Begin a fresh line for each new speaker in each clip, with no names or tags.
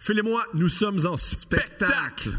Phil et moi, nous sommes en spectacle.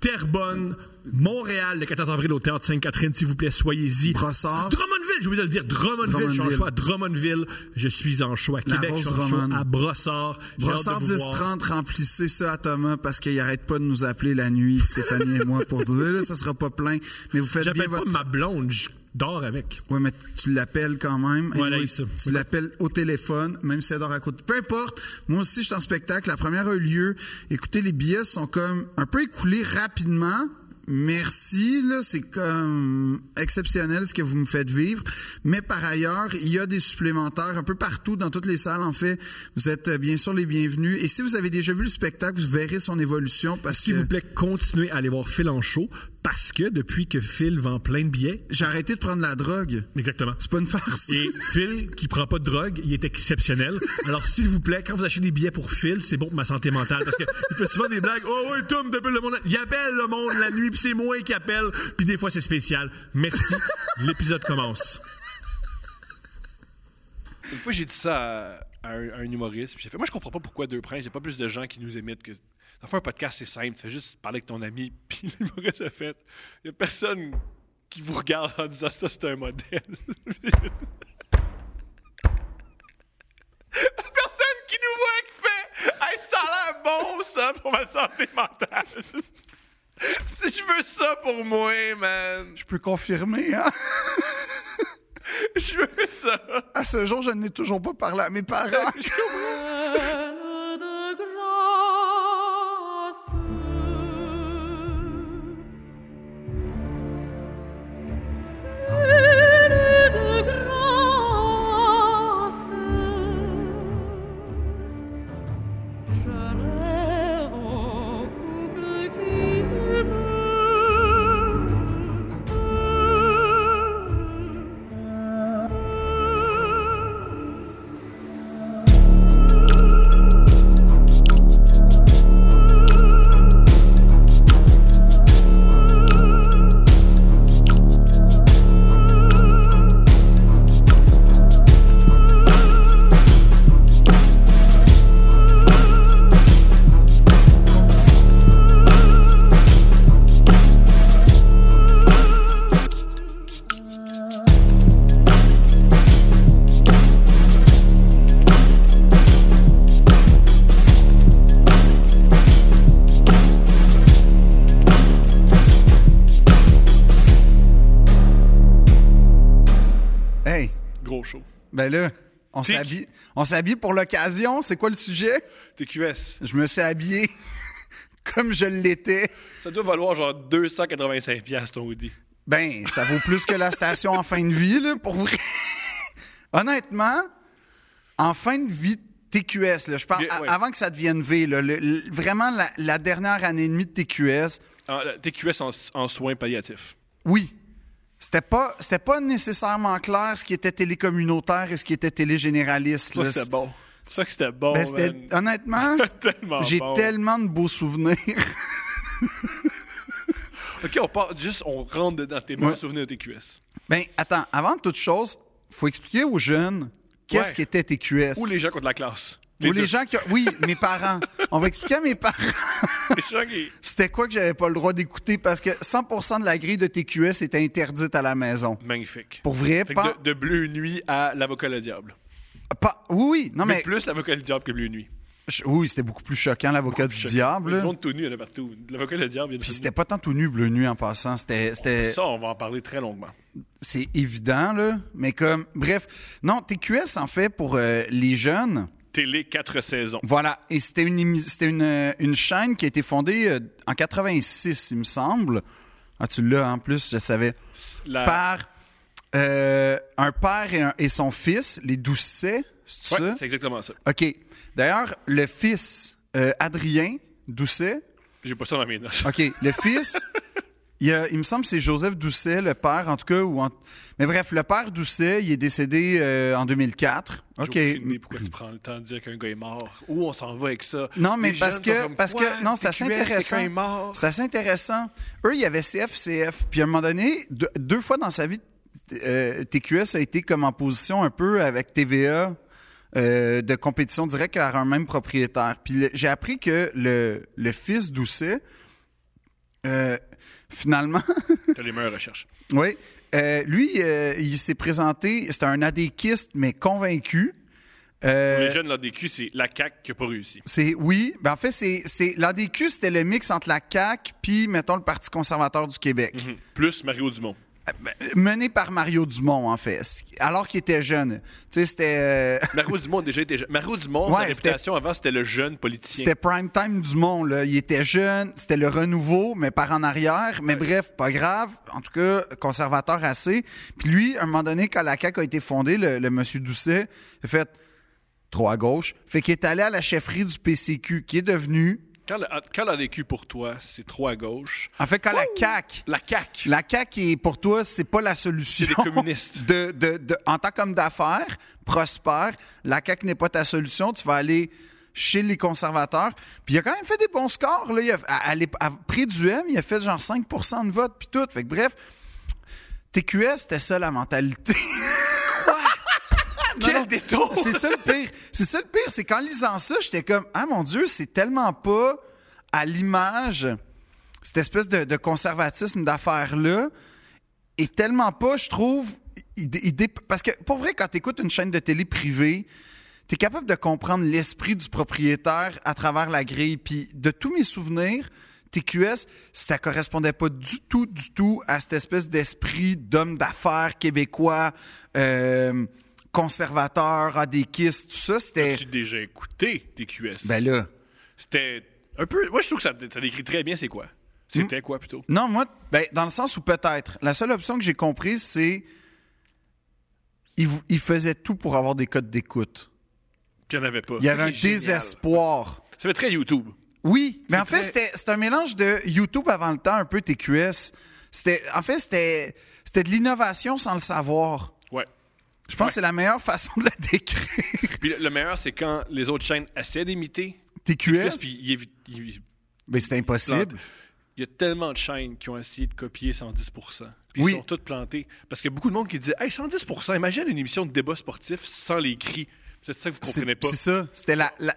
Terrebonne, Montréal, le 14 avril au Théâtre Sainte-Catherine, s'il vous plaît, soyez-y.
Brossard.
Drummondville, j'ai oublié de le dire. Drummondville, je suis en
Drummondville.
choix. à Drummondville, je suis en choix. à
La
Québec, je suis en
Rose
choix.
Drummond.
À Brossard. J'ai hâte
Brossard
de vous voir.
10-30, remplissez ça à Thomas parce qu'il arrête pas de nous appeler la nuit, Stéphanie et moi, pour dire là, ça sera pas plein. Mais vous faites bien
J'appelle pas
votre.
ma blonde, je dors avec.
Oui, mais tu l'appelles quand même.
Voilà,
Anyway,
ça.
tu l'appelles au téléphone, même si elle dort à côté. Peu importe. Moi aussi, je suis en spectacle. La première a eu lieu. Écoutez, les billets sont comme un peu écoulés rapidement. Merci, là, c'est comme exceptionnel ce que vous me faites vivre. Mais par ailleurs, il y a des supplémentaires un peu partout, dans toutes les salles, en fait. Vous êtes euh, bien sûr les bienvenus. Et si vous avez déjà vu le spectacle, vous verrez son évolution parce
S'il
que
vous plaît, continuez à aller voir Phil en show parce que depuis que Phil vend plein de billets,
j'ai arrêté de prendre la drogue.
exactement.
C'est pas une farce.
Et Phil, qui prend pas de drogue, il est exceptionnel. Alors, s'il vous plaît, quand vous achetez des billets pour Phil, c'est bon pour ma santé mentale. Parce que il fait souvent des blagues. Oh oui, Tom, t'appelles le monde. Il appelle le monde la nuit, puis c'est moi qui appelle. Puis des fois, c'est spécial. Merci. L'épisode commence.
Une fois, j'ai dit ça à, à un, à un humoriste. Puis j'ai fait Moi, je comprends pas pourquoi Deux Princes, il n'y a pas plus de gens qui nous émettent que. Ça fait un podcast, c'est simple. Tu fais juste parler avec ton ami. Puis l'humoriste a fait Il n'y a personne qui vous regarde en disant ça, c'est un modèle. personne qui nous voit qui fait Hey, ça a l'air bon, ça, pour ma santé mentale. si je veux ça pour moi, man,
Je peux confirmer, hein?
je veux ça.
À ce jour, je n'ai toujours pas parlé à mes parents.
de grâce. Pleine de grâce. Je rêve au couple qui demeure.
Hey,
Gros show.
ben là, on
Tic.
s'habille, on s'habille pour l'occasion. C'est quoi le sujet?
TQS.
Je me suis habillé comme je l'étais.
Ça doit valoir genre 285 pièces ton hoodie.
Ben, ça vaut plus que la station en fin de vie, là, pour vrai. Honnêtement, en fin de vie TQS, là, je parle,
Bien,
a-
ouais.
avant que ça devienne V, là, le- le- vraiment la, la dernière année et demie de TQS,
En- euh, la TQS en, en soins palliatifs.
Oui. C'était pas, c'était pas nécessairement clair ce qui était télécommunautaire et ce qui était télégénéraliste.
Ça,
là.
c'était bon. Ça, que c'était bon,
Ben, c'était-
Oh, man.
honnêtement,
Tellement
j'ai
bon.
tellement de beaux souvenirs.
OK, on part, juste, on rentre dedans. Tes bons
Ouais.
souvenirs de TQS.
ben, attends, avant toute chose, faut expliquer aux jeunes qu'est-ce
Ouais.
qu'était TQS.
Ou les gens qui ont de la classe.
Ou
deux.
les gens qui. ont- Oui, mes parents. On va expliquer à mes parents
Les gens qui...
c'était quoi que j'avais pas le droit d'écouter parce que 100 de la grille de TQS était interdite à la maison.
Magnifique.
Pour vrai,
Fait que
pas,
de, de Bleu Nuit à L'Avocat le Diable.
pas- Oui, oui. Non,
Mais,
mais.
plus L'Avocat le Diable que Bleu Nuit.
je- Oui, c'était beaucoup plus choquant, l'avocat du diable.
Ils
là.
sont tout nus, il y en a partout. L'Avocat le Diable, il
Puis
y en a partout.
c'était pas tant tout nu, bleu nu en passant. C'était. c'était-
Ça, on va en parler très longuement.
C'est évident, là. Mais comme. Bref. Non, TQS, en fait, pour euh, les jeunes.
Télé 4 saisons.
Voilà. Et c'était une, émi- c'était une, euh, une chaîne qui a été fondée euh, en 86, il me semble. Ah, tu l'as en plus, je savais.
La...
Par euh, un père et, un- et son fils, les Doucet, c'est
Ouais,
ça?
c'est exactement ça.
OK. D'ailleurs, le fils, euh, Adrien Doucet,
J'ai pas ça dans mes notes.
OK. Le fils, il, y a- il me semble que c'est Joseph Doucet, le père, en tout cas. Ou en- Mais bref, le père Doucet, il est décédé euh, en 2004.
J'ai
OK.
aucune idée pourquoi tu prends le temps de dire qu'un gars est mort. Où on s'en va avec ça?
Non, mais
Les
parce
jeunes
que-
sont comme,
parce que-
Quoi?
non, c'est
TQS,
assez intéressant.
Quelqu'un est mort.
C'est assez intéressant. Eux, il y avait CF-CF. Puis à un moment donné, deux, deux fois dans sa vie, euh, TQS a été comme en position un peu avec TVA. euh, de compétition directe à un même propriétaire. Puis le- j'ai appris que le, le fils d'Ousset, euh, finalement,
T'as les meilleures recherches.
oui. Euh, lui, euh, il s'est présenté, c'était un adéquiste, mais convaincu. Euh,
Pour les jeunes, l'ADQ, c'est la CAQ qui n'a pas réussi.
c'est oui, ben en fait c'est c'est l'ADQ c'était le mix entre la CAQ puis mettons le Parti conservateur du Québec.
Mhm. Plus Mario Dumont.
mené par Mario Dumont, en fait, alors qu'il était jeune. Tu sais, c'était, euh,
Mario Dumont a déjà été jeune. Mario Dumont, sa
Ouais, c'était-
réputation avant, c'était le jeune politicien.
c'était prime time Dumont, là. Il était jeune, c'était le renouveau, mais par en arrière. Mais bref, pas grave. En tout cas, conservateur assez. Puis lui, à un moment donné, quand la CAQ a été fondée, le, le monsieur Doucet, il a fait trop à gauche. Fait qu'il est allé à la chefferie du PCQ, qui est devenu,
Quand, le- ah, quand l'ADQ pour toi, c'est trop à gauche,
en fait, quand la CAQ
la CAQ,
La CAQ, est, pour toi, c'est pas la solution.
C'est les communistes.
De, de- de- en tant qu'homme d'affaires, prospère, la CAQ n'est pas ta solution. Tu vas aller chez les conservateurs. Puis il a quand même fait des bons scores. Là. Il a, à, à l'ép- à- près du M, il a fait genre 5 de vote, puis tout. Fait que bref, TQS, c'était ça la mentalité. Quel détour! C'est ça le pire. C'est ça le pire. C'est qu'en lisant ça, j'étais comme, ah mon Dieu, c'est tellement pas à l'image, cette espèce de, de conservatisme d'affaires-là est tellement pas, je trouve. il dé- il dé- parce que pour vrai, quand tu écoutes une chaîne de télé privée, tu es capable de comprendre l'esprit du propriétaire à travers la grille. Puis de tous mes souvenirs, TQS, ça correspondait pas du tout, du tout à cette espèce d'esprit d'homme d'affaires québécois, euh, conservateur, adéquiste, tout ça. C'était.
tu as déjà écouté TQS.
Ben là.
C'était un peu. Moi, je trouve que ça, ça décrit très bien c'est quoi. C'était quoi plutôt.
Non, moi, ben, dans le sens où peut-être. La seule option que j'ai comprise, c'est. Il, vou- il faisait tout pour avoir des codes d'écoute.
Puis il n'y en avait pas.
Il y avait un
C'est génial.
désespoir.
Ça fait très YouTube.
Oui, mais
C'est
en fait,
très-
c'était- c'était un mélange de YouTube avant le temps, un peu TQS. C'était, en fait, c'était, c'était de l'innovation sans le savoir.
Ouais.
Je pense
Ouais.
que c'est la meilleure façon de la décrire.
Puis le, le meilleur, c'est quand les autres chaînes essaient d'imiter.
TQS,
Puis il évi- il-
mais c'est impossible.
Il y a tellement de chaînes qui ont essayé de copier 110 Puis
Oui.
ils sont toutes plantées. Parce qu'il y a beaucoup de monde qui dit Hey, 110 imagine une émission de débat sportif sans les cris. C'est ça que vous
C'est,
comprenez pas.
c'est ça. C'était la- la-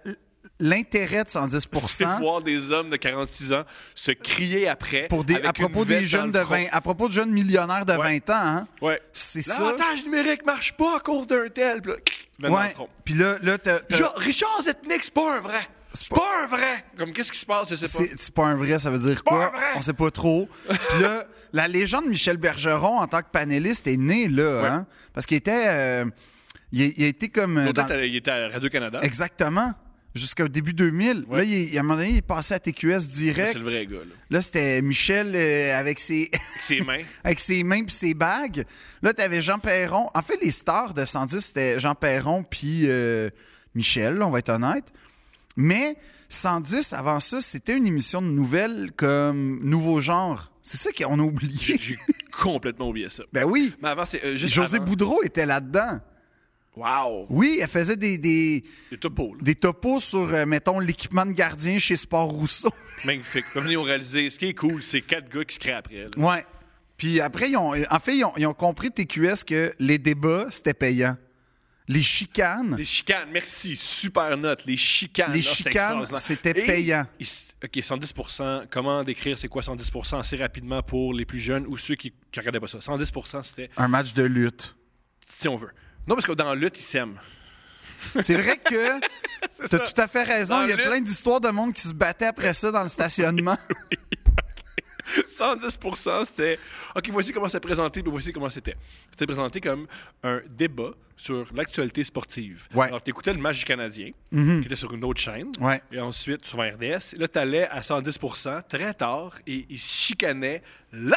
l'intérêt de 110
C'est voir des hommes de 46 ans se crier après.
pour des,
avec
à
une
propos
veste
des jeunes de
dans le front.
20, à propos de jeunes millionnaires de
Ouais.
20 ans, hein.
Ouais.
C'est ça.
L'avantage numérique marche pas à cause d'un tel. Puis là, veste dans le
Ouais.
front.
Puis là, là t'as- t'as-
Genre, Richard Zetnik, c'est pas un vrai. C'est pas un vrai. Comme qu'est-ce qui se passe, je sais pas.
C'est c'est pas un vrai, ça veut dire
pas
quoi?
un vrai!
On sait pas trop. Puis là, la légende Michel Bergeron en tant que panéliste est née là,
Ouais.
hein? Parce qu'il était. euh, il, a- il a été comme. euh,
L'autre,
dans-
t'as- il était à Radio-Canada.
Exactement. Jusqu'au début 2000.
Ouais.
Là, il, à un moment donné, il est passé à TQS
C'est
direct.
le vrai gars, là.
Là, c'était Michel euh, avec ses.
Avec ses mains.
avec ses mains puis ses bagues. Là, t'avais Jean Perron. En fait, les stars de 110, c'était Jean Perron puis euh, Michel, là, on va être honnête. Mais 110, avant ça, c'était une émission de nouvelles comme Nouveau Genre. C'est ça qu'on a oublié.
J'ai j'ai complètement oublié ça.
Ben oui,
Mais avant, c'est euh, juste.
José
avant-
Boudreau était là-dedans.
Wow!
Oui, elle faisait des, des,
C'est topo, là.
des topos sur, euh, mettons, l'équipement de gardien chez Sport Rousseau.
Magnifique. Comme ils ont réalisé, ce qui est cool, c'est quatre gars qui se créent après. là.
Ouais. Puis après, ils ont, en fait, ils ont, ils ont compris, TQS, que les débats, c'était payant. Les chicanes,
Les chicanes, merci, super note. Les chicanes.
Les
là, c'était
chicanes,
extraordinaire.
c'était
Et
payant.
il s- OK, 110 Comment décrire c'est quoi 110 assez rapidement pour les plus jeunes ou ceux qui ne regardaient pas ça? 110 c'était
un match de lutte.
si on veut. Non, parce que dans la lutte, ils s'aiment.
C'est vrai que t'as tout à fait raison.
Dans
Il y a
le-
plein d'histoires de monde qui se battait après ça dans le stationnement.
110 c'était OK, voici comment c'est présenté, puis voici comment c'était. C'était présenté comme un débat sur l'actualité sportive.
Ouais. Mm-hmm.
Alors, tu écoutais le match du Canadien, qui était sur une autre chaîne.
Ouais.
Et ensuite, sur RDS, là, tu allais à 110 très tard, et ils se chicanaient live,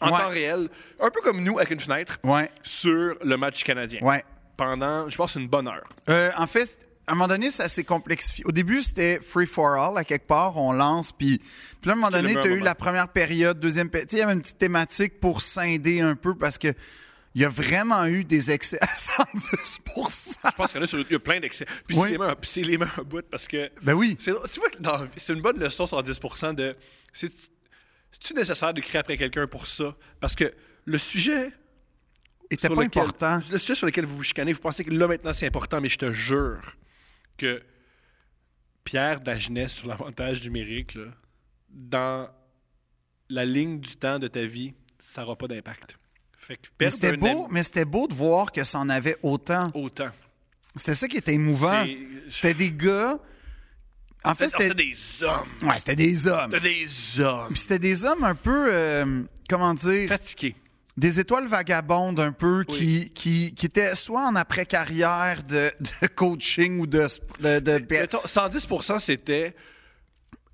en
Ouais.
temps réel, un peu comme nous, avec une fenêtre,
Ouais.
sur le match canadien.
Ouais.
Pendant, je pense, une bonne heure.
Euh, en fait, c'est- à un moment donné, ça s'est complexifié. Au début, c'était free for all. À quelque part, on lance. Puis, puis là, à un moment
le
donné,
meilleur
t'as eu
moment.
la première période, deuxième période. Tu sais, il y avait une petite thématique pour scinder un peu parce que il y a vraiment eu des excès à 110
Je pense qu'il y en a sur YouTube, il y a plein d'excès. Puis
Oui.
c'est les mains- puis c'est les mains à bout, parce que...
Ben oui.
C'est, tu vois que dans la vie, c'est une bonne leçon sur 10 de. C'est, tu nécessaire d'écrire après quelqu'un pour ça? Parce que le sujet
était
sur
pas
lequel-
important.
Le sujet sur lequel vous vous chicanez, vous pensez que là maintenant c'est important, mais je te jure que Pierre Dagenet sur l'avantage numérique, là, dans la ligne du temps de ta vie, ça n'aura pas d'impact. Fait que
Mais
perdre
c'était
un
beau,
ami
mais c'était beau de voir que ça en avait autant.
autant.
C'était ça qui était émouvant.
C'est-
C'était des gars. En fait,
Alors,
c'était
T'as des hommes.
ouais, c'était des hommes.
T'as des hommes.
Puis c'était des hommes un peu, euh, comment dire,
Fatigués.
des étoiles vagabondes un peu qui, qui, qui étaient soit en après-carrière de, de coaching ou de. sp- de, de,
Mettons, 110 c'était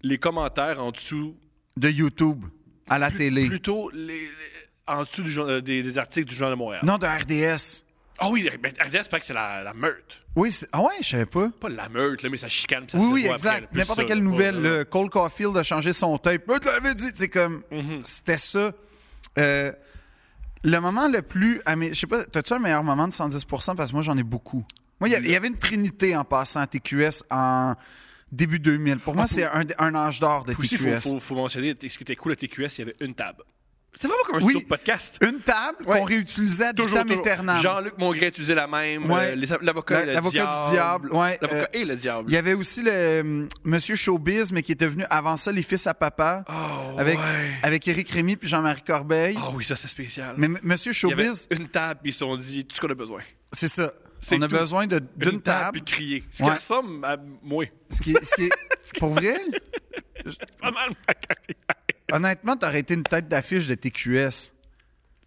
les commentaires en dessous,
de YouTube à la télé.
plutôt les, les- en dessous du jour- euh, des, des articles du Journal de Montréal.
Non, de RDS.
Ah oui, ben, RDS, c'est pas que c'est la, la meute.
Oui, c'est- ah ouais, je savais pas.
Pas la meute, là, mais ça chicane. puis Ça
Oui,
se
oui,
voit après, là,
exact.
plus ça,
N'importe quelle
là,
nouvelle. euh,
pas, là.
le Cole Caulfield a changé son tape. Euh, tu l'avais dit. C'est comme.
Mm-hmm.
C'était ça. Euh, le moment le plus. ah, mais Je sais pas, t'as-tu un meilleur moment de 110 Parce que moi, j'en ai beaucoup. Moi, il y a- il y, avait une trinité en passant à TQS en début 2000. Pour
Ah,
moi, c'est un, un âge d'or de
Puis aussi,
TQS.
faut, faut, faut mentionner, t- ce qui était cool à TQS, il y avait une table. C'était vraiment comme un
Oui. Euh,
studio de podcast.
Une table
Ouais.
qu'on réutilisait à
Toujours,
vitam
toujours.
éternam.
Jean-Luc Mongrain utilisait la même.
Ouais.
euh, les- L'avocat
La-
et le
l'avocat
diable.
du diable, ouais,
L'avocat
euh,
et le diable.
Il y avait aussi le hum, Monsieur Showbiz, mais qui est devenu avant ça les fils à papa,
Oh,
avec
ouais.
avec Éric Rémy puis Jean-Marie Corbeil.
Ah oui, ça, c'est spécial.
Mais M- Monsieur
il y avait
Showbiz,
une table, puis ils se sont dit tout ce qu'on a besoin.
c'est ça.
C'est
On a
tout.
besoin de- d'une table.
Puis de crier. Ce
Ouais.
qui ressemble à moi.
Ce qui, est- ce qui est- pour vrai,
Pas mal ma carrière.
honnêtement, t'aurais été une tête d'affiche de TQS.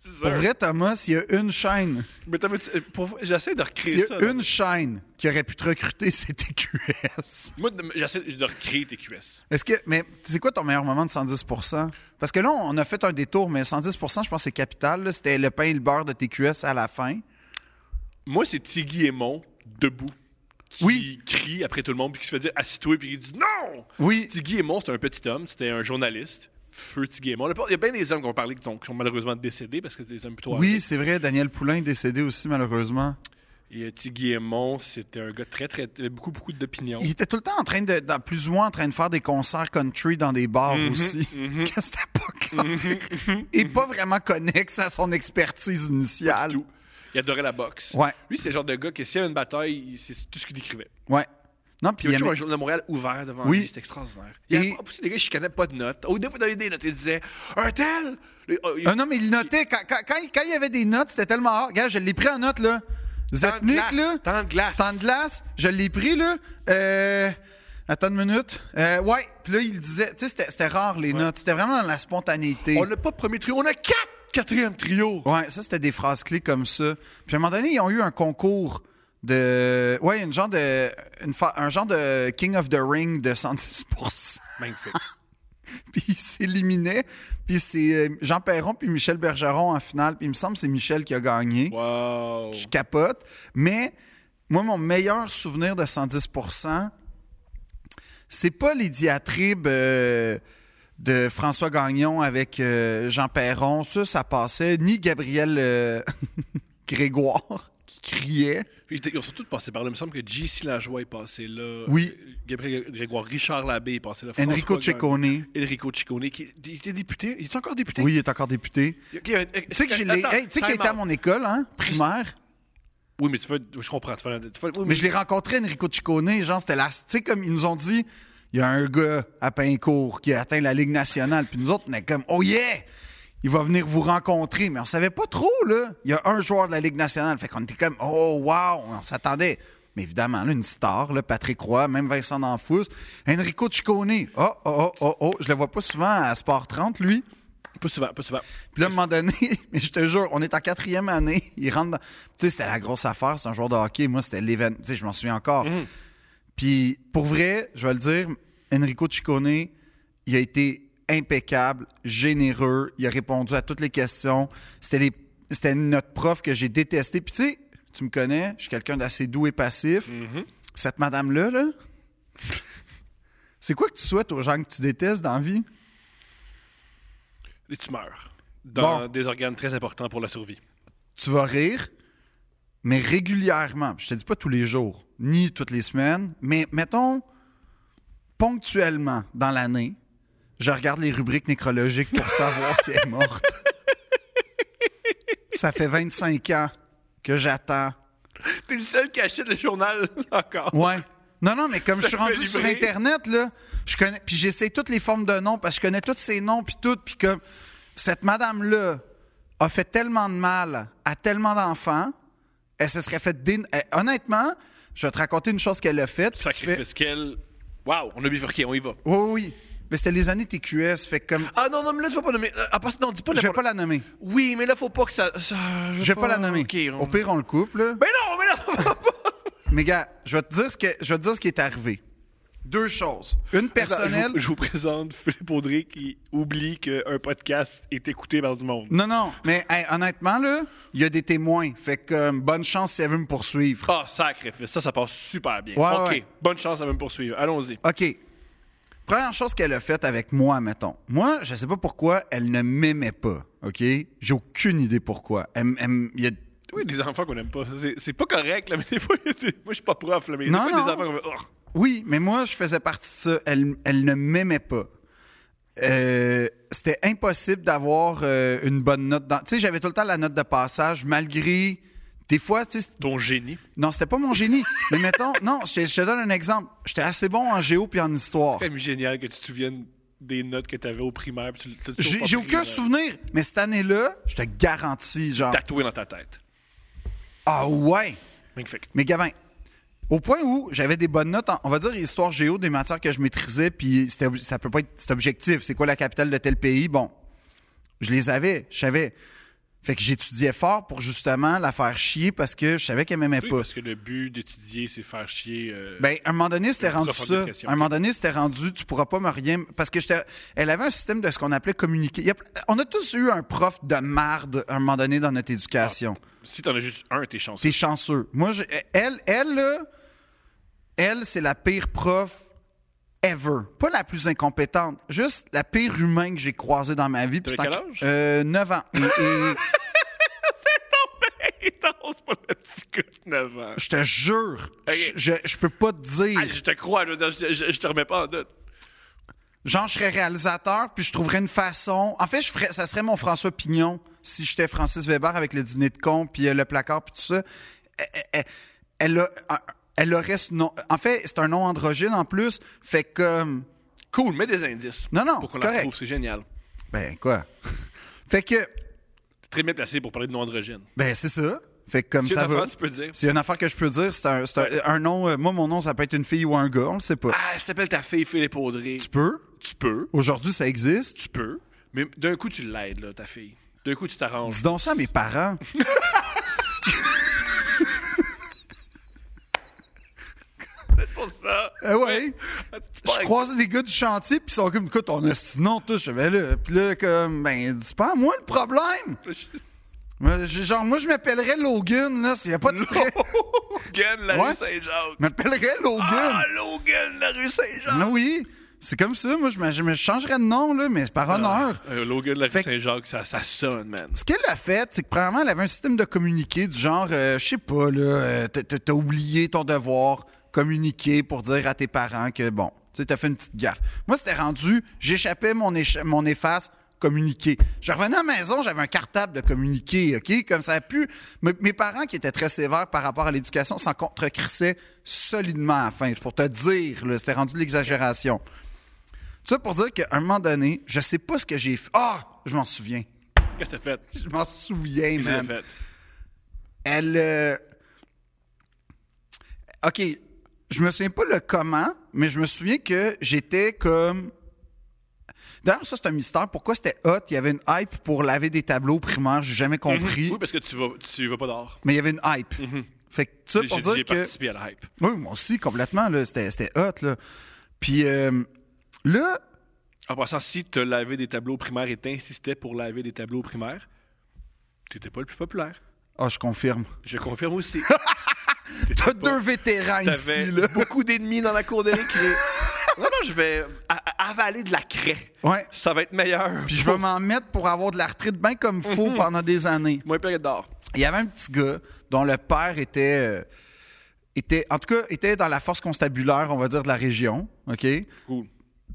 C'est
Pour
sûr.
vrai, Thomas, s'il y a une chaîne,
Mais t'as vu, tu- pour- j'essaie de
s'il y
recréer ça.
a
dans-
une chaîne qui aurait pu te recruter, c'est TQS.
Moi, de- j'essaie de recréer TQS.
Est-ce que, mais c'est quoi ton meilleur moment de 110%? Parce que là, on a fait un détour, mais 110%, je pense que c'est capital. là. C'était le pain et le beurre de TQS à la fin.
Moi, c'est Tiggy et Mon, debout, qui
Oui.
crie après tout le monde, puis qui se fait dire assis-toi, puis il dit non!
Oui,
Tiggy et Mon, c'était un petit homme, c'était un journaliste. Feu Tiggy et Mon. Il y a bien des hommes qui ont parlé qui sont, qui sont malheureusement décédés parce que c'est des hommes plutôt
oui, c'est vrai. Daniel Poulain est décédé aussi, malheureusement.
âgés. Et euh, Tiggy et Mon, c'était un gars très, très. avait beaucoup, beaucoup d'opinions.
Il était tout le temps en train de, dans- plus ou moins en train de faire des concerts country dans des bars
Mhm,
aussi.
mhm.
Que c'était pas clair.
Mm-hmm,
et pas vraiment connexe à son expertise
Pas
initiale.
du tout. Il adorait la boxe.
Ouais.
Lui, c'est le genre de gars que s'il y avait une bataille, il- c'est tout ce qu'il décrivait.
Ouais. Non, puis
Puis il
il
y a toujours un
aimait-
journal de Montréal ouvert devant
Oui.
lui, c'était extraordinaire. Il y avait
Et-
pas- aussi des gars qui chicanaient pas de notes. Au début, il donnait des notes, il disait un tel. Le- oh, il-
Ah non, mais il notait. Quand, quand- quand il- quand il y avait des notes, c'était tellement rare. Regarde, je l'ai pris en note, là.
Tant de
Zatnik,
glace,
là.
tant de glace.
Tant de glace. Je l'ai pris, là. Euh, Attends une minute. Euh, ouais. Puis là, il disait... Tu sais, c'était- c'était rare, les notes. C'était vraiment dans la spontanéité.
On n'a pas premier trio, on a quatre quatrième trio.
Ouais, ça, c'était des phrases clés comme ça. Puis à un moment donné, ils ont eu un concours de... Ouais, une genre de... une fa- Un genre de King of the Ring de 110
Magnifique.
puis ils s'éliminaient. Puis c'est euh, Jean Perron puis Michel Bergeron en finale. Puis il me semble que c'est Michel qui a gagné.
Wow.
je capote. Mais moi, mon meilleur souvenir de 110%, c'est pas les diatribes euh, de François Gagnon avec euh, Jean Perron. Ça, ça passait. Ni Gabriel euh, Grégoire qui criait.
Puis ils ont surtout passé par là. Il me semble que J.C. Lajoie est passé là.
Oui.
Gabriel Grégoire, Richard Labbé est passé là.
Enrico
François Gagnon.
Ceccone.
Enrico Ciccone, qui il était député. Il est encore député?
Oui, il est encore député.
Ok, euh, euh,
Tu sais que j'ai les-
attends,
hey, tu sais qu'il
time
était à
out.
mon école, hein, primaire.
Oui, mais tu fais. Je comprends. Tu fais, tu fais- oui,
Mais je l'ai rencontré, Enrico Ciccone, genre, c'était la... Tu sais, comme ils nous ont dit, il y a un gars à Pincourt qui a atteint la Ligue nationale, puis nous autres, on est comme, oh yeah! Il va venir vous rencontrer, mais on savait pas trop, là. Il y a un joueur de la Ligue nationale, fait qu'on était comme, oh wow! On s'attendait. Mais évidemment, là, une star, là, Patrick Roy, même Vincent D'Anfous, Enrico Ciccone, oh, oh, oh, oh, oh, je le vois pas souvent à Sport 30, lui.
Pas souvent, pas souvent.
Puis là, à un moment donné, mais je te jure, on est en quatrième année. Il rentre dans... Tu sais, c'était la grosse affaire, c'est un joueur de hockey. Moi, c'était l'événement. Tu sais, je m'en souviens encore. Puis pour vrai, je vais le dire, Enrico Ciccone, il a été impeccable, généreux. Il a répondu à toutes les questions. C'était les... c'était notre prof que j'ai détesté. Puis tu sais, tu me connais, je suis quelqu'un d'assez doux et passif. Cette madame-là, là, c'est quoi que tu souhaites aux gens que tu détestes dans la vie?
Les tumeurs. Dans
Bon.
des organes très importants pour la survie.
tu vas rire, mais régulièrement. Je te dis pas tous les jours, ni toutes les semaines, mais mettons ponctuellement dans l'année, je regarde les rubriques nécrologiques pour savoir si elle est morte. Ça fait 25 ans que j'attends.
T'es le seul qui achète le journal encore.
Ouais. Non, non, mais comme je suis
fait
rendu
livrer.
sur Internet, là, je connais. Puis j'essaie toutes les formes de noms, parce que je connais tous ces noms, puis tout. Puis comme cette madame-là a fait tellement de mal à tellement d'enfants, elle se serait fait. dé- eh, Honnêtement, je vais te raconter une chose qu'elle a faite. puis tu fais-
Sacrifice qu'elle. Waouh, on a bifurqué, on y va.
Oui, oui, oui. Mais c'était les années TQS, fait que comme.
Ah non, non, mais là, tu vas pas nommer. euh, À part... Non, dis pas
Je vais
n'importe-
pas la nommer.
Oui, mais là, faut pas que ça. ça-
Je vais pas la nommer.
Ok, on- Ben-
Au pire, on le coupe, là.
Mais non, mais non, faut pas.
Mais gars, je vais te dire ce que je vais te dire ce qui est arrivé. Deux choses. Une personnelle.
Attends, Je vous, je vous présente Philippe Audrey qui oublie qu'un podcast est écouté par du monde.
Non, non, mais hey, honnêtement, là, il y a des témoins. Fait que euh, bonne chance si elle veut me poursuivre.
Ah, sacrifice. Ça, ça passe super bien.
Ouais,
OK,
ouais.
bonne chance à me poursuivre. Allons-y.
OK. Première chose qu'elle a faite avec moi, mettons. Moi, je sais pas pourquoi elle ne m'aimait pas. OK? J'ai aucune idée pourquoi. Elle, m- elle m- il y a-
Oui, des enfants qu'on aime pas. C'est- C'est pas correct, là, mais des fois, il y a des- moi, je suis pas prof, là, mais
Non,
des fois, il y a des
non.
enfants qu'on fait, Oh.
Oui, mais moi, je faisais partie de ça. Elle, elle ne m'aimait pas. Euh, C'était impossible d'avoir euh, une bonne note. dans- Tu sais, j'avais tout le temps la note de passage, malgré. Des fois, tu sais,
Ton génie.
Non, c'était pas mon génie. Mais mettons, non, je te, je te donne un exemple. J'étais assez bon en géo puis en histoire.
C'est quand même génial que tu te souviennes des notes que tu avais au primaire. puis tu l'as toujours
J'ai
pas
j'ai
pris, euh,
aucun
là,
souvenir, mais cette année-là, je te garantis, genre,
Tatoué dans ta tête.
ah ouais.
Magnifique.
Mais Gavin, au point où j'avais des bonnes notes, en- on va dire histoire géo, des matières que je maîtrisais, puis c'était ob- ça peut pas être c'est objectif. C'est quoi la capitale de tel pays? Bon, je les avais, je savais. Fait que j'étudiais fort pour justement la faire chier parce que je savais qu'elle m'aimait
Oui,
pas.
parce que le but d'étudier, c'est faire chier. euh,
Ben, à un moment donné, c'était
Une
rendu
prof en
ça.
dépression.
À un moment donné, c'était rendu, tu pourras pas me rien. Parce que j'étais. Elle avait un système de ce qu'on appelait communiquer. Il y a- On a tous eu un prof de marde à un moment donné dans notre éducation.
Si t'en as juste un, t'es chanceux.
T'es chanceux. Moi, je- elle, elle, là, elle, c'est la pire prof ever. Pas la plus incompétente, juste la pire humaine que j'ai croisée dans ma vie. Puis
T'avais
c'est en-
quel âge?
Euh, 9 ans. Et- et-
Hey, non, c'est pas le petit gars de 9 ans.
je te jure,
Ok.
je, je- je peux pas te dire.
Ah, je te crois, je, veux dire, je, je- je te remets pas en doute.
Genre, je serais réalisateur, puis je trouverais une façon. En fait, je ferais, ça serait mon François Pignon si j'étais Francis Weber avec le dîner de con, puis euh, le placard, puis tout ça. Elle, elle- elle a- elle aurait ce nom. En fait, c'est un nom androgyne en plus. Fait que. euh,
Cool, mets des indices.
Non, non,
Pour qu'on
c'est
la
correct.
retrouve, c'est génial.
Ben, quoi? fait que.
T'es très bien placé pour parler de nom androgyne.
Ben, c'est ça. Fait que comme
Si
ça
un enfant,
va.
tu peux dire.
C'est une affaire que je peux dire. C'est un, c'est un- un nom. euh, moi, mon nom, ça peut être une fille ou un gars, on le sait pas.
Ah, si t'appelles ta fille Philippe Audrey,
Tu peux.
tu peux,
Aujourd'hui, ça existe.
tu peux, mais d'un coup, tu l'aides, là, ta fille. D'un coup, tu t'arranges.
Dis donc ça à mes parents.
pour ça.
Eh ouais.
Ah, tu
Je
pars avec-
croisais des gars du chantier, puis ils sont comme, écoute, on a ce nom, tout. Je vais là. Puis là, comme, ben, dis pas à moi le problème. Moi, j'ai- Genre, moi, je m'appellerais Logan, là, s'il n'y a pas de stress.
Logan, la
Ouais.
rue Saint-Jacques.
Je m'appellerais Logan.
Ah, Logan, la rue Saint-Jacques.
Ah oui. C'est comme ça, moi, je, me- je me changerais de nom, là, mais c'est par honneur.
Euh, Logan, la rue
Fait-
Saint-Jacques, ça, ça sonne, man.
Ce qu'elle a fait, c'est que premièrement, elle avait un système de communiquer du genre, euh, je sais pas, là, euh, t'as- t'as t'as oublié ton devoir, communiquer pour dire à tes parents que, bon, tu sais, t'as fait une petite gaffe. Moi, c'était rendu, j'échappais mon, écha- mon efface, communiquer. Je revenais à la maison, j'avais un cartable de communiquer, OK? Comme ça a pu... me- mes parents, qui étaient très sévères par rapport à l'éducation, s'en contrecrissaient solidement à la fin, pour te dire, là, c'était rendu de l'exagération. Tout ça pour dire qu'à un moment donné, je sais pas ce que j'ai fait. Ah! Je m'en souviens.
Qu'est-ce que t'as fait? Qu'est-ce
Je m'en souviens,
que t'as
man.
fait?
Elle. euh, OK. Je me souviens pas le comment, mais je me souviens que j'étais comme. D'ailleurs, ça, c'est un mystère. Pourquoi c'était hot? Il y avait une hype pour laver des tableaux primaires. J'ai jamais compris.
Mhm. Oui, ben- parce que tu vas, tu vas pas dehors.
Mais il y avait une hype. Fait que ça,
J'ai
pour
dit, j'ai
dire que.
participé à la hype.
Oui, moi aussi, complètement. là, C'était c'était hot, là. Puis euh, là,
En passant, si tu lavé des tableaux primaires et t'insistais pour laver des tableaux primaires, t'étais pas le plus populaire.
ah, je confirme.
Je confirme aussi.
T'as deux vétérans
T'avais
ici, là.
beaucoup d'ennemis dans la cour de récré. non, non, je vais a- a- avaler de la craie.
Ouais.
Ça va être meilleur.
Puis je vais m'en mettre pour avoir de la retraite bien comme faux
Mhm.
pendant des années.
Moins pire que d'or.
Il y avait un petit gars dont le père était, euh, était en tout cas, était dans la force constabulaire, on va dire, de la région, OK?
Cool.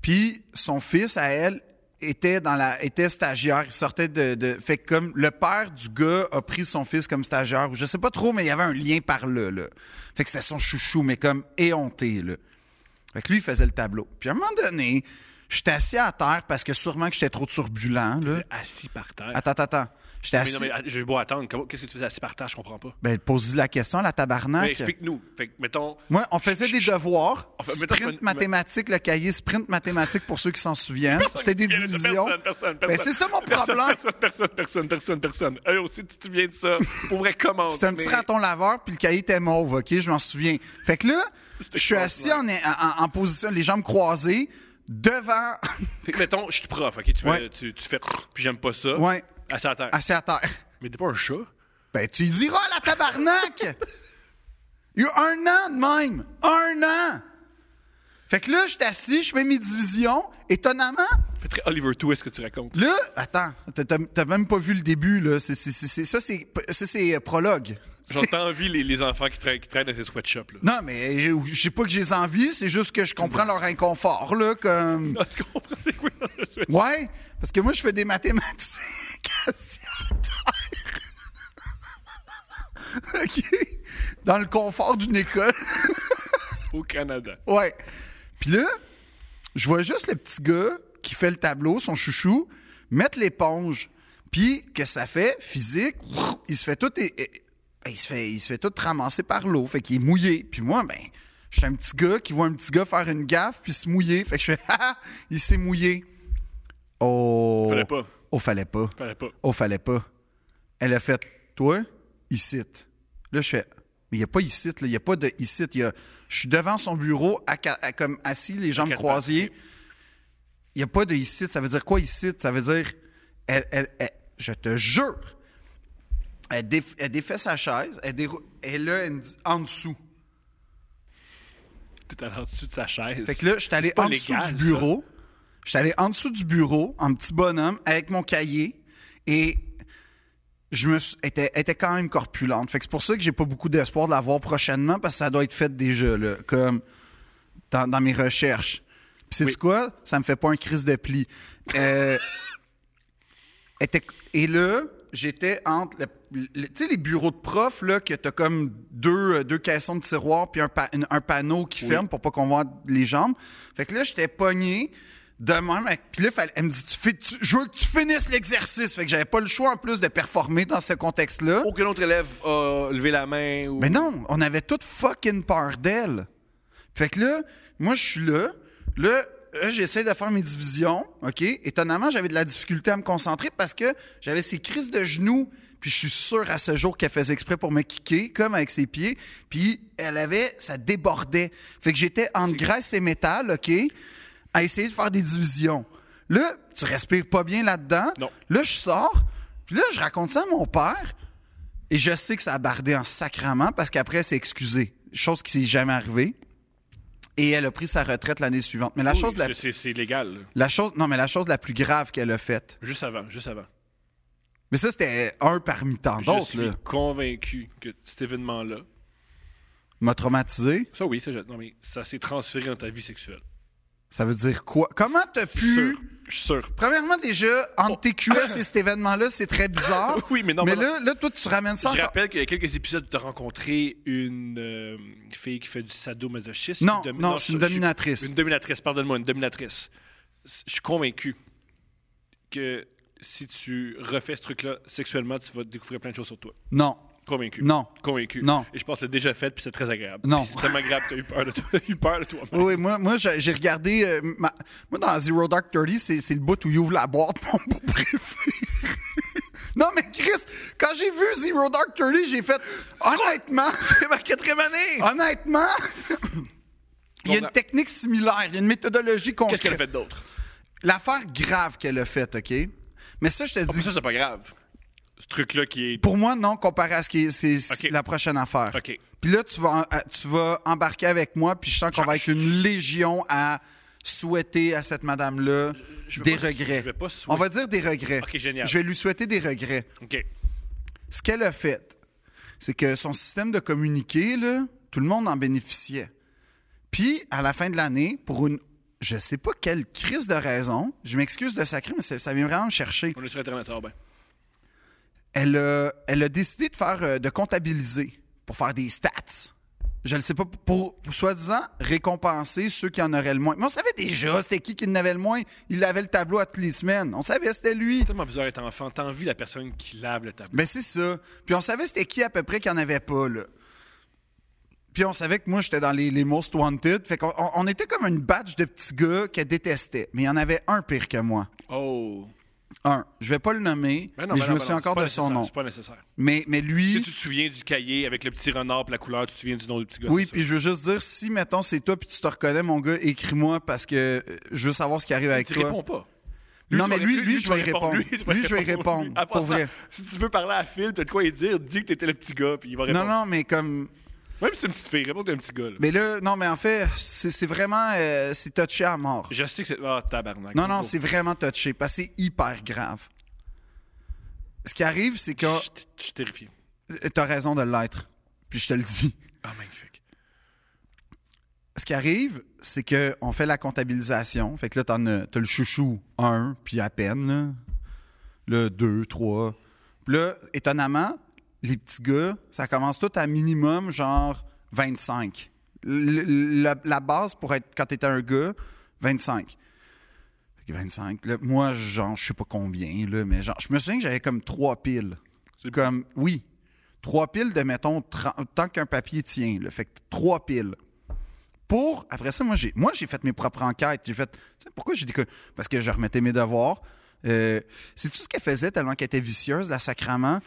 Puis son fils, à elle, était dans la était stagiaire, il sortait de, de fait que comme le père du gars a pris son fils comme stagiaire ou je sais pas trop mais il y avait un lien par là là. Fait que c'était son chouchou mais comme éhonté là. Fait que lui il faisait le tableau. Puis à un moment donné, j'étais assis à terre parce que sûrement que j'étais trop turbulent là.
assis par terre.
Attends attends attends. J'étais
mais
assis
non, mais att- j'ai beau attendre. comment- Qu'est-ce que tu faisais assis par terre? Je comprends pas.
ben pose la question à la tabarnak.
Mais explique-nous. Fait que, mettons,
Moi, on faisait des devoirs.
On fait- mettons, je
sprint
me-
mathématiques, le cahier sprint mathématiques pour ceux qui s'en souviennent. C'était des
Personne,
divisions.
personne, personne,
Ben, c'est ça mon
personne,
problème.
personne, personne, personne, personne. Hey, aussi, tu te souviens de ça? Pour vrai, comment?
C'était un petit
mais-
raton laveur, puis le cahier était mauve, OK? Je m'en souviens. Fait que là, je suis assis en, en- en position, les jambes croisées, devant,
Fait que, mettons, je suis prof, ok? Tu, fais-
Ouais.
tu, tu fais, puis j'aime pas ça.
Ouais.
Assis à terre.
assis à terre.
Mais t'es pas un chat?
Ben, tu y diras, la tabarnak! Il y a un an de même! Un an! Fait que là, je suis assis, je fais mes divisions. Étonnamment,
Fait très Oliver Twist que tu racontes.
Là, attends, t'as- t'as t'as même pas vu le début, là. C'est- c'est- c'est- c'est- ça, c'est ça, c'est, euh, prologue.
J'entends envie les, les enfants qui, tra- qui traînent dans ces sweatshops, là.
Non, mais je je sais pas que j'ai envie, c'est juste que je comprends leur inconfort, là, comme...
Non, tu comprends c'est quoi dans le sweat?
Ouais, parce que moi, je fais des mathématiques assis à terre. OK? Dans le confort d'une école.
Au Canada.
Ouais. Puis là, je vois juste le petit gars qui fait le tableau, son chouchou, mettre l'éponge. Puis, qu'est-ce que ça fait? Physique, il se fait tout... é- é- Il se fait, il se fait tout ramasser par l'eau. Fait qu'il est mouillé. Puis moi, ben, je suis un petit gars qui voit un petit gars faire une gaffe puis se mouiller. Fait que je fais, ah, ah, il s'est mouillé. Oh.
Fallait pas.
Oh, fallait pas.
Fallait pas.
Oh, fallait pas. Elle a fait, toi, ici. Là, je fais, mais il n'y a pas ici, là. Il n'y a pas de ici. Il y a- Je suis devant son bureau, à ca- à comme assis, les jambes
quatre
croisées.
pattes,
Il n'y a pas de ici. Ça veut dire quoi ici? Ça veut dire, elle, elle, elle- je te jure, elle, déf- elle défait sa chaise, elle, dérou- et là, elle me dit en dessous.
T'es allé en dessous de sa chaise.
Fait que là, je suis allé
C'est pas
en dessous
légal,
du bureau. Je suis allé en dessous du bureau, en petit bonhomme, avec mon cahier. Et je me suis- était, était quand même corpulente. Fait que c'est pour ça que j'ai pas beaucoup d'espoir de la voir prochainement, parce que ça doit être fait déjà, là, comme dans, dans mes recherches. Puis c'est
Oui.
quoi? Ça me fait pas un crise de pli. Euh, était- et là, j'étais entre le- le- tu sais, les bureaux de profs, là, que t'as comme deux, euh, deux caissons de tiroirs puis un, pa- une- un panneau qui ferme pour pas qu'on voit les jambes. Fait que là, j'étais pogné de même. avec- Puis là, fallait- elle me dit, tu fais- tu- je veux que tu finisses l'exercice. Fait que j'avais pas le choix, en plus, de performer dans ce contexte-là.
Aucun autre élève a levé la main ou.
Mais non, on avait toute fucking peur d'elle. Fait que là, moi, je suis là. Là, là, j'essaie de faire mes divisions. OK? Étonnamment, j'avais de la difficulté à me concentrer parce que j'avais ces crises de genoux. Puis je suis sûr à ce jour qu'elle faisait exprès pour me kicker, comme avec ses pieds. Puis elle avait, ça débordait. Fait que j'étais entre graisse et métal, OK? À essayer de faire des divisions. Là, tu respires pas bien là-dedans.
Non.
Là, je sors. Puis là, je raconte ça à mon père. Et je sais que ça a bardé en sacrament parce qu'après, c'est excusé. Chose qui s'est jamais arrivée. Et elle a pris sa retraite l'année suivante. Mais la
Oui,
chose la,
c'est- c'est- C'est légal, là.
la chose, non, mais la chose la plus grave qu'elle a faite.
Juste avant, juste avant.
Mais ça, c'était un parmi tant
Je
d'autres,
suis
là.
convaincu que cet événement-là,
M'a traumatisé.
ça oui, ça, je- non, mais ça s'est transféré dans ta vie sexuelle.
Ça veut dire quoi? Comment t'as
Je suis
pu.
sûr. Je suis sûr.
Premièrement, déjà, entre tes cuisses et cet événement-là, c'est très bizarre.
Oui, mais non,
Mais
mais non.
là, là, toi, tu ramènes ça
Je
encore-
rappelle qu'il y a quelques épisodes où tu as rencontré une euh, fille qui fait du sadomasochisme.
Non,
Une domi-
non, c'est une
je- je-
dominatrice.
Une dominatrice, pardonne-moi, une dominatrice. C- Je suis convaincu que si tu refais ce truc-là sexuellement, tu vas découvrir plein de choses sur toi.
Non.
Convaincu.
Non.
Convaincu.
Non.
Et je pense que l'as déjà fait, puis c'est très agréable.
Non.
Puis C'est tellement agréable que tu as eu peur de toi. eu peur de toi
Oui, oui, moi, moi j'ai j'ai regardé. euh, ma- Moi, dans Zero Dark Thirty, c'est c'est le bout où il ouvre la boîte, mon bout préféré. non, mais Chris, quand j'ai vu Zero Dark Thirty, j'ai fait. Honnêtement,
C'est ma quatrième
Ah,
année!
honnêtement, il y a une
Comprends.
technique similaire, il y a une méthodologie
ben- Qu'est-ce qu'elle a
concrète.
fait d'autre?
L'affaire grave qu'elle a faite, OK? Mais ça, je te
Ah, mais
dis.
ça, c'est pas grave. Ce truc-là qui est.
Pour moi, non, comparé à ce qui est, c'est- c'est
OK.
la prochaine affaire.
OK.
Puis là, tu vas, en- à- tu vas embarquer avec moi, puis je sens qu'on va être une légion à souhaiter à cette madame-là
Je vais
des
pas-
regrets.
je vais pas souhaiter-
On va dire des regrets.
OK, génial.
Je vais lui souhaiter des regrets.
OK.
Ce qu'elle a fait, c'est que son système de communiqué, là, tout le monde en bénéficiait. Puis, à la fin de l'année, pour une je sais pas quelle crise de raison, je m'excuse de sacrer, mais ça, ça vient vraiment me chercher.
On est sur Internet, ah ben.
Elle a, elle a décidé de faire euh, de comptabiliser pour faire des stats. Je ne sais pas, pour, pour soi-disant récompenser ceux qui en auraient le moins. Mais on savait déjà c'était qui qui en avait le moins. Il avait le tableau à toutes les semaines. On savait c'était lui.
C'est tellement bizarre d'être enfant. T'envies la personne qui lave le tableau.
Ben, c'est ça. Puis on savait c'était qui à peu près qui en avait pas, là. Puis on savait que moi, j'étais dans les, les Most Wanted. Fait qu'on on- on était comme une batch de petits gars qu'elle détestait. Mais il y en avait un pire que moi.
Oh.
Un. Je vais pas le nommer,
Ben non,
mais
ben
je me
non, ben
souviens
non,
encore
c'est pas
de son
nécessaire,
nom.
C'est pas nécessaire.
Mais, mais
Si
lui...
tu te souviens du cahier avec le petit renard et la couleur, tu te souviens du nom du petit gars.
Oui,
c'est
puis
ça.
je veux juste dire, si, mettons, c'est toi puis tu te reconnais, mon gars, écris-moi parce que euh, je veux savoir ce qui arrive avec
Tu
toi.
réponds pas.
Non,
tu
mais
vas-
lui- lui, je
tu vas
vais y répondre.
tu vas
Lui, je vais y répondre,
À part
pour
ça,
vrai.
Si tu veux parler à Phil, t'as de quoi y dire, dis que t'étais le petit gars, puis il va
Non,
répondre.
non, mais comme...
Même si c'est une petite fille, réponds que t'es un petit gars. là.
Mais là, non, mais en fait, c'est c'est vraiment... euh, c'est touché à mort.
Je sais que c'est. Ah, tabarnak.
Non, non,
Oh.
c'est vraiment touché parce que c'est hyper grave. Ce qui arrive, c'est que
Je t- je suis terrifié.
euh, t'as raison de l'être. Puis je te le dis.
Ah, magnifique.
Ce qui arrive, c'est que on fait la comptabilisation. Fait que là, t'en as, t'as le chouchou 1, puis à peine. Là. Le 2, 3. Puis là, étonnamment, les petits gars, ça commence tout à minimum, genre 25. Le- la, la base pour être, quand t'étais un gars, 25. Fait que 25. Là, moi, genre, je sais pas combien, là, mais genre, je me souviens que j'avais comme trois piles.
C'est-
Comme, oui, trois piles de, mettons, 30 tant qu'un papier tient. Là, fait que trois piles. Pour, après ça, moi, j'ai moi j'ai fait mes propres enquêtes. J'ai fait, tu sais, pourquoi j'ai dit que. Parce que je remettais mes devoirs. Euh, C'est tout ce qu'elle faisait tellement qu'elle était vicieuse, la sacrament.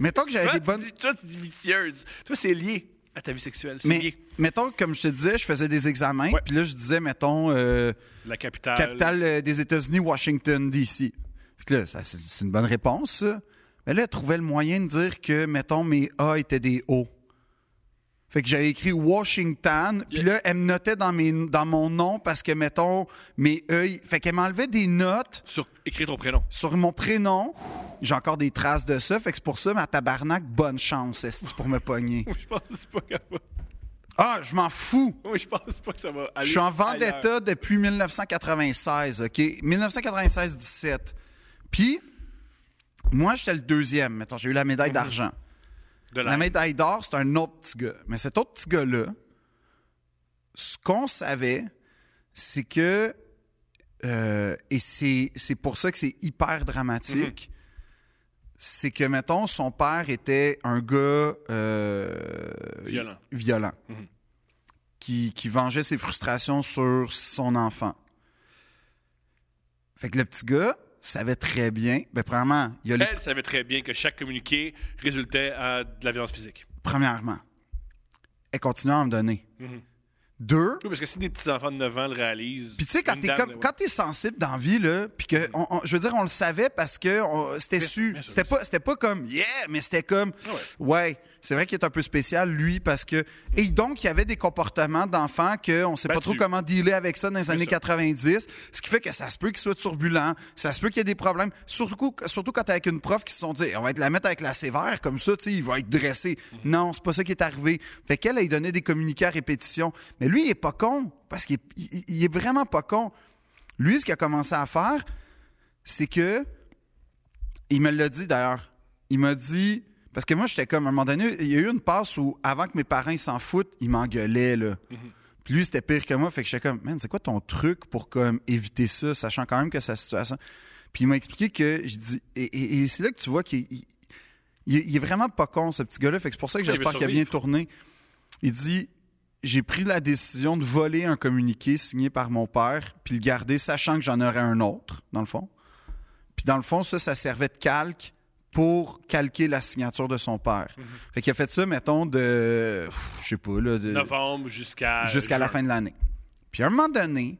mettons que j'avais des
Toi, Ah, tu
bonnes.
dis- Toi, tu dis vicieuse. Toi, c'est lié à ta vie sexuelle. C'est
Mais
lié.
mettons, comme je te disais, je faisais des examens,
Ouais.
puis là, je disais, mettons, euh,
La capitale.
capitale euh, des États-Unis, Washington, D.C. Fait que là, ça, c'est- c'est une bonne réponse, ça. Mais là, elle trouvait le moyen de dire que, mettons, mes A étaient des O. Fait que j'avais écrit Washington, puis
Yeah.
là, elle me notait dans, mes, dans mon nom parce que, mettons, mes E. y- Fait qu'elle m'enlevait des notes
Sur écrire ton prénom.
sur mon prénom. J'ai encore des traces de ça. Fait que c'est pour ça, ma tabarnak, bonne chance, est pour me pogner.
Oui, je pense pas qu'elle va.
Ah, je m'en fous!
Oui, je pense pas que ça va aller.
Je suis en
ailleurs.
vendetta depuis 1996, OK? 1996-17. Puis, moi, j'étais le deuxième. Mettons, j'ai eu la
Mhm.
médaille d'argent.
De la
La médaille d'or, c'est un autre petit gars. Mais cet autre petit gars-là, ce qu'on savait, c'est que. euh, et c'est c'est pour ça que c'est hyper
Mhm.
dramatique. C'est que, mettons, son père était un gars. euh,
Violent.
violent.
Mhm.
Qui, qui vengeait ses frustrations sur son enfant. Fait que le petit gars savait très bien. Ben, premièrement, il y a le
Elle savait très bien que chaque communiqué résultait à de la violence physique.
premièrement, elle continue à en me donner.
Mhm.
Deux,
Oui, parce que si des petits enfants de 9 ans le réalisent.
puis tu sais, quand
une
t'es
dame,
comme-
ouais. Mhm.
quand t'es sensible dans la vie, là, puis que, on- on- je veux dire, on le savait parce que on- c'était
Bien sûr,
su.
bien sûr,
C'était pas, c'était pas comme, yeah, mais c'était comme,
Ah
ouais, c'est vrai qu'il est un peu spécial, lui, parce que. Et donc, il y avait des comportements d'enfants qu'on sait pas
Battu.
trop comment dealer avec ça dans les années
sûr.
90, ce qui fait que ça se peut qu'il soit turbulent, ça se peut qu'il y ait des problèmes, surtout, surtout quand t'es avec une prof qui se sont dit, on va te la mettre avec la sévère, comme ça, tu sais, il va être dressé. Non, c'est pas ça qui est arrivé. Fait qu'elle, elle lui donnait des communiqués à répétition. Mais lui, il est pas con, parce qu'il est, il- il est vraiment pas con. Lui, ce qu'il a commencé à faire, c'est que. Il me l'a dit d'ailleurs. Il m'a dit. Parce que moi, j'étais comme, à un moment donné, il y a eu une passe où, avant que mes parents ils s'en foutent, ils m'engueulaient, là.
Mhm.
Puis lui, c'était pire que moi. Fait que j'étais comme, man, c'est quoi ton truc pour comme éviter ça, sachant quand même que sa situation. Puis il m'a expliqué que, je dis, et, et- et c'est là que tu vois qu'il il, il- il est vraiment pas con, ce petit gars-là. Fait que c'est pour ça que
Ah, Il veut
j'espère qu'il a bien
survivre.
tourné. Il dit, j'ai pris la décision de voler un communiqué signé par mon père, puis le garder, sachant que j'en aurais un autre, dans le fond. Puis dans le fond, ça, ça servait de calque pour calquer la signature de son père.
Mhm.
Fait qu'il a fait ça, mettons, de. pff, Je sais pas, là. de-
Novembre jusqu'à.
jusqu'à la
juin.
fin de l'année. Puis à un moment donné,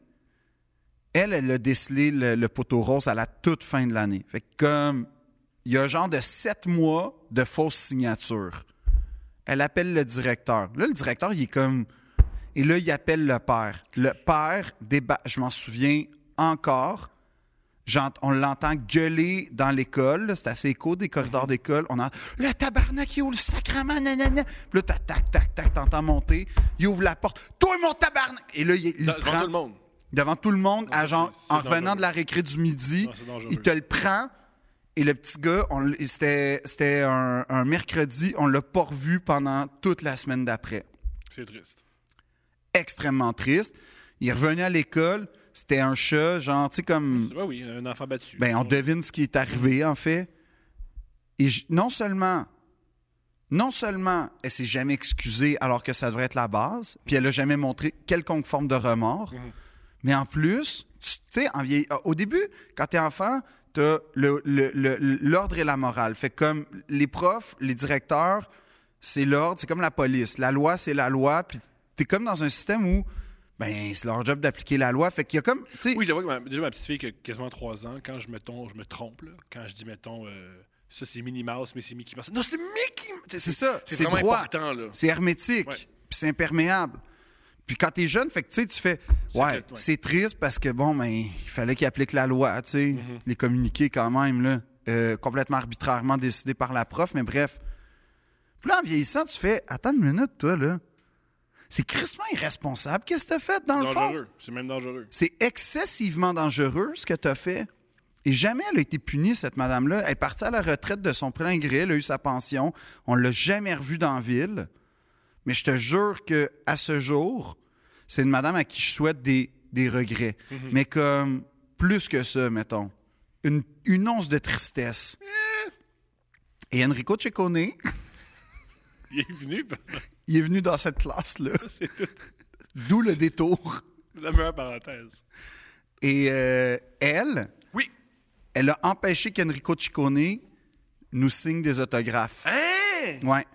elle, elle a décelé le, le poteau rose à la toute fin de l'année. Fait que comme il y a genre de sept mois de fausses signatures. Elle appelle le directeur. Là, le directeur, il est comme. Et là, il appelle le père. Le père débat. Je m'en souviens encore. J'ent- On l'entend gueuler dans l'école. là. C'est assez écho des corridors
Mhm.
d'école. On a le tabarnak, il est où le sacrement? Nanana. Puis là, tac, tac, tac, tac, t'entends monter. Il ouvre la porte. Toi, mon tabarnak! Et là, il, il
Dans- devant
prend.
tout le monde.
devant tout le monde, à
ça,
genre,
c'est- c'est
en revenant
dangereux.
de la récré du midi.
Non, c'est dangereux.
il te le prend. Et le petit gars, on l- c'était c'était un, un mercredi, on l'a pas revu pendant toute la semaine d'après.
C'est triste.
Extrêmement triste. Il revenait à l'école, c'était un chat, genre, tu sais, comme.
Ben oui, un enfant battu.
Ben, on devine ce qui est arrivé, en fait. Et j- non seulement, non seulement elle s'est jamais excusée alors que ça devrait être la base, puis elle a jamais montré quelconque forme de remords,
Mhm.
mais en plus, tu tu sais, en vieilli- au début, quand t'es enfant, t'as le- le- le- l'ordre et la morale. Fait que comme les profs, les directeurs, c'est l'ordre, c'est comme la police. La loi, c'est la loi, puis t'es comme dans un système où, ben, c'est leur job d'appliquer la loi. Fait qu'il y a comme, tu sais,
Oui, j'avoue que ma, déjà ma petite fille qui a quasiment 3 ans, quand je me, tombe, je me trompe, là, quand je dis, mettons, euh, ça c'est Minnie Mouse, mais c'est Mickey Mouse. Non, c'est Mickey Mouse!
c'est ça,
C'est
c'est
vraiment
droit.
important, là.
C'est hermétique,
Ouais.
puis c'est imperméable. Puis quand t'es jeune, fait que tu sais, tu fais
C'est
ouais,
fait, ouais.
c'est triste parce que bon, ben il fallait qu'ils appliquent la loi, tu sais,
Mm-hmm.
les communiquer quand même là, euh, complètement arbitrairement décidé par la prof, mais bref. Puis là, en vieillissant, tu fais attends une minute, toi là, c'est crissement irresponsable qu'est-ce que t'as fait dans le fond.
dangereux. C'est même dangereux.
C'est excessivement dangereux ce que tu as fait. Et jamais elle a été punie, cette madame-là. Elle est partie à la retraite de son plein gré, elle a eu sa pension. On l'a jamais revue dans la ville. Mais je te jure que à ce jour, c'est une madame à qui je souhaite des, des regrets.
Mhm.
Mais comme plus que ça, mettons. Une, une once de tristesse.
Eh.
Et Enrico Ciccone,
Il est venu,
il est venu dans cette classe-là,
c'est tout.
d'où le détour.
La meilleure parenthèse.
Et euh, elle,
Oui.
elle a empêché qu'Enrico Ciccone nous signe des autographes.
Hein?
Ouais.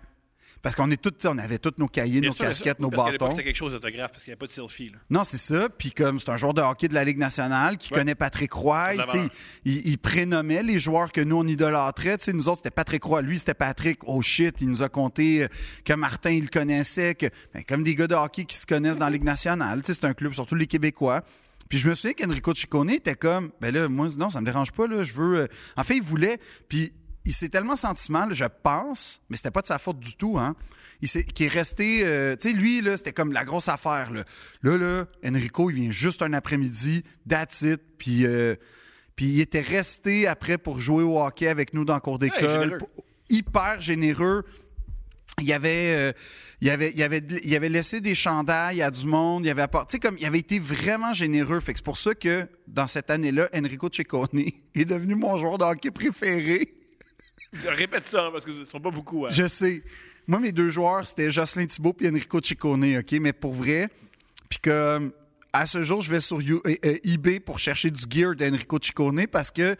Parce qu'on est tous, tu sais, on avait tous nos cahiers,
Bien
nos
sûr, bien sûr.
casquettes, nos
Parce qu'à l'époque,
bâtons.
C'était quelque chose d'autographe parce qu'il n'y avait pas de selfie. Là.
Non, c'est ça. Puis comme c'est un joueur de hockey de la Ligue nationale qui
Ouais.
connaît Patrick Roy,
Ça a de la
tu sais,
valeur.
il, il prénommait les joueurs que nous on idolâtrait. Tu sais, nous autres c'était Patrick Roy, lui c'était Patrick. Oh shit, il nous a conté euh, que Martin il le connaissait, que ben, comme des gars de hockey qui se connaissent dans la Ligue nationale. Tu sais, c'est un club surtout les Québécois. Puis je me souviens qu'Enrico Ciccone était comme ben là moi non ça me dérange pas là, je veux. euh, En fait il voulait puis il s'est tellement senti mal, je pense, mais c'était pas de sa faute du tout, hein. Il s'est, qui est resté, euh, tu sais, lui là, c'était comme la grosse affaire là. Là là, Enrico, il vient juste un après-midi, that's it, puis euh, puis il était resté après pour jouer au hockey avec nous dans le cours d'école,
généreux.
P- hyper généreux. Il avait, euh, il, avait, il, avait, il avait laissé des chandails à du monde, il avait apporté, tu sais, comme il avait été vraiment généreux. Fait que c'est pour ça que dans cette année-là, Enrico Ciccone est devenu mon joueur de hockey préféré.
Répète ça hein, parce que ce ne sont pas beaucoup. hein.
Je sais. Moi, mes deux joueurs, c'était Jocelyn Thibault puis Enrico Ciccone, OK? Mais pour vrai, puis que euh, à ce jour, je vais sur You- euh, euh, eBay pour chercher du gear d'Enrico Ciccone parce que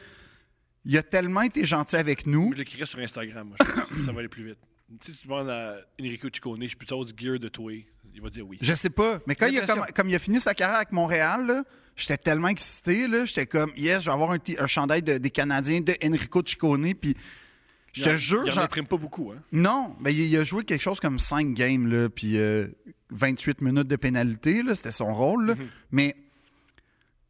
il a tellement été gentil avec nous.
Je l'écrirais sur Instagram. Moi, je pense que ça va aller plus vite. Si tu demandes à Enrico Ciccone, je peux avoir du gear de toi, il va dire oui.
Je sais pas. Mais quand il a,
L'impression.
comme, comme il a fini sa carrière avec Montréal, là, j'étais tellement excité. là. J'étais comme, yes, je vais avoir un, t- un chandail de- des Canadiens de Enrico Ciccone. Puis je
Il en-
te jure,
Il
j'en-
n'en imprime pas beaucoup. Hein.
Non, mais il il a joué quelque chose comme 5 games, là, puis euh, 28 minutes de pénalité, là, c'était son rôle.
Mm-hmm.
là. Mais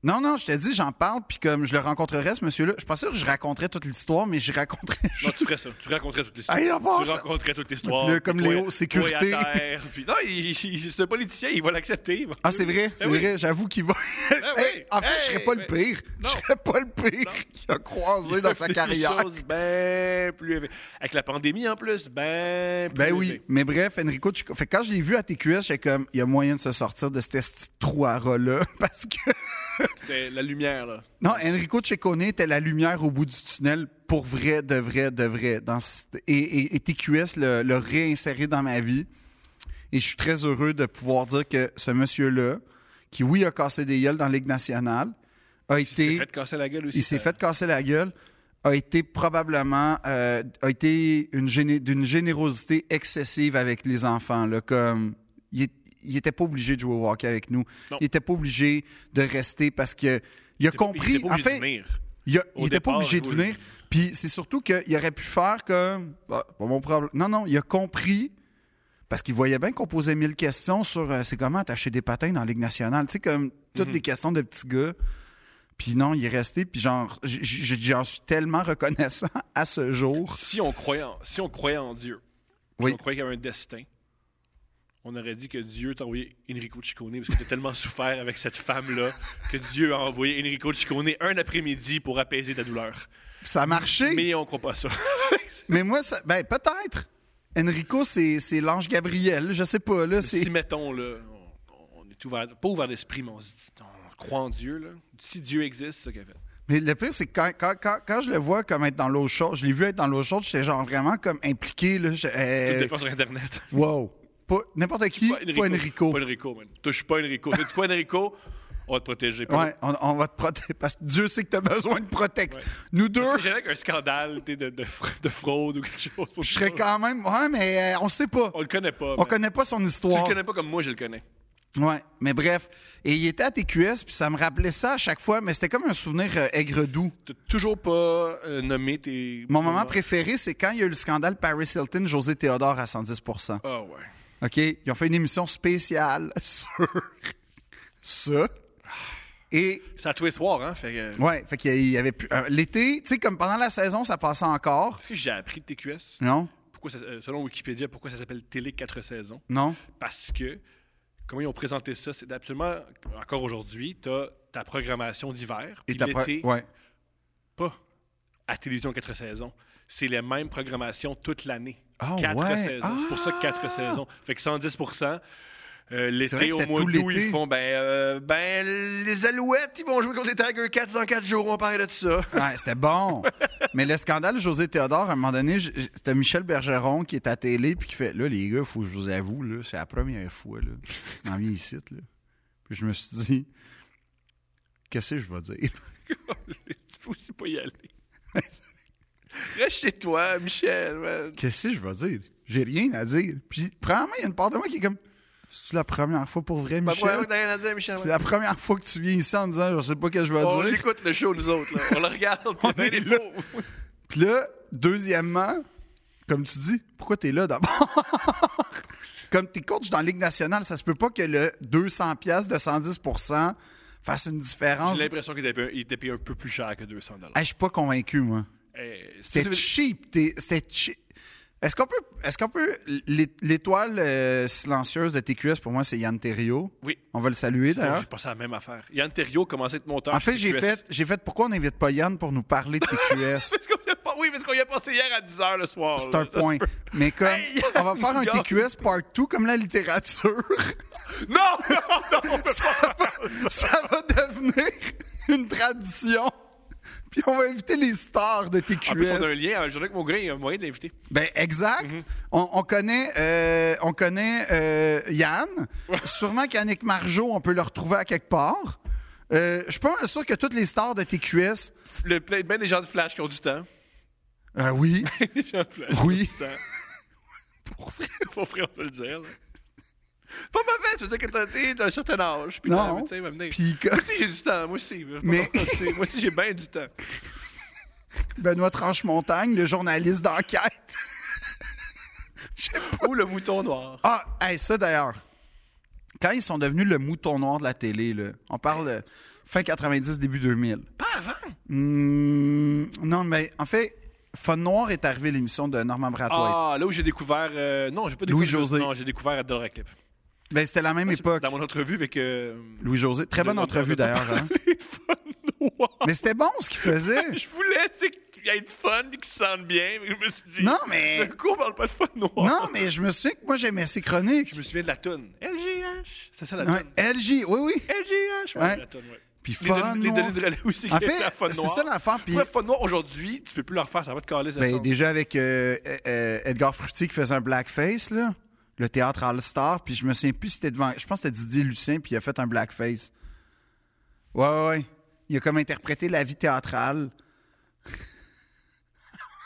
non, non, je te dis, j'en parle, puis comme je le rencontrerai, ce monsieur-là, je pensais que je raconterais toute l'histoire, mais je raconterais.
Non, Bah, tu ferais ça. Tu raconterais toute l'histoire.
Hey,
tu
à part ça-
raconterais toute l'histoire.
Puis là, comme
Puis toi-
Léo,
toi à
sécurité.
terre, puis- Non, il- il- c'est un politicien, il va l'accepter. il va-
Ah, c'est vrai,
Eh
c'est
oui. Ben
vrai, j'avoue qu'il va.
oui,
Hey, en fait, je serais
hey,
pas le
oui.
pire. Je
Non.
serais pas le pire
Non.
qu'il a croisé
Il
dans
a
sa
fait des
carrière.
choses ben plus éve- Avec la pandémie en plus, ben plus
Ben oui,
élevées.
mais bref, Enrico, Chico- fait que quand je l'ai vu à TQS, j'étais comme, il y a moyen de se sortir de ce esti de trou à rat-là, parce que
C'était la lumière, là.
Non, Enrico Ciccone était la lumière au bout du tunnel pour vrai, de vrai, de vrai. Dans, ce- et, et, et TQS l'a l'a réinséré dans ma vie. Et je suis très heureux de pouvoir dire que ce monsieur-là, qui, oui, a cassé des gueules dans la Ligue nationale, a
Il s'est
été.
fait casser la gueule aussi.
Il s'est
ça.
fait casser la gueule, a été probablement. euh, a été une géné- d'une générosité excessive avec les enfants. Là, comme, il est- il était pas obligé de jouer au hockey avec nous.
Non.
Il était pas obligé de rester parce que. Il a
était pas-
compris.
était pas
en
obligé de
fait,
venir.
il a-
Au
il était pas
départ,
obligé de
oui.
venir. Puis c'est surtout qu'il aurait pu faire comme. Bah, pas mon problème. Non, non, il a compris. Parce qu'il voyait bien qu'on posait mille questions sur euh, c'est comment attacher des patins dans la Ligue nationale. Tu sais, comme toutes
Mhm.
des questions de petits gars. Puis non, il est resté. Puis genre, j- j- j'en suis tellement reconnaissant à ce jour.
Si on croyait en, si on croyait en Dieu,
Oui.
si on croyait qu'il y avait un destin, on aurait dit que Dieu t'a envoyé Enrico Ciccone parce que t'as tellement souffert avec cette femme-là que Dieu a envoyé Enrico Ciccone un après-midi pour apaiser ta douleur.
Ça a marché, mais,
Mais on croit pas à ça.
moi, ça, ben, peut-être. Enrico, c'est c'est l'ange Gabriel, je sais pas, là. c'est-
si, mettons, là, on, on est ouvert, pas ouvert d'esprit, mais on, se dit- on croit en Dieu. Là. Si Dieu existe, c'est ça qu'il a fait.
Mais le pire, c'est que quand, quand, quand, quand je le vois comme être dans l'eau chaude, je l'ai vu être dans l'eau chaude, j'étais genre vraiment comme impliqué, là. je-
Tout
euh,
dépend sur Internet.
wow. Pas- N'importe qui, pas Enrico.
Pas Enrico, man. Touche pas Enrico. Tu quoi, Enrico? On va te protéger. Pas
Ouais, on, on va te protéger parce que Dieu sait que t'as besoin de protection.
Ouais.
Nous deux,
Si j'avais un scandale t'sais, de, de, fra- de fraude ou quelque chose.
je serais quand même. Ouais, mais euh, on sait pas.
On le connaît pas.
On
man.
connaît pas son
Tu
histoire.
le connais pas comme moi, je le connais.
Ouais, mais bref. Et il était à TQS, puis ça me rappelait ça à chaque fois, mais c'était comme un souvenir euh, aigre-doux.
T'as toujours pas euh, nommé tes.
Mon moment préféré, c'est quand il y a eu le scandale Paris Hilton, José Théodore à 110
Ah ouais.
OK? Ils ont fait une émission spéciale sur ça. Et
C'est à tous les soirs, hein? Fait que.
ouais, fait qu'il y avait plus. euh, L'été, tu sais, comme pendant la saison, ça passait encore.
Est-ce que j'ai appris de TQS?
Non?
Pourquoi ça- euh, selon Wikipédia, pourquoi ça s'appelle Télé 4 saisons?
Non?
Parce que, comment ils ont présenté ça, c'est absolument. Encore aujourd'hui, t'as ta programmation d'hiver.
Et
puis
t'as pas-
l'été,
Ouais.
pas à Télévision 4 saisons. C'est les mêmes programmations toute l'année.
Ah,
4
ouais.
saisons. C'est pour ça que 4
Ah!
saisons. Fait que 110 euh,
C'est vrai
L'été,
que
au
c'était
mois
tout
d'août,
l'été.
ils font ben, euh, ben, les Alouettes, ils vont jouer contre les Tiger Cats dans 4 jours, on va parler de ça.
Ouais, Ah, c'était bon. Mais le scandale José Théodore, à un moment donné, je- je- c'était Michel Bergeron qui est à télé puis qui fait Là, les gars, faut que je vous avoue, là, c'est la première fois là, qu'on vient ici. Là. Puis je me suis dit Qu'est-ce que je vais dire
tu peux aussi pas y aller. Reste chez toi, Michel. man.
Qu'est-ce que je vais dire J'ai rien à dire. Puis, premièrement, il y a une part de moi qui est comme C'est-tu la première fois pour vrai,
Pas de problème,
Michel
t'as rien à dire, Michel.
C'est la première fois que tu viens ici en disant Je sais pas ce que je vais
On
dire.
écoute le show, nous autres. là. On le regarde.
On
puis ben,
est
les
là.
faux.
Puis là, deuxièmement, comme tu dis, pourquoi t'es là d'abord? comme t'es coach dans la Ligue nationale, ça se peut pas que le 200$ piastres de 110% fasse une différence.
J'ai
Hey,
l'impression qu'il était payé- il était payé un peu plus cher que 200
Je suis pas convaincu, moi.
Eh, si
C'était
tu-
cheap. t'es- C'était cheap. Est-ce qu'on peut. Est-ce qu'on peut. l'é- L'étoile euh, silencieuse de TQS, pour moi, c'est Yann Terrio.
Oui.
On va le saluer d'ailleurs.
J'ai pensé à la même affaire. Yann Terriot commençait à être monteur.
hein? En fait,
chez
j'ai
TQS.
fait, j'ai fait pourquoi on n'invite pas Yann pour nous parler de TQS?
Parce qu'on y a pas- Oui, parce qu'on y a passé hier à 10h le soir.
C'est
là.
un
Ça se
point.
peut.
Mais comme,
Hey,
on va faire un
gars.
TQS part 2 comme la littérature.
Non, non, non, on peut pas.
ça, va, ça va devenir une tradition. Puis on va inviter les stars de TQS.
En plus, on a un lien. hein. Un journée avec mon gars, il y a un moyen de l'inviter.
Ben exact.
Mhm.
on, on connaît, euh, on connaît euh, Yann. Sûrement qu'Annick Margeau, on peut le retrouver à quelque part. Euh, je suis pas mal sûr que toutes les stars de TQS.
Le plein ben des gens de Flash qui ont du temps.
Ah oui.
Les gens de Flash
Oui.
qui ont du temps. Pour frère, on peut le dire. là. Pas mauvais, tu veux dire que t'as- t'es- t'as un certain âge. Puis
Non.
t'as- tu sais, va venir.
Puis
Moi aussi, j'ai du temps. Moi aussi. Je
Mais-
peux pas penser. Moi aussi, j'ai bien du temps.
Benoît Tranche-Montagne, le journaliste d'enquête.
Ou le mouton noir.
Ah, hey, ça d'ailleurs. Quand ils sont devenus le mouton noir de la télé, là, on parle euh, fin 90, début 2000.
Pas avant.
Hmm, non, mais en fait, Fun Noir est arrivé l'émission de Norman Brathwaite.
Ah, là où j'ai découvert. euh, non, j'ai pas découvert.
Louis-José.
Non, j'ai découvert Adol Raclip.
Ben, c'était la
Ah,
même époque.
Dans mon entrevue avec. euh,
Louis-José, très
de
bonne
mon
entrevue
travail.
d'ailleurs. hein.
les fun noirs.
Mais c'était bon ce qu'il faisait.
Je voulais, tu sais, qu'il y ait du fun et qu'il se sente bien, mais je me suis dit.
Non, mais-
D'un coup, on parle pas de fun noir.
Non, mais je me souviens que moi j'aimais ses chroniques.
Je me souviens de la toune. LGH. C'est ça la
Ouais,
toune.
LG, oui, oui.
LGH. Ouais,
Ouais.
la toune, ouais.
Puis
Les
Fun
données- Les
Noir.
données de relais aussi,
En
qui étaient
fait,
à fun
c'est
noir.
ça l'affaire. Puis
Ouais, fun noir, aujourd'hui, tu peux plus le refaire, ça va te caler, ça.
Ben, déjà avec euh, euh, euh, Edgar Frutti qui faisait un blackface, là, le théâtre All-Star, puis je me souviens plus si c'était devant. Je pense que c'était Didier Lucien, puis il a fait un blackface. Ouais, ouais, ouais. Il a comme interprété la vie théâtrale.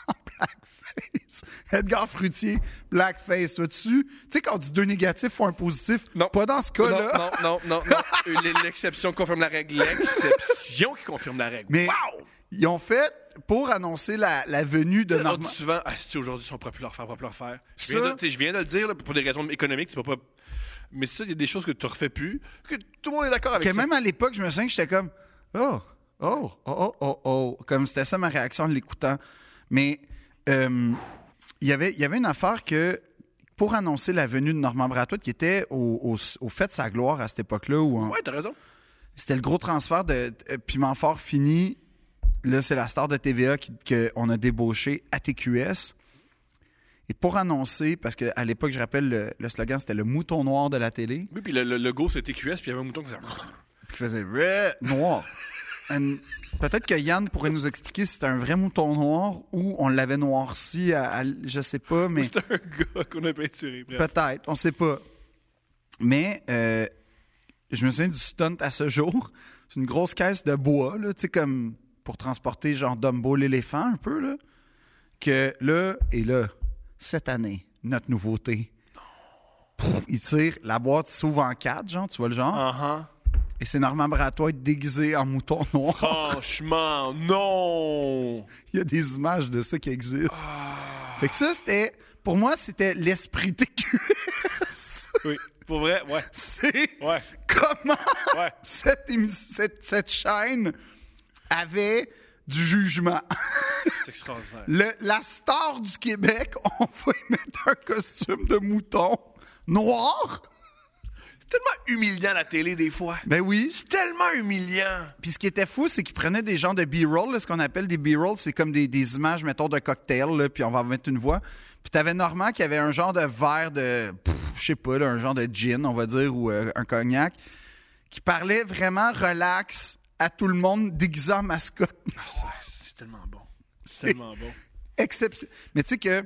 En blackface. Edgar Frutier, blackface, vois-tu? Tu sais, quand on dit deux négatifs ou un positif,
Non.
pas dans ce cas-là.
Non, non, non, non. non. L- L'exception confirme la règle. L'exception qui confirme la règle.
Mais
Wow!
ils ont fait, pour annoncer la, la venue de
On dit
Normand...
souvent, ah, si aujourd'hui, ils sont propres leur faire, propres leur faire. Je
Ça-
viens, de, tu sais, je viens de le dire là, pour des raisons économiques, tu peux pas. Mais ça, il y a des choses que tu refais plus, que tout le monde est d'accord avec
que
ça.
même à l'époque, je me souviens que j'étais comme oh, oh, oh, oh, oh, oh. Comme c'était ça ma réaction en l'écoutant. Mais euh, il y avait- il y avait une affaire que pour annoncer la venue de Normand Bratoit, qui était au, au, au fait de sa gloire à cette époque-là. où en-
Ouais, t'as raison.
C'était le gros transfert de euh, Piment Fort fini. Là, c'est la star de TVA qui- qu'on a débauché à TQS. Et pour annoncer, parce qu'à l'époque, je rappelle, le, le slogan, c'était le mouton noir de la télé,
Oui, puis le, le logo, c'était TQS, puis il y avait un mouton qui faisait.
qui faisait Bleh noir. Un- Peut-être que Yann pourrait nous expliquer si c'était un vrai mouton noir ou on l'avait noirci à, à- je sais pas, mais.
C'était un gars qu'on a peinturé. bref.
Peut-être, on sait pas. Mais euh, je me souviens du stunt à ce jour. C'est une grosse caisse de bois, là, tu sais, comme pour transporter genre Dumbo l'éléphant un peu, là. Que là, et là, cette année, notre nouveauté. Pouf, il tire, la boîte s'ouvre en quatre, genre, tu vois le genre.
Ah,
Et c'est Normand Bratois déguisé en mouton
ah.
noir.
Franchement, non!
Il y a des images de ça qui existent. Fait que ça, c'était, pour moi, c'était l'esprit TQS.
Oui, pour vrai, ouais.
c'est
Ouais,
comment
ouais.
cette, émi- cette, cette chaîne avait du jugement.
C'est extraordinaire.
Le- la star du Québec, on va y mettre un costume de mouton noir.
C'est tellement humiliant la télé des fois.
Ben oui.
C'est tellement humiliant.
Puis ce qui était fou, c'est qu'ils prenaient des gens de B-roll, là, ce qu'on appelle des B-roll, c'est comme des, des images, mettons, de cocktail, là, puis on va mettre une voix. Puis t'avais Normand qui avait un genre de verre de, pff, je sais pas, là, un genre de gin, on va dire, ou euh, un cognac, qui parlait vraiment relax à tout le monde déguisé en mascotte
Ah, ça, c'est tellement bon. C'est
Ah,
tellement bon.
exception- Mais tu sais que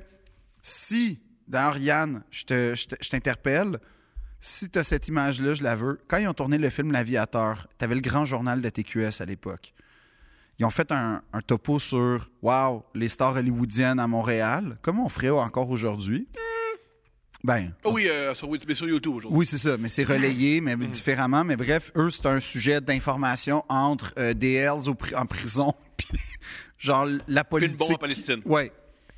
si, d'ailleurs, Yann, je te- je te- je t'interpelle, si tu as cette image-là, je la veux. Quand ils ont tourné le film L'Aviateur, tu avais le grand journal de TQS à l'époque. Ils ont fait un, un topo sur Wow, les stars hollywoodiennes à Montréal. Comment on ferait encore aujourd'hui? Ben,
Ah oui, euh, sur, mais sur YouTube aujourd'hui. Mm.
oui, c'est ça, mais c'est relayé, mais différemment. Mais bref, eux, c'est un sujet d'information entre euh, des Hells au pri- en prison, puis genre la
Puis une
politique.
bombe en Palestine.
Oui.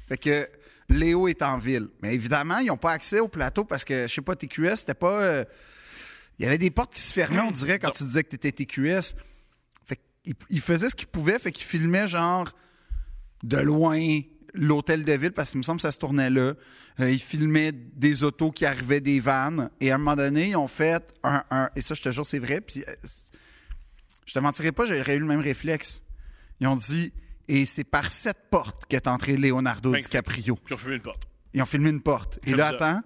Fait que Léo est en ville. Mais évidemment, ils n'ont pas accès au plateau parce que, je sais pas, TQS, c'était pas. euh, Il y avait des portes qui se fermaient,
Mm.
on dirait, quand tu disais que tu étais TQS. Fait qu'ils ils faisaient ce qu'ils pouvaient, fait qu'ils filmaient genre de loin l'hôtel de ville parce qu'il me semble que ça se tournait là. Euh, ils filmaient des autos qui arrivaient des vannes. Et à un moment donné, ils ont fait un. un- et ça, je te jure, c'est vrai. Puis euh, c'est- je te mentirais pas, j'aurais eu le même réflexe. Ils ont dit. Et c'est par cette porte qu'est entré Leonardo
Magnifique.
DiCaprio.
Puis on fumait une porte.
Ils ont filmé une porte. Et
Ben, J'aime
là,
ça.
attends.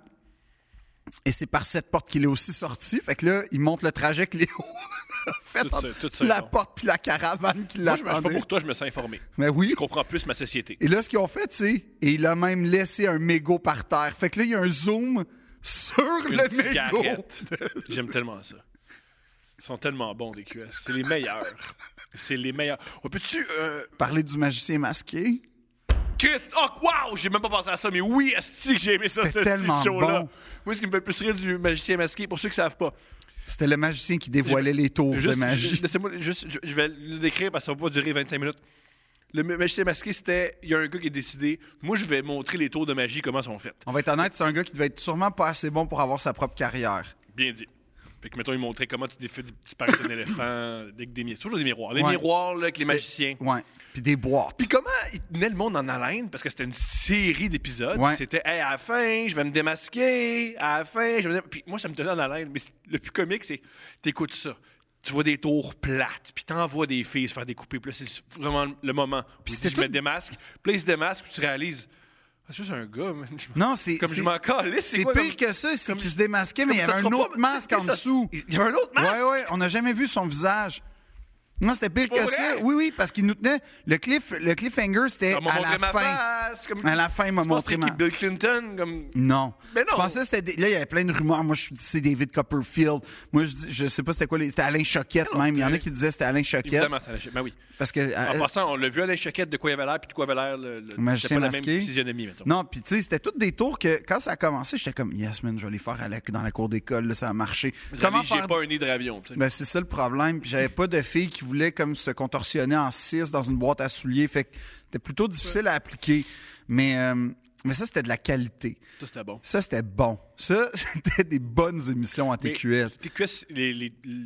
Et c'est par cette porte qu'il est aussi sorti. Fait que là, il monte le trajet que Léo a fait
Tout ça,
entre
tout ça est
la
bon.
porte puis la caravane qui
Moi, je, me- je sais pas
l'attendait.
pour toi, je me sens informé.
Mais oui.
Je comprends plus ma société.
Ah, Et là, ce qu'ils ont fait, c'est. Et il a même laissé un mégot par terre. Fait que là, il y a un zoom sur
Une
le mégot.
cigarette. J'aime tellement ça. Ils sont tellement bons, les QS. C'est les meilleurs. C'est les meilleurs. Oh, peux-tu. euh,
Parler du magicien masqué.
Chris, oh, wow! J'ai même pas pensé à ça, mais oui, esti que j'ai aimé ça, ce
C'était
esti de
tellement
show-là.
bon.
Moi, ce qui me fait le plus rire du magicien masqué, pour ceux qui savent pas,
C'était le magicien qui dévoilait les tours de
Juste-
magie.
je- Laissez-moi juste, je, je vais le décrire parce que ça va pas durer 25 minutes. Le ma- magicien masqué, c'était. Il y a un gars qui a décidé, moi, je vais montrer les tours de magie, comment sont faites.
On va être honnête, c'est un gars qui devait être sûrement pas assez bon pour avoir sa propre carrière.
Bien dit. Fait que, mettons, il montrait comment tu défais disparaître un éléphant avec des miroirs. Toujours des miroirs. Les
Ouais.
miroirs, là, avec les
C'était-
magiciens.
Ouais. Puis des boîtes.
Puis comment il tenait le monde en haleine? Parce que c'était une série d'épisodes.
Ouais.
C'était, hey, à la fin, je vais me démasquer. À la fin, je vais me dé- Puis moi, ça me tenait en haleine. Mais c'est- le plus comique, c'est, t'écoutes ça. Tu vois des tours plates, puis t'envoies des filles se faire découper. Puis là, c'est vraiment le moment. Puis
c'était
je me
tout-
démasque. Puis là, il se démasque, puis tu réalises, Ah, c'est juste un gars, man. Je m'en-
Non, c'est.
Comme
c'est-
je m'en calais, c'est
C'est
quoi,
pire
comme-
que ça, c'est
comme-
qu'il se démasquait, mais
comme
il y
ça
avait
sera
un
pas-
autre masque en
ça-
dessous.
Il y avait un autre masque?
Ouais, ouais, on n'a jamais vu son visage. Non, c'était pire
Pour
que
vrai?
ça. Oui, oui, parce qu'il nous tenait. Le, cliff, le cliffhanger, c'était
Ça m'a
à
montré
la
ma
fin.
face, comme-
À la fin, il m'a
Je pense
montré
que c'était
ma.
qui, Bill Clinton, comme...
Non.
Mais
Je
non.
pensais que c'était. des- Là, il y avait plein de rumeurs. Moi, je suis- c'est David Copperfield. Moi, je, dis- je sais pas c'était quoi. les- C'était Alain Choquette, même. Il y en a qui disaient c'était Alain Choquette.
Évidemment, ça lâchait. Ben oui.
Parce que.
En
euh,
passant, on l'a vu à la choquette de quoi il avait l'air puis de quoi avait l'air le, le
magicien
c'était pas la
masqué.
même physionomie, mettons.
Non, puis tu sais, c'était toutes des tours que quand ça a commencé, j'étais comme, yes, man, je vais les faire à la- dans la cour d'école, là, ça a marché.
Comment
faire
J'ai pas un nid de ravion, tu sais.
Ben, c'est ça le problème. Puis j'avais pas de filles qui voulaient comme se contorsionner en six dans une boîte à souliers. Fait que c'était plutôt difficile à appliquer. Mais, euh, mais ça, c'était de la qualité.
Ça, c'était bon.
Ça, c'était bon. Ça, c'était des bonnes émissions à
Mais
TQS.
TQS, les, les, les-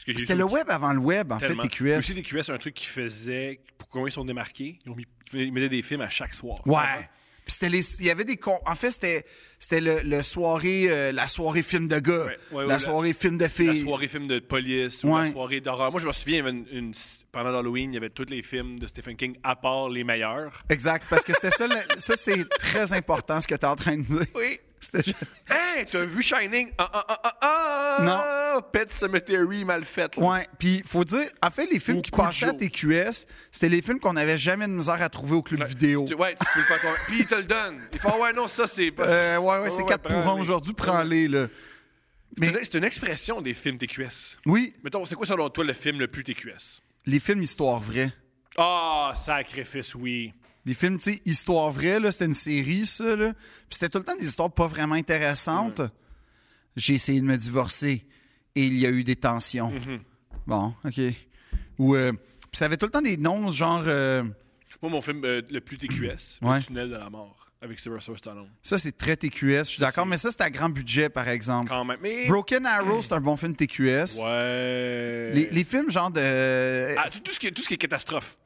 ce que j'ai
C'était
vu
le web avant le web, en
tellement.
fait, TQS.
Aussi, TQS, un truc qu'ils faisaient, pour comment ils sont démarqués, ils, ont mis, ils faisaient- ils mettaient des films à chaque soir.
Ouais. Puis Puis c'était les- il y avait des con- en fait c'était c'était le, le soirée euh, la soirée film de gars,
Ouais, ouais, ouais,
la
la-
soirée film de filles.
La soirée film de police ou
Ouais.
la soirée d'horreur. Moi, je me souviens, il y avait une- une- pendant Halloween, il y avait tous les films de Stephen King, à part les meilleurs.
Exact, parce que c'était ça le- ça c'est très important ce que tu es en train de dire.
Oui.
C'était
Hey, t'as vu Shining? Ah, ah, ah, ah, ah! Pet Cemetery mal faite. là.
Ouais, puis faut dire, en fait, les films
Au
qui
coup de
passaient à
jour.
TQS, c'était les films qu'on n'avait jamais de misère à trouver au club
Ouais,
vidéo.
tu- ouais, tu peux le faire convaincre. Puis il te le donne. Il fait, Ah ouais, non, ça, c'est pas.
Euh, ouais, ouais, c'est 4 pour
prends-les.
1 aujourd'hui, prends-les, là.
C'est
Mais-
une- C'est une expression des films TQS.
Oui,
Mettons, c'est quoi selon toi le film le plus TQS?
les films histoire vraie.
Ah, sacrifice, oui.
Les films, tu sais, histoire vraie, là, c'était une série, ça, là. Puis c'était tout le temps des histoires pas vraiment intéressantes. J'ai essayé de me divorcer et il y a eu des tensions.
Mm-hmm.
Bon, OK. Ou, euh, puis ça avait tout le temps des noms, genre... euh,
Moi, mon film euh, le plus TQS,
Ouais.
Le Tunnel de la mort, avec Sylvester Stallone.
ça, c'est très TQS, je suis d'accord, mais ça, c'est à grand budget, par exemple.
Quand même. Mais.
Broken Arrow, c'est un bon film TQS.
Ouais.
Les, les films genre de...
Ah, tout, tout ce qui, est- tout ce qui est catastrophe,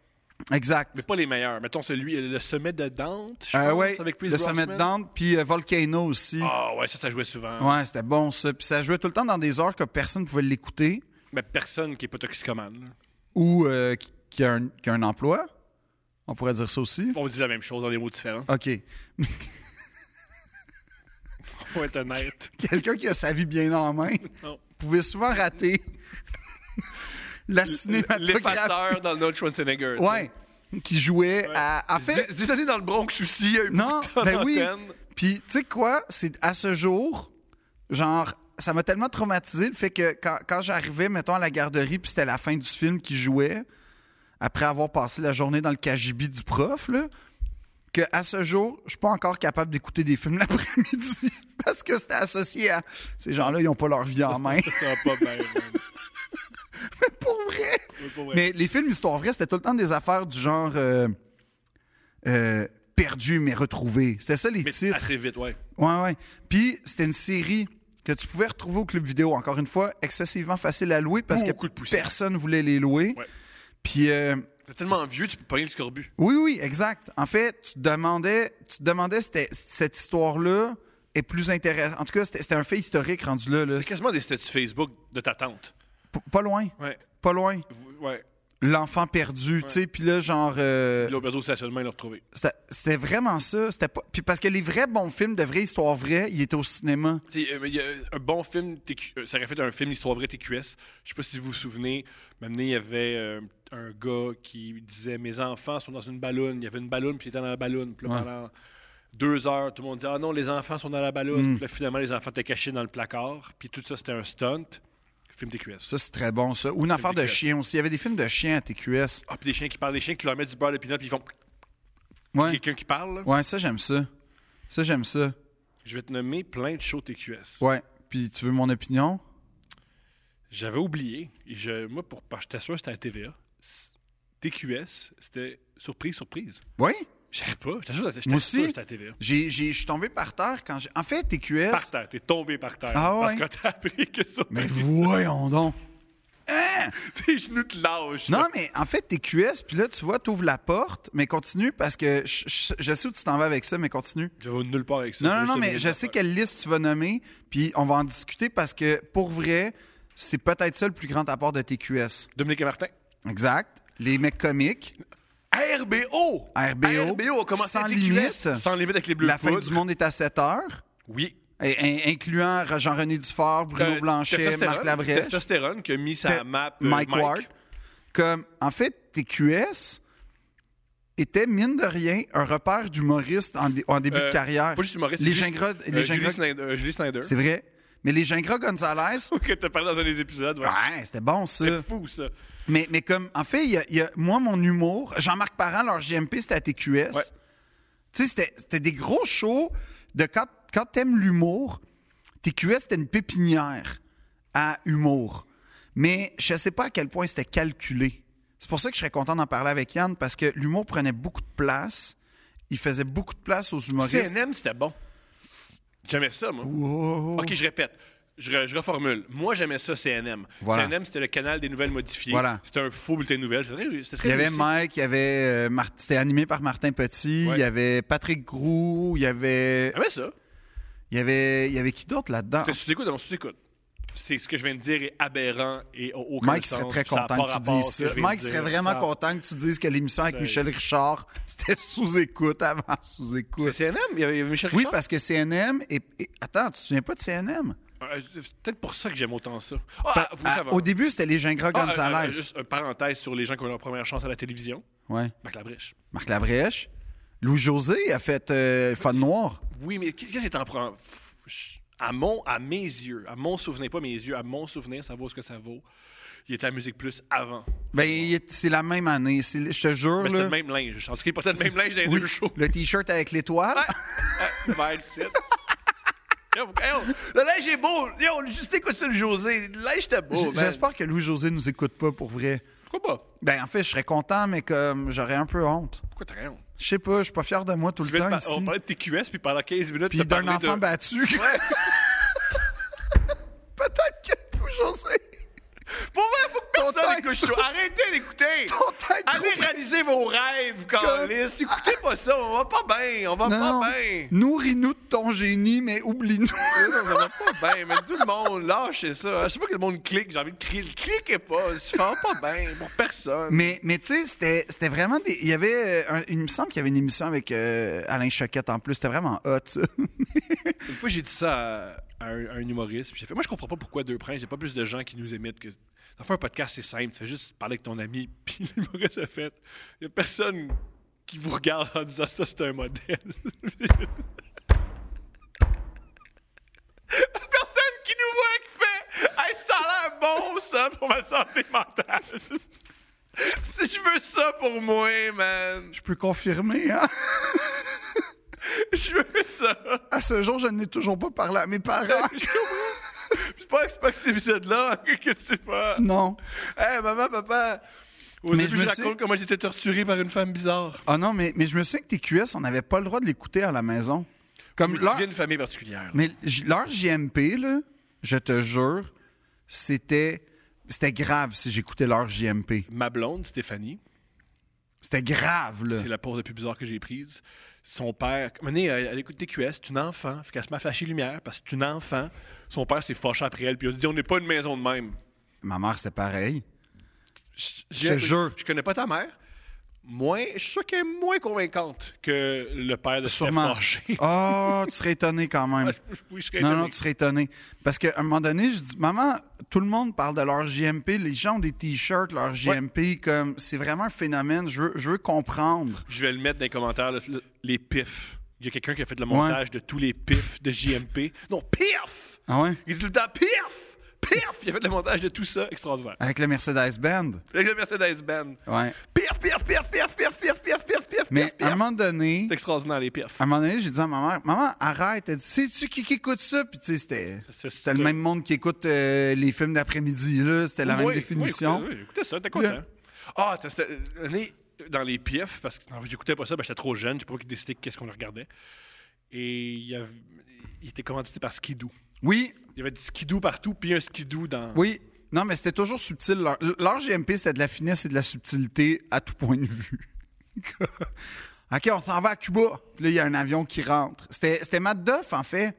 exact.
mais pas les meilleurs. Mettons celui, euh, le sommet de Dante, je
Euh,
pense,
ouais,
avec Pierce
le sommet de
Brosnan.
Dante, puis euh, Volcano aussi.
Ah ouais, ça, ça jouait souvent.
Ouais, c'était bon ça. Puis ça jouait tout le temps dans des heures que personne ne pouvait l'écouter
Mais personne qui est pas toxicomane. là.
ou euh, qui- qui, a un, qui a un emploi. On pourrait dire ça aussi.
On dit la même chose dans des mots différents.
OK.
Faut être honnête.
Quelqu'un qui a sa vie bien en main
Non.
pouvait souvent rater la cinématographie.
L'effaceur dans notre Schwarzenegger. tu sais.
Ouais,
hein.
qui jouait à... En fait,
Des- Des années dans le Bronx aussi, il y a eu
Non,
beaucoup de temps
ben oui.
d'antenne.
Puis, tu sais quoi? C'est à ce jour, genre, ça m'a tellement traumatisé le fait que quand, quand j'arrivais, mettons, à la garderie, puis c'était la fin du film qui jouait, après avoir passé la journée dans le cagibi du prof, là, que à ce jour, je suis pas encore capable d'écouter des films l'après-midi parce que c'était associé à ces gens-là, ils ont pas leur vie en main.
Ça va pas bien. man.
Pour vrai!
Ouais, pour vrai.
Mais les films histoire vraie, c'était tout le temps des affaires du genre euh, euh, perdu mais retrouvé. C'était ça les
Mais
titres.
assez vite, ouais.
Ouais, ouais. Puis c'était une série que tu pouvais retrouver au club vidéo. Encore une fois, excessivement facile à louer parce
Beaucoup de
que
poussière.
personne voulait les louer.
Ouais.
Puis euh,
T'es tellement vieux, tu peux pas le scorbut.
oui, oui, exact. En fait, tu te demandais, tu te demandais c'était- cette histoire-là est plus intéressante. En tout cas, c'était c'était un fait historique rendu là. là.
C'est quasiment des statuts Facebook de ta tante.
P- Pas loin,
Ouais.
pas loin.
Vous- Ouais.
L'enfant perdu, tu sais. Puis là, genre, euh,
Puis l'Auberdo stationnement, il l'a retrouvé.
c'était- c'était vraiment ça. C'était pas. Puis parce que les vrais bons films de vraies histoires vraies, ils étaient au cinéma.
Tu sais, euh, il y a un bon film, TQ, euh, ça aurait fait un film histoire vraie TQS. Je sais pas si vous vous souvenez, maintenant il y avait euh, un gars qui disait Mes enfants sont dans une balloune. Il y avait une balloune, puis il était dans la balloune. Puis là,
Ouais.
pendant deux heures, tout le monde disait Ah non, les enfants sont dans la balloune.
Mm.
Puis là, finalement, les enfants étaient cachés dans le placard. Puis tout ça, c'était un stunt. Film TQS.
Ça, c'est très bon, ça. Ou une affaire de
TQS.
chien aussi. Il y avait des films de chiens à TQS.
Ah, puis des chiens qui parlent, des chiens qui leur mettent du beurre de pinot, puis ils font
Ouais.
quelqu'un qui parle. là.
Ouais, ça, j'aime ça. Ça, j'aime ça.
Je vais te nommer plein de shows TQS.
Ouais. Puis, tu veux mon opinion?
J'avais oublié. Et je, moi, pour, j'étais sûr que c'était à TVA. C- TQS, c'était surprise, surprise.
Oui.
Je savais pas. J'étais sûr que
Moi
j'étais
aussi.
sûr que j'étais à TVA.
J'ai, j'ai- je suis tombé par terre quand j'ai. En fait, TQS.
Par terre, t'es tombé par terre.
Ah ouais?
Parce que t'as appris que ça,
Mais voyons donc.
tes genoux te lâchent.
Non, mais en fait, TQS, puis là, tu vois, t'ouvres la porte, mais continue parce que je, je- je sais où tu t'en vas avec ça, mais continue.
Je vais nulle part avec ça.
Non, non,
vais
non,
juste
mais
te
je
donner
sais
une affaire.
quelle liste tu vas nommer, puis on va en discuter parce que, pour vrai, c'est peut-être ça le plus grand apport de TQS.
Dominique et Martin.
Exact. Les mecs comiques.
RBO!
RBO.
RBO a commencé
Sans
à TQS.
limite.
Sans limite avec les bleus.
La
de
fin
poudre.
du monde est à 7 heures.
Oui.
Et- in- incluant Jean-René Dufort, Bruno
Euh,
Blanchet,
Testostérone-
Marc Labrèche,
Testostérone qui a mis
Te-
sa map. euh,
Mike Ward. Comme, en fait, TQS était, mine de rien, un repère d'humoriste en, dé- en début
Euh,
de carrière.
Pas juste humoriste.
Les
Julie-
Gingras- les
euh, Julie
Gingras-
Snyder- euh, Julie Snyder.
C'est vrai. Mais les Gingras Gonzalez,
que t'as parlé dans un des épisodes. Ouais.
ouais, c'était bon, ça.
C'est fou, ça.
Mais, mais comme, en fait, il y a- il y a- moi, mon humour, Jean-Marc Parent, leur GMP, c'était à TQS.
Ouais.
Tu sais, c'était- c'était des gros shows de quand, quand t'aimes l'humour, TQS, c'était une pépinière à humour. Mais je sais pas à quel point c'était calculé. C'est pour ça que je serais content d'en parler avec Yann, parce que l'humour prenait beaucoup de place. Il faisait beaucoup de place aux humoristes.
CNM, c'était bon. J'aimais ça, moi.
Wow.
Ok, je répète. Je, re- je reformule. Moi, j'aimais ça, CNM.
Voilà.
CNM, c'était le canal des nouvelles modifiées.
Voilà.
C'était un faux bulletin de nouvelles. C'était très- C'était très
Il y avait
réussi.
Mike, il y avait euh, Mar- c'était animé par Martin Petit,
Ouais.
il y avait Patrick Groux, il y avait
J'aimais ça.
il y avait il y avait qui d'autre là-dedans
C'était sous-écoute avant sous-écoute. C'est ce que je viens de dire est aberrant et au- aucun
Mike
sens,
serait très
puis ça a
content
pas
que tu
rapport à
dises
ce
ça.
que je viens
Mike
de
serait
dire.
vraiment
Ça a-
content que tu dises que l'émission avec
Ça-
Michel Richard, c'était sous écoute avant sous
C'était
écoute.
CNM, il y avait Michel
Oui,
Richard.
parce que CNM et, et- attends, tu te souviens pas de CNM
Euh, C'est peut-être pour ça que j'aime autant ça. Ah,
Pa-
vous
à-
savez.
Au début, c'était les Gingras
Ah, euh,
Gonzalez.
euh, juste une parenthèse sur les gens qui ont leur première chance à la télévision.
Ouais.
Marc Labrèche.
Marc Labrèche, Lou José a fait euh, Fun Noir.
Oui, mais qu'est- qu'est-ce qui t'en prend? Pff, je- À mon, à mes yeux, à mon souvenir, pas mes yeux, à mon souvenir, ça vaut ce que ça vaut. Il était à Musique Plus avant.
Ben, il est- c'est la même année. C'est le- Je te jure.
Mais c'était
là,
le même linge. Je pense qu'il portait le même linge dans les
oui,
deux shows.
le t-shirt avec l'étoile.
Ah, Vers le site. Yo, yo, oh, le linge est beau. Yo, juste écoute ça, le José. Le linge était
J-
beau. Oh, man.
J'espère que Louis-José nous écoute pas pour vrai.
Pourquoi pas?
Ben, en fait, je serais content, mais comme j'aurais un peu honte.
Pourquoi t'as rien?
Je sais pas, je suis pas fier de moi tout
Tu
le
viens de
temps
par- On
Ah, ici.
parlait de TQS, puis pendant 15 minutes,
Puis
t'as
d'un
parlé
enfant ben-
de...
battu.
Ouais.
Peut-être que Louis-José,
Pour vrai, faut que
Ton
personne
tête-
écoute ça. Arrêtez d'écouter.
ton tête
Allez
trop-
réaliser vos rêves, Carlis. Écoutez pas ça. On va pas bien. On va
Non,
pas bien.
nourris-nous de ton génie, mais oublie-nous.
On va pas bien. Ben, Mais tout le monde, lâchez ça. Je sais pas que le monde clique. J'ai envie de crier. Cliquez pas. Ça va pas bien pour personne.
Mais, mais tu sais, c'était c'était vraiment des. Il y avait. euh, un- il me semble qu'il y avait une émission avec euh, Alain Choquette en plus. C'était vraiment hot, ça.
Une fois, j'ai dit ça à, à un, à un humoriste. Puis j'ai fait Moi, je comprends pas pourquoi Deux Princes, il y a pas plus de gens qui nous émettent que. T'as fait un podcast, c'est simple. Tu fais juste parler avec ton ami, puis l'humoriste a fait. Il y a personne qui vous regarde en disant ça, c'est un modèle. personne qui nous voit qui fait Hey, ça a l'air bon, ça, pour ma santé mentale. si je veux ça pour moi, man,
Je peux confirmer, hein.
je veux ça.
À ce jour, je n'ai toujours pas parlé à mes parents.
Je pense que c'est pas que cet épisode-là, qu'est-ce que c'est pas?
Non.
Hey, Eh, maman, papa! Au
Mais je
début, je,
me
raconte
suis-
comment j'étais torturé par une femme bizarre.
Ah non, mais, mais je me souviens que TQS, on n'avait pas le droit de l'écouter à la maison. Comme
Mais tu
leur,
viens d'une famille particulière.
mais j- leur JMP, là, je te jure, c'était c'était grave si j'écoutais leur JMP.
Ma blonde, Stéphanie,
C'était grave, là.
c'est la pause la plus bizarre que j'ai prise. Son père, Menez, elle, elle écoute TQS, c'est une enfant. Fait qu'elle se met à flasher lumière parce que c'est une enfant. Son père s'est fâché après elle, puis il a dit On n'est pas une maison de même.
Ma mère, c'était pareil.
J'ai-
te jure.
Je connais pas ta mère. Moins, je suis sûr qu'elle est moins convaincante que le père de Stéphanie.
Sûrement.
Ah.
Oh, tu serais étonné quand même.
oui, je serais
Non,
étonné.
non, tu serais étonné. Parce qu'à un moment donné, je dis, maman, tout le monde parle de leur JMP. Les gens ont des t-shirts, leur JMP. Comme, c'est vraiment un phénomène. Je veux, je veux comprendre.
Je vais le mettre dans les commentaires, le- le- les pifs. Il y a quelqu'un qui a fait le montage de tous les pifs de JMP. Non, pif!
Ah ouais?
Il dit tout le temps pif! Pif! Il a fait le montage de tout ça, extraordinaire.
Avec le Mercedes Band.
Avec le Mercedes Band.
Ouais.
Pif, pif, pif, pif, pif, pif, pif, pif, pif,
Mais
pif,
à un
pif.
moment donné,
C'est extraordinaire, les pifs.
à un moment donné, j'ai dit à ma mère, maman, arrête. Elle dit, sais-tu qui, qui écoute ça? Puis tu sais, c'était,
C'est-
c'était le
c'est-
même monde qui écoute euh, les films d'après-midi, là. C'était la même
Oui,
définition.
Oui, écoutez, oui, écoutez ça, t'es content.
Là.
Ah, t'as- c'était- euh, né dans les pifs, parce que en fait, j'écoutais pas ça, ben, j'étais trop jeune, je sais pas qui décidait qu'est-ce qu'on regardait. Et il, y avait- il était commandité par Skidoo.
Oui,
Il y avait du Skidoo partout, puis un Skidoo dans...
oui. Non, mais c'était toujours subtil. Leur, leur GMP, c'était de la finesse et de la subtilité à tout point de vue. OK, on s'en va à Cuba. Puis Là, il y a un avion qui rentre. C'était, c'était Matt Duff, en fait,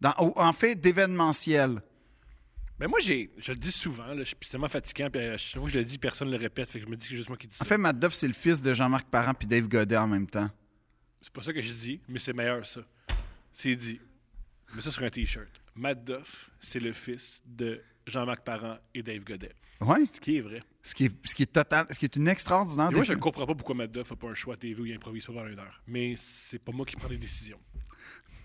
dans, au- en fait, d'événementiel.
Mais Ben, moi, j'ai, je le dis souvent, là, je suis tellement fatiguant, puis euh, chaque fois que je le dis, personne ne le répète, fait que je me dis que c'est juste moi qui dis ça.
En fait, Matt Duff, c'est le fils de Jean-Marc Parent puis Dave Godet en même temps.
c'est pas ça que je dis, mais c'est meilleur, ça. C'est dit. Mais ça sur un T-shirt. Matt Duff, c'est le fils de Jean-Marc Parent et Dave Godet.
Ouais.
Ce qui est vrai.
Ce qui est, ce qui est total, ce qui est une extraordinaire
Et moi, je
défi-
ne comprends pas pourquoi Matt Duff n'a pas un choix TV où il improvise pas dans une heure. Mais c'est pas moi qui prends les décisions.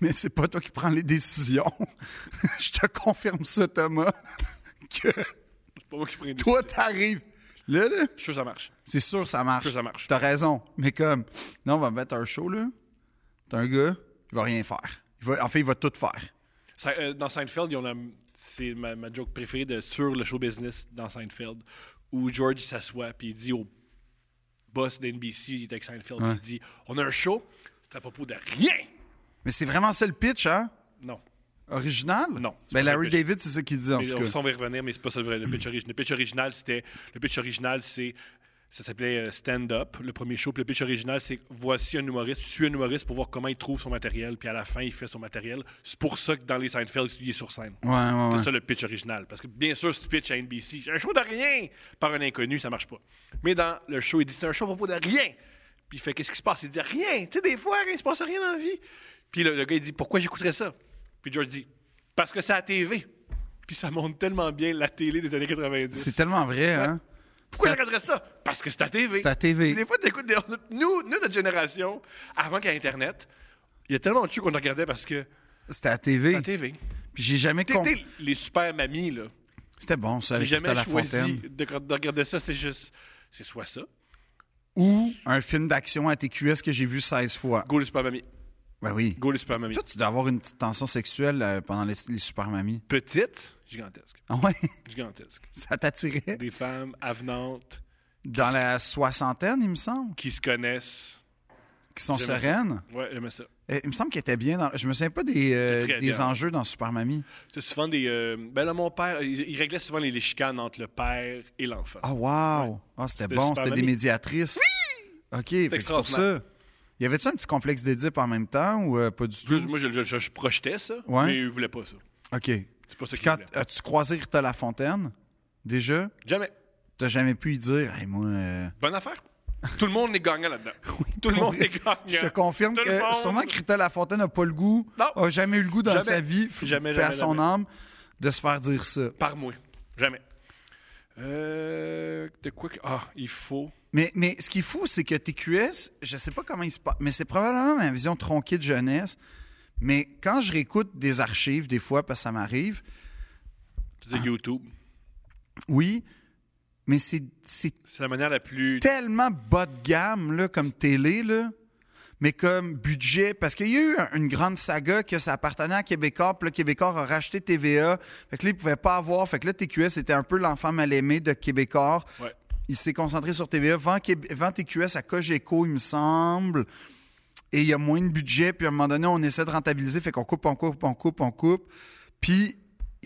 mais c'est pas toi qui prends les décisions. je te confirme ça, Thomas, que
C'est pas moi qui prends les décisions.
toi, t'arrives. Là, là,
Je suis sûr que ça marche.
c'est sûr que ça marche.
Je suis sûr que ça marche.
T'as raison. Mais comme, là, on va mettre un show, là. T'as un gars, il va rien faire. Il va, en fait, il va tout faire.
Ça, euh, dans Seinfeld, il y en a- c'est ma, ma joke préférée de, sur le show business dans Seinfeld, où George il s'assoit puis il dit au boss d'NBC, il est avec Seinfeld, puis
Ouais.
il dit On a un show, c'est à propos de rien.
Mais c'est vraiment ça le pitch, hein?
Non.
Original?
Non, c'est
Ben,
pas
Larry
vrai que-
David, c'est ça qu'il dit, en
Mais
tout
on
cas.
s'en va y revenir, mais c'est pas ça le vrai. Le pitch original, le pitch original c'était. Le pitch original, c'est. Ça s'appelait euh, Stand Up, le premier show. Puis le pitch original, c'est voici un humoriste, suis un humoriste pour voir comment il trouve son matériel. Puis à la fin, il fait son matériel. C'est pour ça que dans les Seinfeld, il est sur scène.
Ouais, ouais, ouais.
C'est ça le pitch original. Parce que bien sûr, si tu pitches à NBC, j'ai un show de rien par un inconnu, ça marche pas. Mais dans le show, il dit c'est un show à propos de rien. Puis il fait qu'est-ce qui se passe Il dit rien. Tu sais, des fois, il se passe rien dans la vie. Puis le, le gars, il dit pourquoi j'écouterais ça Puis George dit parce que c'est à la TV. Puis ça montre tellement bien la télé des années 90.
C'est tellement vrai, hein?
Pourquoi il regarderait ça? Parce que c'est à TV.
C'est à TV.
Puis Des fois, tu écoutes des... nous, nous, notre génération, avant qu'il y ait Internet, il y a tellement de trucs qu'on regardait parce que
C'était à
c'est
TV.
à TV.
Puis j'ai jamais
T'es-
compris.
t'es les super mamies, là.
C'était bon, ça,
J'ai
avec
jamais
Rita
choisi
Lafontaine.
de, de regarder ça. C'est juste, c'est soit ça,
Ou un film d'action à TQS que j'ai vu 16 fois.
Go les Super Mamies.
Ben oui.
Go les Super Mamies.
Toi, tu dois avoir une petite tension sexuelle euh, pendant les, les Super Mamies.
Petite, gigantesque.
Ah ouais?
Gigantesque.
Ça t'attirait?
Des femmes avenantes
Dans la soixantaine, il me semble,
qui se connaissent.
qui sont
J'aimais ça.
sereines.
Ouais, j'aimais ça.
Eh, Il me semble qu'elle était bien dans... Je me souviens pas des, euh,
Très
des
bien.
enjeux dans Super Mamie.
C'est souvent des. euh, ben là, mon père, il, il réglait souvent les, les chicanes entre le père et l'enfant.
Ah, wow! Ah, c'était
C'était
bon,
Super
c'était des
Mamie.
médiatrices. Oui! OK, fait que c'est pour
extraordinaire.
ça. Y avait-tu un petit complexe d'Édipe en même temps ou euh, pas du
Plus,
tout?
moi, je, je- je- je projetais ça,
Ouais.
mais il voulait pas ça.
OK.
C'est pas ça
Puis
qu'il
quand
voulait.
as-tu croisé Rita Lafontaine, déjà,
Jamais.
t'as jamais pu lui dire « Hey, moi... euh,
Bonne affaire. Tout le monde est gagnant là-dedans. Tout le monde est gagnant.
Je te confirme
Tout le
que
monde.
sûrement que Rita Lafontaine n'a pas le goût,
Non.
a jamais eu le goût dans
Jamais.
sa vie, f-
Jamais,
paix à
jamais,
son
jamais.
âme, de se faire dire ça.
Par moi. Jamais. Euh, de quoi que... Ah, il faut...
Mais, mais ce qui est fou, c'est que TQS, je sais pas comment il se passe, mais c'est probablement ma vision tronquée de jeunesse. Mais quand je réécoute des archives, des fois, parce que ça m'arrive,
Tu dis
Ah.
YouTube.
oui, mais c'est c'est
C'est la manière la plus...
tellement bas de gamme là, comme télé, là, mais comme budget, parce qu'il y a eu un- une grande saga que ça appartenait à Québécois, puis le Québécois a racheté TVA, fait que là, il pouvait pas avoir, fait que là, TQS était un peu l'enfant mal aimé de Québécois.
Ouais.
Il s'est concentré sur TVA, vend, Québé- vend TQS à Cogeco, il me semble, et il y a moins de budget, puis à un moment donné, on essaie de rentabiliser, fait qu'on coupe, on coupe, on coupe, on coupe, puis...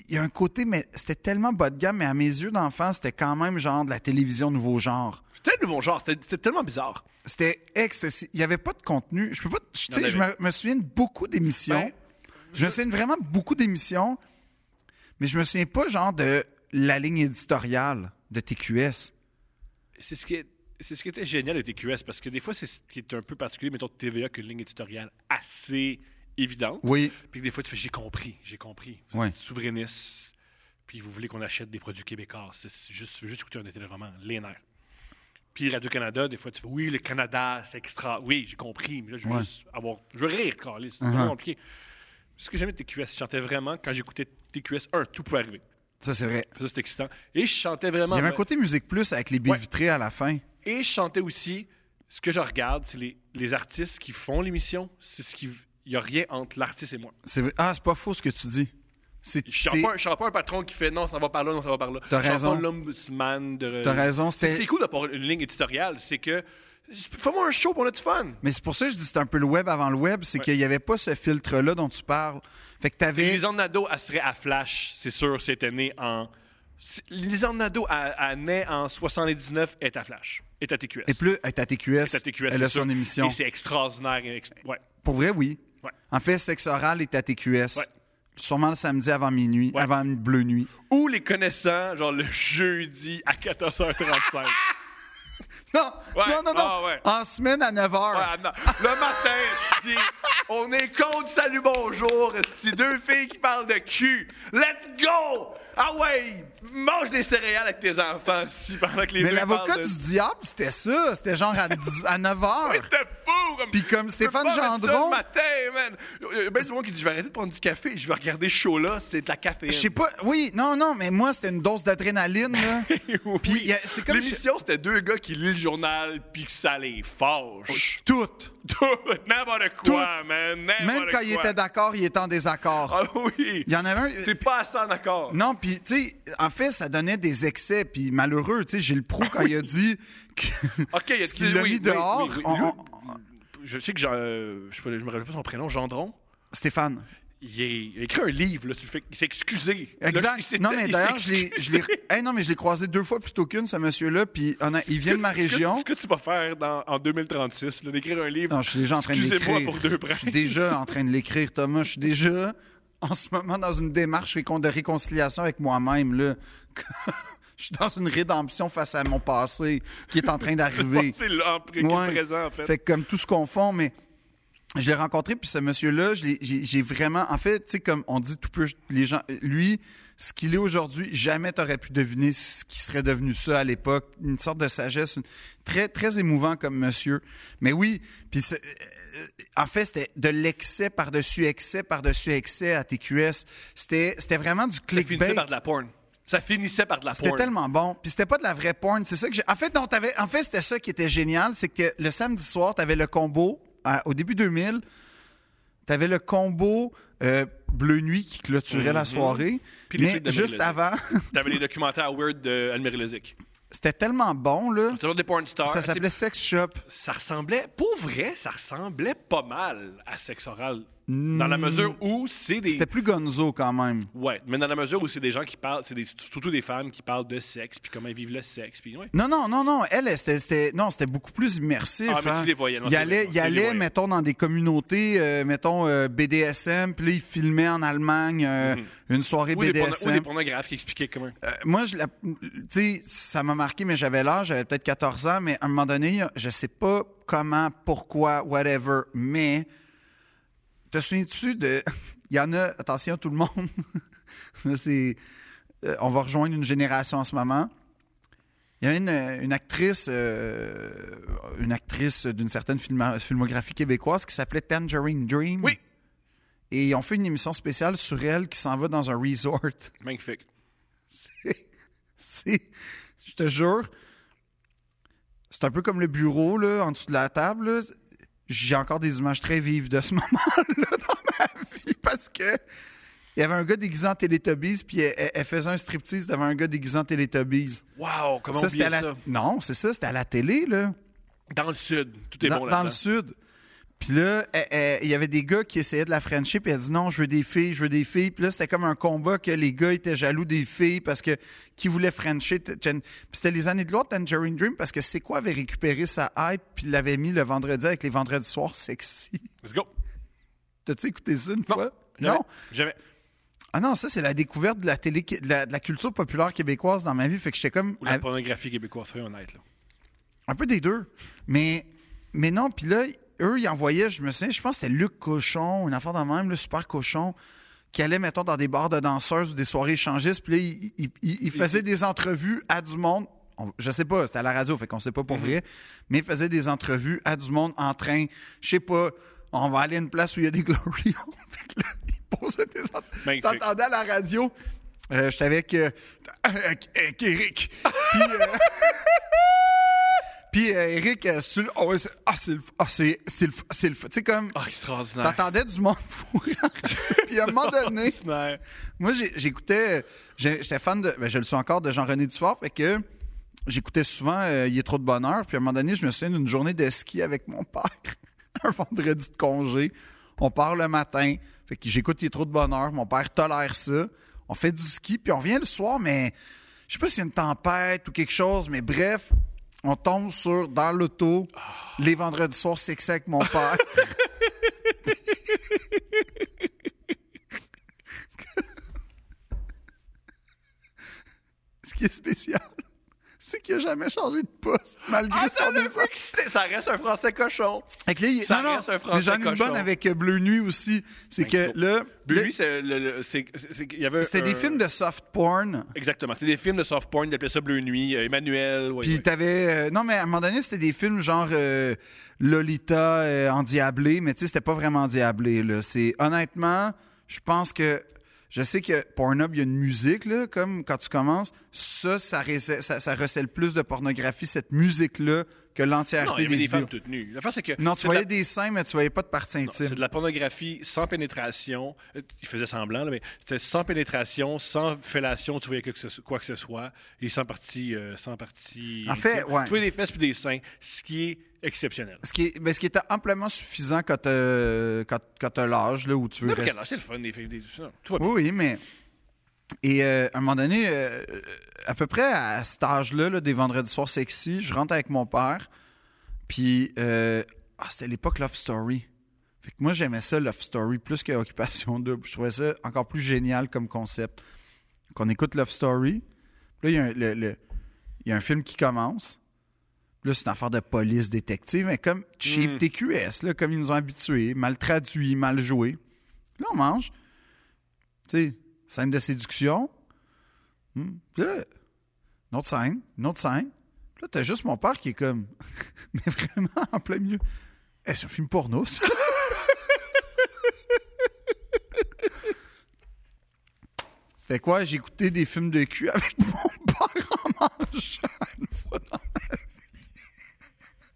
Il y a un côté, mais c'était tellement bas de gamme, mais à mes yeux d'enfant, c'était quand même genre de la télévision nouveau genre.
C'était le nouveau genre. C'était c'était tellement bizarre.
C'était excessif. Il n'y avait pas de contenu. Je peux pas. je- tu
Il y en
sais, je me, me souviens de beaucoup d'émissions.
Ben,
je me souviens de vraiment beaucoup d'émissions, mais je me souviens pas genre de la ligne éditoriale de TQS.
C'est ce qui est... C'est ce qui était génial avec TQS, parce que des fois, c'est ce qui est un peu particulier, mettons, de TVA, qu'une ligne éditoriale assez évidente.
Oui.
Puis que des fois, tu fais, j'ai compris, j'ai compris. Vous
Ouais.
êtes souverainiste, puis vous voulez qu'on achète des produits québécois. C'est c'est juste, je veux juste écouter un téléroman, les nerfs. Puis Radio-Canada, des fois, tu fais, oui, le Canada, c'est extra. Oui, j'ai compris, mais là, je veux
Ouais.
juste avoir. Je veux rire, Carlis, c'est
Uh-huh.
vraiment compliqué. Ce que j'aimais de TQS, je chantais vraiment, quand j'écoutais TQS 1, tout pouvait arriver.
Ça, c'est vrai.
Ça, c'était excitant. Et je chantais vraiment.
Il y avait un
me-
côté musique plus avec les baies
Ouais.
vitrées à la fin.
et je chantais aussi, ce que je regarde, c'est les, les artistes qui font l'émission, c'est ce qui. Il n'y a rien entre l'artiste et moi.
C'est vrai. Ah, c'est pas faux ce que tu dis. C'est.
Je ne
c'est-
pas, je serais pas un patron qui fait non, ça va par là, non, ça va par là.
T'as
Je serais
raison.
pas l'ombudsman de.
T'as raison,
C'est- Ce qui
c'était.
est cool d'avoir une ligne éditoriale, c'est que. Fais-moi un show pour notre fun.
Mais c'est pour ça que je dis que c'est un peu le web avant le web, c'est
Ouais.
qu'il n'y avait pas ce filtre-là dont tu parles. Fait que t'avais.
Les Nado, elle serait à Flash, c'est sûr, c'était né en. Les Nado, elle, elle naît en 79, est à Flash, est à TQS.
Et plus, avec ta TQS,
est à TQS,
elle a
c'est sûr.
son émission.
Et c'est extraordinaire. et ex- Ouais.
Pour vrai, oui.
Ouais.
En fait, sexe oral est à TQS.
Ouais.
Sûrement le samedi avant minuit,
Ouais.
avant une bleue nuit.
Ou les connaissants, genre le jeudi à 14h35.
Non,
Ouais.
non, non, non.
Ah, ouais.
En semaine à 9 h.
Ouais, non. Le matin, esti, on est contre Salut Bonjour, esti, deux filles qui parlent de cul. Let's go! Ah ouais, mange des céréales avec tes enfants, esti, pendant que les
Mais
deux
l'avocat
parlent de-
du diable, c'était ça. C'était genre à, 10 à 9 h.
Oui, C'était fou! comme-
Puis comme
Je peux
Stéphane
pas mettre ça
Gendron-
le matin, man! Euh, Il y a bien souvent qui dit Je vais arrêter de prendre du café, je vais regarder ce show-là, c'est de la caféine.
Je sais pas. Oui, non, non, mais moi, c'était une dose d'adrénaline. là.
Oui.
Puis il y a- c'est comme.
L'émission, c'était deux gars qui lisent le journal, puis que ça les fâche.
Tout.
Tout, n'importe quoi, man! n'importe
Même quand il
Ben, quoi.
était d'accord, il était en désaccord.
Ah oui!
Il y en avait un.
T'es pas à ça d'accord.
Non, puis, tu sais, en fait, ça donnait des excès, puis malheureux, tu sais, j'ai le pro quand il a dit que...
Ah OK, il y a
ce qu'il l'a
oui,
mis
oui,
dehors,
oui, oui.
on-
Lui-
on-
Je sais que Jean- euh, je, sais pas, je me rappelle pas son prénom, Gendron.
Stéphane,
il, est- il a écrit un livre, là, sur le fait qu'il s'est excusé. Là, il s'est-
Exact. Non, mais
il
d'ailleurs,
s'est
je l'ai- je l'ai
excusé.
Hey, non, mais je l'ai croisé deux fois plutôt qu'une, ce monsieur-là. Puis, honnêtement, il vient de ma
Ce que-
région.
Ce que tu vas faire dans- en 2036, là, d'écrire un livre.
Non, je suis déjà en train de
Excusez-moi
l'écrire.
pour deux
Je suis
brins.
déjà en train de l'écrire, Thomas. Je suis déjà en ce moment dans une démarche récon- de réconciliation avec moi-même. là. Je suis dans une rédemption face à mon passé qui est en train d'arriver.
C'est le- en pré-
Ouais.
le présent, en fait.
Fait que comme tout se confond, mais je l'ai rencontré, puis ce monsieur-là, je l'ai- j'ai j'ai vraiment. En fait, tu sais, comme on dit tout peu, les gens. Lui, ce qu'il est aujourd'hui, jamais t'aurais pu deviner ce qui serait devenu ça à l'époque. Une sorte de sagesse, une- très, très émouvant comme monsieur. Mais oui, puis c'est- euh, en fait, c'était de l'excès par-dessus excès par-dessus excès à TQS. C'était c'était vraiment du
Ça finissait
clickbait.
par de la porn. Ça finissait par de la porn.
C'était tellement bon. Puis c'était pas de la vraie porn. C'est ça que j'ai. En fait, non, t'avais- En fait, c'était ça qui était génial. C'est que le samedi soir, t'avais le combo. à- Au début 2000, t'avais le combo euh, Bleu Nuit qui clôturait la soirée.
Mhm. Puis les
mais
trucs de
juste
Marie-Lise.
avant,
T'avais les documentaires weird de Anne-Marie Lezic.
c'était tellement bon, là.
C'était toujours des porn stars.
Ça s'appelait Sex Shop.
ça ressemblait, pour vrai, ça ressemblait pas mal à sexe oral. Dans la mesure où c'est des.
Hmm. C'était plus gonzo quand même.
Ouais, mais dans la mesure où c'est des gens qui parlent, c'est des- surtout des femmes qui parlent de sexe, puis comment ils vivent le sexe, puis ouais.
Non, non, non, non. Elle, elle, c'était, c'était- non, c'était beaucoup plus immersif.
Ah, mais tu
hein.
les voyais, non,
il
tu
allait,
les-
il
tu les
allait,
voyais.
mettons, dans des communautés, euh, mettons, euh, BDSM, puis là, il filmait en Allemagne euh, une soirée
Mhm. Ou des, porno- ou
BDSM.
des pornographes qui expliquaient comment.
Euh, moi, je la- tu sais, ça m'a marqué, mais j'avais l'âge, j'avais peut-être 14 ans, mais à un moment donné, je sais pas comment, pourquoi, whatever, mais te souviens-tu de... Il y en a, attention tout le monde, Ça, c'est... euh, on va rejoindre une génération en ce moment. Il y a une, une actrice, euh, une actrice d'une certaine filma- filmographie québécoise qui s'appelait Tangerine Dream.
Oui.
Et ils ont fait une émission spéciale sur elle qui s'en va dans un resort.
Magnifique.
C'est- Je te jure, c'est un peu comme le bureau, là, en dessous de la table. là. J'ai encore des images très vives de ce moment-là dans ma vie parce que il y avait un gars déguisé en Teletubbies, puis elle, elle- elle faisait un striptease devant un gars déguisé en Teletubbies.
Wow, comment
Ça, c'était
oublier
à la...
ça?
Non, c'est ça, c'était à la télé, là
Dans le sud, tout est
dans,
bon
dans
là-dedans.
le sud. Puis là, elle- elle- il y avait des gars qui essayaient de la friendship puis elle dit non, je veux des filles, je veux des filles. Puis là, c'était comme un combat que les gars étaient jaloux des filles parce que qui voulait friendship. t- Jen- Puis c'était les années de gloire de Tangerine Dream parce que c'est quoi avait récupéré sa hype puis l'avait mis le vendredi avec les vendredis soirs sexy.
Let's go.
T'as-tu écouté ça une fois?
Jamais. Jamais.
Ah non, ça, c'est la découverte de la, télé, de la, de la culture populaire québécoise dans ma vie. Fait que j'étais comme.
Ou la
à-
pornographie québécoise, soyons honnêtes. Là.
Un peu des deux. Mais, mais non, puis là, eux, ils envoyaient, je me souviens, je pense que c'était Luc Cochon, une affaire de même, le super cochon, qui allait, mettons, dans des bars de danseuses ou des soirées échangistes, puis là, il, il- il- il faisait des entrevues à du monde. On- je sais pas, c'était à la radio, fait qu'on sait pas pour vrai, mais il faisait des entrevues à du monde en train, je sais pas, on va aller à une place où il y a des glory holes. Fait que là, il posait des entrevues.
Magnifique.
T'entendais à la radio, euh, j'étais avec, euh, avec avec Eric. Puis, euh, puis euh, Eric, euh, sur le- ah ouais, c'est ah, c'est le f- ah, c'est c'est le f- c'est le f- Tu sais, comme,
Ah, extraordinaire.
t'entendais du monde fourré. en radio. Puis à un moment donné,
Extraordinaire.
moi, j'ai- j'écoutais, euh, j'ai- j'étais fan de, ben, je le suis encore, de Jean-René Dufort, fait que j'écoutais souvent euh, Il est trop de bonheur. Puis à un moment donné, je me souviens d'une journée de ski avec mon père, un vendredi de congé. On part le matin, fait que j'écoute Il est trop de bonheur. Mon père tolère ça. On fait du ski, puis on vient le soir, mais je sais pas s'il y a une tempête ou quelque chose, mais bref, on tombe sur, dans l'auto, les vendredis soirs sexy avec mon père. Ce qui est spécial, c'est qu'il a jamais changé de poste, malgré son
mais
descendance.
vu que c'était- Ah, ça reste un français cochon.
Fait que là, il-
Ça
non, non,
reste un Français
mais j'en ai une
cochon.
bonne avec euh, Bleu Nuit aussi. C'est que
Magnifique.
là,
Puis
là,
lui, c'est le- le- c'est- c'est- c'est qu'il y avait
Euh, c'était
un-
des films de soft porn.
Exactement. C'était des films de soft porn, ils appelaient ça Bleu Nuit, euh, Emmanuel. ouais,
Puis
ouais.
t'avais. euh, non, mais à un moment donné, c'était des films genre euh, Lolita euh, endiablé, mais tu sais, c'était pas vraiment endiablé. Là. C'est, honnêtement, je pense que. Je sais que Pornhub, il y a une musique, là, comme quand tu commences. Ça, ça, réce- ça, ça recèle plus de pornographie, cette musique-là, que l'entièreté
Non, il y
des,
avait des
vidéos.
femmes toutes nues. L'affaire, c'est que.
Non,
c'est
tu
de la-
voyais des seins, mais tu voyais pas de partie
Non, C'est
intime.
de la pornographie sans pénétration. Euh, Il faisait semblant, là, mais c'était sans pénétration, sans fellation, tu voyais que ce- quoi que ce soit, et sans partie. euh, sans partie
En fait,
intime.
ouais.
Tu voyais des fesses puis des seins, ce qui est exceptionnel.
Ce qui, est, mais ce qui était amplement suffisant quand t'as quand, quand t'as l'âge là, où tu veux
N'importe
rester.
quel âge, C'est le fun des films, des tout ça. Tout va bien.
Oui, oui, mais. Et euh, à un moment donné, euh, à peu près à cet âge-là, là, des vendredis soirs sexy, je rentre avec mon père. Puis, euh, ah, c'était l'époque Love Story. Fait que moi, j'aimais ça, Love Story, plus que Occupation Double. Je trouvais ça encore plus génial comme concept. Qu'on écoute Love Story. Puis là, il y a un- le- le- il y, a un film qui commence. Puis Là, c'est une affaire de police détective, mais comme cheap
Mm.
TQS, là, comme ils nous ont habitués, mal traduit, mal joué. Là, on mange. Tu sais, scène de séduction. Hmm. Puis là, une autre scène, une autre scène. Puis là, t'as juste mon père qui est comme, mais vraiment en plein milieu. Eh, c'est un film porno, ça. fait quoi, j'ai écouté des films de cul avec mon père en mangeant une fois dans ma vie.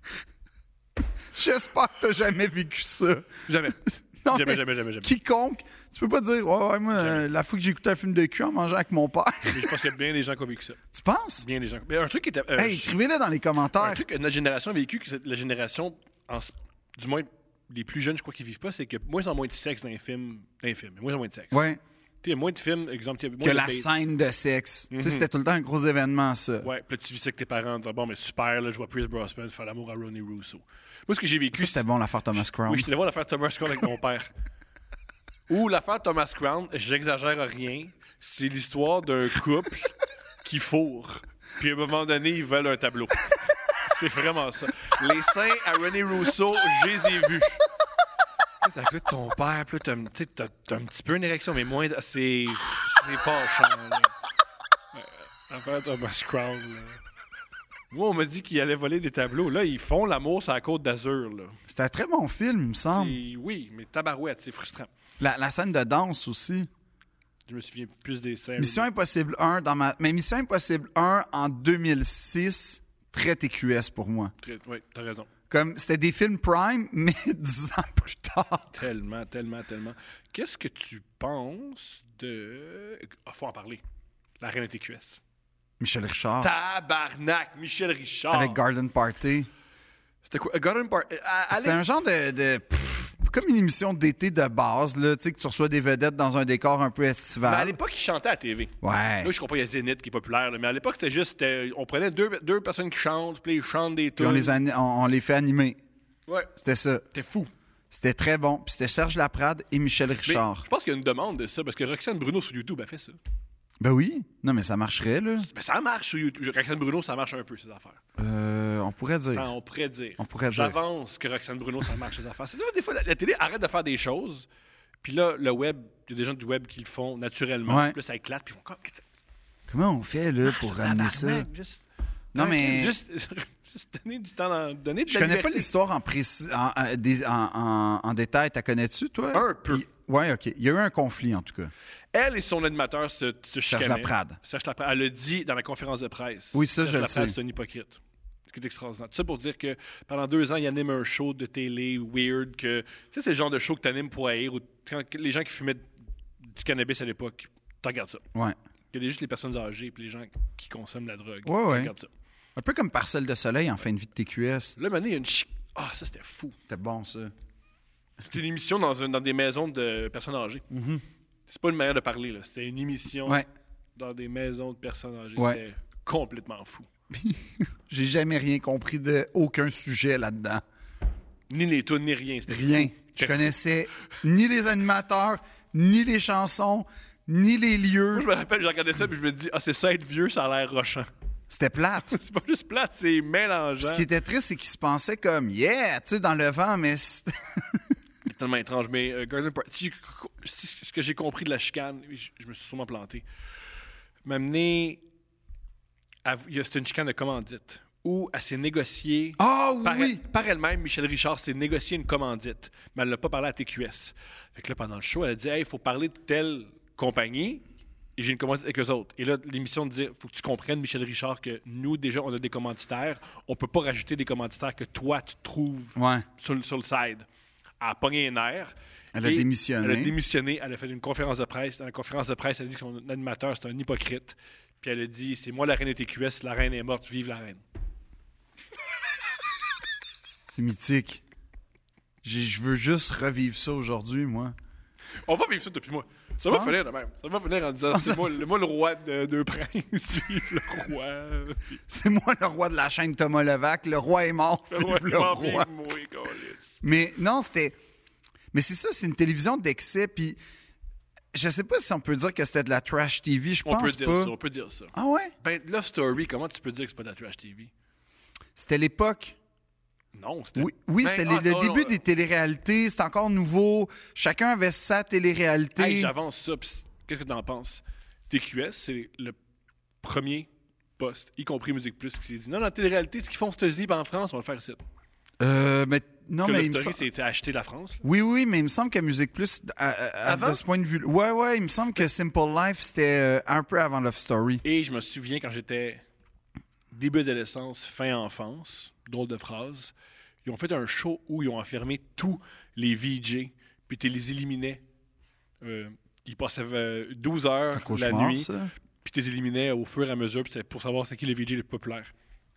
J'espère que t'as jamais vécu ça.
Jamais.
Non,
jamais,
mais-
jamais, jamais, jamais.
quiconque. Tu peux pas dire, ouais, ouais, moi, euh, la fois que j'ai écouté un film de cul en mangeant avec mon père.
Mais je pense qu'il y a bien des gens qui ont vécu ça.
tu penses?
Bien des gens. Mais un truc qui était. euh,
Hey, écrivez-le dans les commentaires.
un truc que notre génération a vécu, que c'est la génération, en s- du moins les plus jeunes, je crois, qui vivent pas, c'est que moins en moins de sexe dans les films. Dans les films, moins en moins de sexe.
Ouais.
Tu sais, il y a moins de films, exemple, il y a moins
Que
de
la
pays.
scène de sexe. Tu sais, c'était tout le temps un gros événement, ça.
Mhm. Ouais, puis là, tu vis ça avec tes parents, en disant, bon, mais super, là, je vois Pierce Brosnan faire l'amour à Ronnie Russo. Moi, ce que j'ai vécu,
Ça, c'était bon, l'affaire Thomas Crown.
Oui, je allé voir l'affaire Thomas Crown avec mon père. Ou l'affaire Thomas Crown, j'exagère rien, c'est l'histoire d'un couple qui fourre. Puis à un moment donné, ils veulent un tableau. C'est vraiment ça. Les seins à René Rousseau, je les ai vus. Là, Ça fait ton père, puis là, t'as, un- tu sais, t'as- t'as un petit peu une érection, mais moins. de- C'est. C'est fâchant, là. Euh, L'affaire Thomas Crown, là. Moi, on m'a dit qu'il allait voler des tableaux. Là, ils font l'amour sur la côte d'Azur, là.
C'était un très bon film, il me semble.
Et oui, mais tabarouette, c'est frustrant.
La, la scène de danse aussi.
Je me souviens plus des scènes.
Mission Impossible 1, dans ma... mais Mission Impossible 1 en 2006, très TQS pour moi.
Très- Oui, t'as raison.
Comme C'était des films Prime, mais 10 ans plus tard.
Tellement, tellement, tellement. Qu'est-ce que tu penses de. Ah, faut en parler. La reine était QS.
Michel Richard,
Tabarnak, Michel Richard.
avec Garden Party.
C'était quoi? Garden Park. euh,
C'était
Allez.
un genre de. de- pff, comme une émission d'été de base, là, tu sais, que tu reçois des vedettes dans un décor un peu
Mais à
estival.
l'époque, il chantait à la TV.
Ouais.
Là, Ben, je comprends, il y a Zénith qui est populaire, là, mais à l'époque, c'était juste. euh, on prenait deux, deux personnes qui chantent, puis ils chantent des
Puis
tunes.
on les, ani- on, on les fait animer.
Ouais.
C'était ça.
C'était fou.
C'était très bon. Puis c'était Serge Laprade et Michel
Mais
Richard.
je pense qu'il y a une demande de ça, parce que Roxane Bruno sur YouTube a fait ça.
Ben oui. Non, mais ça marcherait, là.
Ben, ça marche sur YouTube. Roxane Bruno, ça marche un peu, ces affaires.
Euh, on pourrait dire.
Attends, Ben, on pourrait dire.
On pourrait dire.
J'avance que Roxane Bruno, ça marche, les affaires. C'est ça, des fois, la, la télé arrête de faire des choses, puis là, le web, il y a des gens du web qui le font naturellement.
Ouais.
Puis là, ça éclate, puis ils font comme. qu'est-ce que-
Comment on fait, là, pour ramener ça?
Ah, Tabarnak, Juste,
Non, mais-
Juste, juste donner du temps, dans- donner de
Je
la
connais pas
liberté.
l'histoire en, précis, en, en- des- en- en- en détail. T'as connais-tu, toi?
Un peu.
Il- Ouais, OK. Il y a eu un conflit, en tout cas.
Elle et son animateur se, se chicanaient.
Laprade.
Serge Laprade. Elle le dit dans la conférence de presse.
Oui, ça,
Serge
je le
Laprade,
sais.
c'est un hypocrite. Ce qui est extraordinaire. Tout ça pour dire que pendant deux ans, il anime un show de télé weird que. Tu sais, c'est le genre de show que t'animes pour haïr ou quand les gens qui fumaient du cannabis à l'époque, tu regardes ça.
Ouais.
Il y a juste les personnes âgées et les gens qui consomment la drogue.
Ouais,
qui
ouais.
regardent ça.
Un peu comme Parcelle de soleil en fin de vie de TQS.
Là, maintenant, il y a une chi- Ah, ça, c'était fou.
C'était bon, ça.
C'était une émission dans, un- dans des maisons de personnes âgées. C'est pas une manière de parler, là. C'était une émission
Mm-hmm. Ouais.
dans des maisons de personnes âgées.
Ouais.
C'était complètement fou.
J'ai jamais rien compris de aucun sujet là-dedans.
Ni les tunes, ni rien. C'était
Rien.
fou.
Je
C'était
connaissais ni les animateurs, ni les chansons, ni les
fou.
lieux.
Je me rappelle, j'ai regardé ça puis je me dis, ah, c'est ça être vieux, ça a l'air rochant.
C'était plate.
C'est pas juste plate, c'est mélangeant.
Ce qui était triste, c'est qu'ils se pensaient comme yeah, tu sais, dans le vent, mais c'était-
C'est tellement étrange. Mais euh, Garden Party, si- si- ce que j'ai compris de la chicane, je, je me suis sûrement planté, m'amener. à- il y a- C'est une chicane de commandite où elle s'est négociée.
ah
Par,
oui,
par elle-même, Michel Richard s'est négocié une commandite, mais elle n'a pas parlé à TQS. Fait que là, pendant le show, elle a dit Hey, il faut parler de telle compagnie, et j'ai une commandite avec eux autres. Et là, l'émission dit Faut que tu comprennes, Michel Richard, que nous, déjà, on a des commanditaires. On peut pas rajouter des commanditaires que toi, tu trouves
ouais,
sur, le- sur le side. Elle a pogné un air.
Elle a démissionné.
Elle a démissionné. Elle a fait une conférence de presse. Dans la conférence de presse, elle a dit que son animateur, c'est un hypocrite. Puis elle a dit C'est moi la reine des TQS, la reine est morte, vive la reine.
C'est mythique. J'ai- Je veux juste revivre ça aujourd'hui, moi.
On va vivre ça depuis moi. Ça va
penses?
finir de même. Ça va finir en disant c'est moi, le- moi le roi de deux princes, vive le roi.
C'est moi le roi de la chaîne Thomas Levac. Le roi est mort.
Le
vive
roi,
le roi.
vive moi, câlisse.
Mais non, c'était. Mais c'est ça, c'est une télévision d'excès. Puis je sais pas si on peut dire que c'était de la trash TV. Je
On peut
pense
dire
pas.
ça, on peut dire ça.
Ah ouais?
Ben, Love Story, comment tu peux dire que c'est pas de la trash TV?
C'était l'époque.
Non, c'était.
Oui, oui
Ben,
c'était
ah,
le, le
non,
début
non,
des téléréalités. C'était encore nouveau. Chacun avait sa téléréalité.
ah. Hey, j'avance ça, pis qu'est-ce que t'en penses? TQS, c'est le premier poste, y compris Musique Plus, qui s'est dit non, la télé-réalité, ce qu'ils font aux États-Unis, ben en France, on va le faire ici.
Euh, mais non,
que
mais
Love
il me
Story,
sem-
c'était acheter la France. là.
Oui, oui, mais il me semble que Musique Plus, à- à- à-
Avant?
de ce point de vue. Ouais, ouais, il me semble que Simple Life, c'était euh, un peu avant Love Story.
Et je me souviens quand j'étais début adolescence, fin enfance, drôle de phrase, ils ont fait un show où ils ont enfermé tous les VJ, puis tu les éliminais. Euh, ils passaient euh, 12 heures la
Cauchemar,
nuit.
ça.
puis tu les éliminais au fur et à mesure, puis c'était pour savoir c'est qui le VJ le plus populaire.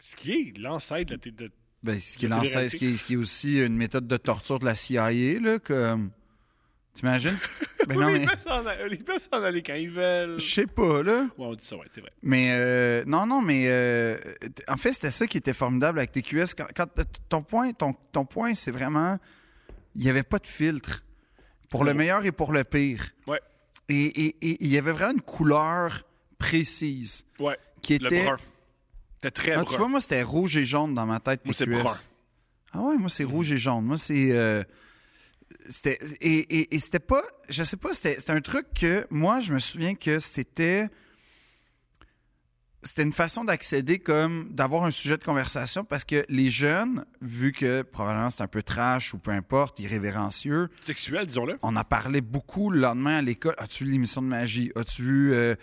Ce qui est l'ancêtre de la t- de-
Ben, ce qui est
La
l'ancêtre,
télé-réalité.
ce qui est, ce qui est aussi une méthode de torture de la CIA, là, comme. T'imagines? Ben non,
Oui,
mais.
ils, peuvent s'en a- ils peuvent s'en aller quand ils veulent.
Je sais pas, là.
Ouais, on dit ça, ouais, c'est vrai.
Mais euh, non, non, mais euh, t- en fait, c'était ça qui était formidable avec TQS. Quand, quand- t- ton point, ton, ton point, c'est vraiment, il n'y avait pas de filtre pour le
Non.
meilleur et pour le pire.
Ouais.
Et et- et- et il y avait vraiment une couleur précise
Ouais,
qui
le
était.
brun. C'était très
Ah,
brun.
tu vois, moi, c'était rouge et jaune dans ma tête.
Moi, c'est
TQS.
brun.
Ah ouais, moi, c'est rouge et jaune. Moi, c'est. euh, c'était. Et, et- et c'était pas. Je sais pas, c'était c'était un truc que. Moi, je me souviens que c'était. C'était une façon d'accéder comme d'avoir un sujet de conversation parce que les jeunes, vu que probablement c'est un peu trash ou peu importe, irrévérencieux,
Sexuel, disons-le.
on en parlait beaucoup le lendemain à l'école. As-tu vu l'émission de magie? As-tu vu euh, euh,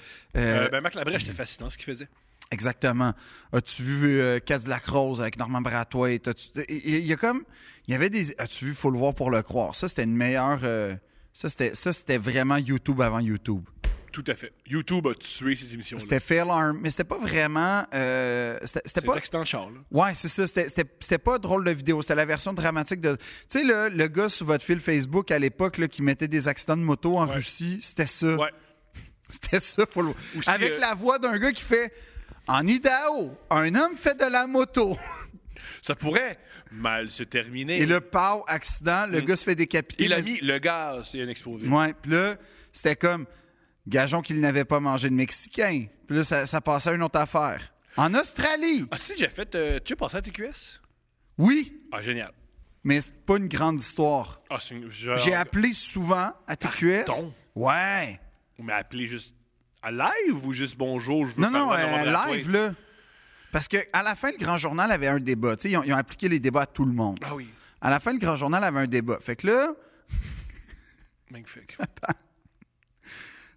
Euh, ben, Mac Labrèche, c'était fascinant ce qu'il faisait.
Exactement. As-tu vu euh, Cadillac Rose avec Norman Brathwaite? As-tu- Il il y a comme. Il y avait des. As-tu vu Faut le voir pour le croire? Ça, c'était une meilleure. euh, ça, c'était ça, c'était vraiment YouTube avant YouTube.
Tout à fait. YouTube a tué ces émissions-là.
C'était Fail Arm, mais c'était pas vraiment. euh, c'était c'était
C'est
pas.
accident de char, là.
Ouais, c'est ça. C'était- C'était c'était pas drôle de vidéo. C'était la version dramatique de. Tu sais, le, le gars sur votre fil Facebook à l'époque là, qui mettait des accidents de moto en
Ouais.
Russie, c'était ça.
Ouais.
C'était ça, faut le voir.
Aussi,
Avec
euh,
la voix d'un gars qui fait En Idaho, un homme fait de la moto.
Ça pourrait mal se terminer.
Et le pow, accident, le gars se fait décapiter.
Mm. Il a
mais-
mis le gaz, c'est un exposé.
Ouais, puis là, c'était comme gageons qu'il n'avait pas mangé de Mexicain. Puis là, ça, ça passait à une autre affaire. En Australie,
Ah, tu sais, j'ai fait. euh, tu as passé à TQS?
oui,
Ah, génial.
mais c'est pas une grande histoire.
Ah, c'est une- genre-
J'ai appelé souvent à TQS.
Pardon?
Ouais.
On m'a appelé juste à live ou juste bonjour, je veux
Non, non,
parler à
euh,
Norman Brathwaite?
live, là. Parce qu'à la fin, le Grand Journal avait un débat. Tu sais, Ils ont, ils ont appliqué les débats à tout le monde.
Ah oui,
À la fin, le Grand Journal avait un débat. Fait que là,
magnifique.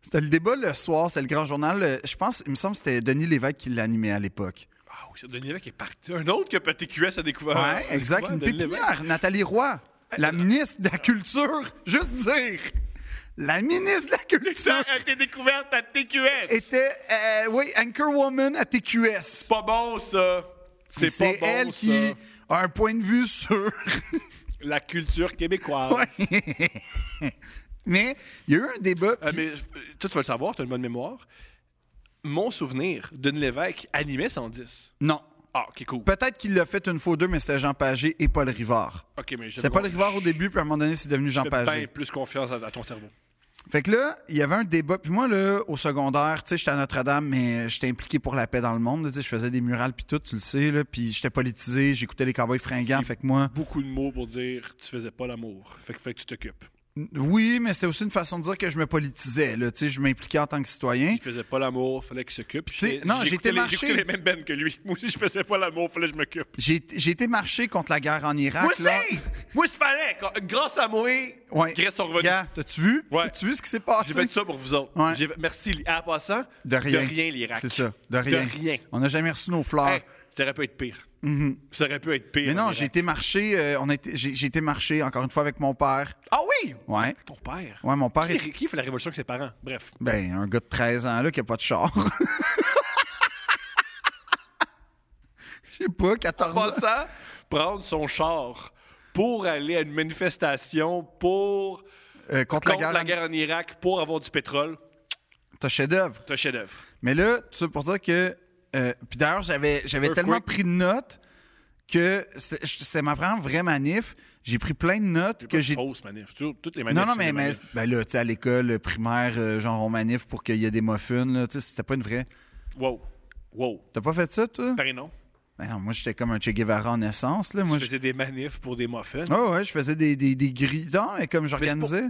c'était le débat le soir, c'était le Grand Journal. euh, Je pense, il me semble que c'était Denis Lévesque qui l'animait à l'époque.
Ah oui, c'est Denis Lévesque qui est parti. Un autre que TQS a découvert.
Ouais,
a
exact.
découvert,
Une
Denis Lévesque.
pépinière. Nathalie Roy,
Euh,
la ministre de la Culture. Juste dire. La ministre de la
Ça
Culture
a été découverte à TQS.
était, euh, oui, Anchorwoman à TQS.
C'est pas bon, ça. C'est pas bon,
elle
ça.
qui a un point de vue sur.
La culture québécoise.
Ouais. Mais il y a eu un débat.
Euh,
puis-
mais euh, toi, tu vas le savoir, tu as une bonne mémoire. Mon souvenir, Denis Lévesque animait 110.
Non.
Ah, ok, cool.
Peut-être qu'il l'a fait une fois ou deux, mais c'était Jean Pagé et Paul Rivard.
Ok, mais
C'était Paul Rivard au début, puis à un moment donné, c'est devenu Jean
Fais bien
Pagé.
plus confiance à, à ton cerveau.
Fait que là, il y avait un débat. Puis moi, là, au secondaire, tu sais, j'étais à Notre-Dame, mais j'étais impliqué pour la paix dans le monde. là, Tu sais, je faisais des murales, puis tout, tu le sais, là. Puis j'étais politisé, j'écoutais les cowboys fringants.
C'est-
Fait que moi,
Beaucoup de mots pour dire tu faisais pas l'amour. Fait que, fait que tu t'occupes.
oui, mais c'était aussi une façon de dire que je me politisais, là. Tu sais, je m'impliquais en tant que citoyen.
Il faisait pas l'amour, fallait qu'il s'occupe.
tu sais,
J'ai-
non, j'ai
j'écoutais
été
les-
marcher.
J'écoutais les mêmes bennes que lui. Moi aussi, je faisais pas l'amour, fallait que je m'occupe.
J'ai j'ai été marcher contre la guerre en Irak.
Moi aussi!
là.
Moi, il fallait! Quand- Grâce à moi,
Ouais.
Grèce sont revenus.
Gars, t'as-tu vu?
Ouais.
T'as-tu vu ce qui s'est
J'ai
passé?
fait ça pour vous autres.
Ouais.
J'ai- Merci. li- En passant,
De rien.
l'Irak.
C'est ça, de rien.
De rien.
On n'a jamais reçu nos fleurs.
Hey, ça aurait pu être pire. Ça aurait pu être pire.
Ah. Mm-hmm. mais non,
en
j'ai
Irak.
été marcher, euh, on a été- j'ai j'ai été marcher encore une fois avec mon père.
Ah oui!
Ouais.
Ton père.
Ouais, mon père est-
Qui, qui fait la révolution avec ses parents? Bref.
Ben, un gars de 13 ans, là, qui a pas de char. Je sais pas, 14 ans.
Passant, prendre son char pour aller à une manifestation pour
Euh, contre,
contre,
la guerre,
la guerre en Irak pour avoir du pétrole,
T'as chef-d'œuvre.
c'est un chef-d'œuvre.
Mais là, tout ça pour dire que. euh, puis d'ailleurs, j'avais, j'avais
Earthquake.
tellement pris de notes que c'est- je- c'était ma vraiment vraie manif. J'ai pris plein de notes
C'est
que
pas
j'ai.
fausse manif. Toujours- Toutes les manifs.
Non, non,
c'est
mais,
des
mais
manifs.
ben là, tu sais, à l'école euh, primaire, euh, genre, on manif pour qu'il y ait des muffins. Là, tu sais, c'était pas une vraie.
Wow. Wow.
T'as pas fait ça, toi?
Ben non.
Ben non, moi, j'étais comme un Che Guevara en essence. Là. Moi,
je
je...
faisais des manifs pour des muffins.
Ah ouais, je faisais des, des, des grilles. Non, mais comme j'organisais.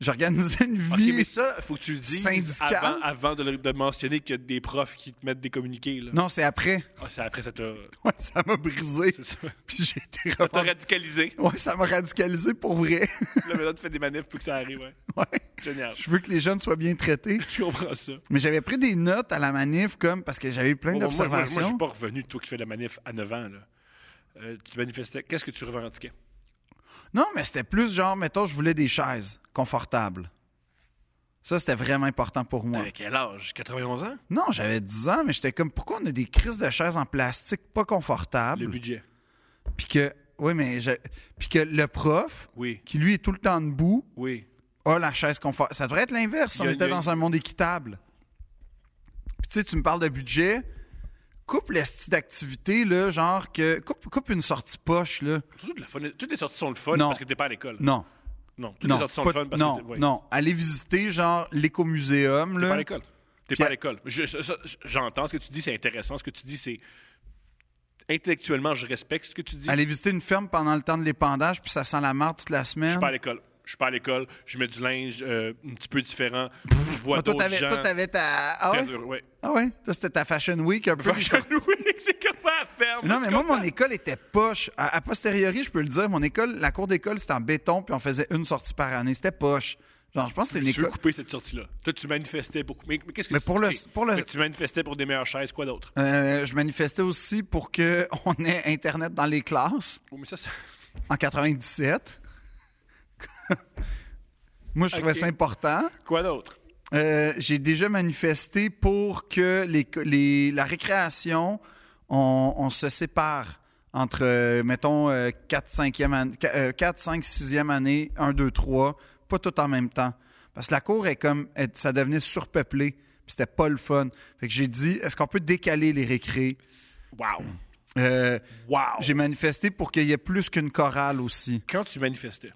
J'organisais une
Ok,
vie.
mais ça, faut que tu le dises
Syndical.
avant, avant de, le- de mentionner qu'il y a des profs qui te mettent des communiqués. Là.
Non, c'est après.
Ah, c'est après, ça t'a
Ouais, ça m'a brisé.
c'est ça.
Puis j'ai été
Ça t'a
reporté.
radicalisé.
Ouais, ça m'a radicalisé pour vrai.
Là, maintenant, tu fais des manifs pour que ça arrive. ouais.
ouais.
Génial.
Je veux que les jeunes soient bien traités.
Je comprends ça.
Mais j'avais pris des notes à la manif, comme parce que j'avais eu plein
Bon, moi, moi, moi, je suis
d'observations.
pas revenu de toi qui fais de la manif à 9 ans. Là. Euh, tu manifestais. Qu'est-ce que tu revendiquais?
Non, mais c'était plus genre, mettons, je voulais des chaises confortables. Ça, c'était vraiment important pour moi.
Avec quel âge? 91 ans?
Non, j'avais 10 ans, mais j'étais comme, pourquoi on a des crises de chaises en plastique pas
Le
confortables?
budget.
Puis que, oui, mais je- Puis que le prof,
Oui,
qui lui est tout le temps debout,
oui.
a la chaise confortable. Ça devrait être l'inverse si
Il y
on
a-
était
il y a-
dans un monde équitable. Puis tu sais, tu me parles de budget. Coupe le style d'activité, là, genre que. Coupe, coupe une sortie poche, là.
Surtout de la fun- Toutes les sorties sont le fun
Non.
parce que t'es pas à l'école.
Non.
Non, toutes
Non,
les sorties sont
pas-
le fun parce
non,
que t'es ouais.
non. Aller visiter, genre, l'écomuséum,
T'es pas à
là.
l'école. T'es
Puis
pas
à-
à l'école. Je- ça- ça- J'entends ce que tu dis, c'est intéressant. Ce que tu dis, c'est. Intellectuellement, je respecte ce que tu dis.
Aller visiter une ferme pendant le temps de l'épandage, puis ça sent la merde toute la
Je
semaine.
suis pas à l'école. Je suis pas à l'école. Je mets du linge euh, un petit peu différent. Je vois
Ah, toi,
d'autres
t'avais,
gens.
toi, t'avais ta. Ah ouais?
Très heureux, ouais.
Ah ouais? Toi, c'était ta fashion week un peu. les
Fashion Week, c'est comment à faire?
Non, mais moi, mon école était poche. À, à posteriori, je peux le dire, mon école, la cour d'école, c'était en béton, puis on faisait une sortie par année. C'était poche. Genre, je pense que c'était une
Tu veux
école.
couper cette sortie-là. Toi, tu manifestais beaucoup. Mais, mais qu'est-ce que
Mais
tu
pour le-
ok.
pour le-
Fait que Tu manifestais pour des meilleures chaises, quoi d'autre?
Euh, je manifestais aussi pour qu'on ait Internet dans les classes
Oh, mais ça, ça-
en 97. Moi, je trouvais
Ok.
ça important.
Quoi d'autre?
Euh, J'ai déjà manifesté pour que les, les- la récréation, on, on se sépare entre, euh, mettons, 4, 5e année, 4, 5, 6e année, 1, 2, 3, pas tout en même temps. Parce que la cour est comme, elle- ça devenait surpeuplé, puis c'était pas le fun. Fait que j'ai dit, est-ce qu'on peut décaler les récrés?
Wow!
Euh,
Wow!
J'ai manifesté pour qu'il y ait plus qu'une chorale aussi,
Quand tu manifestais,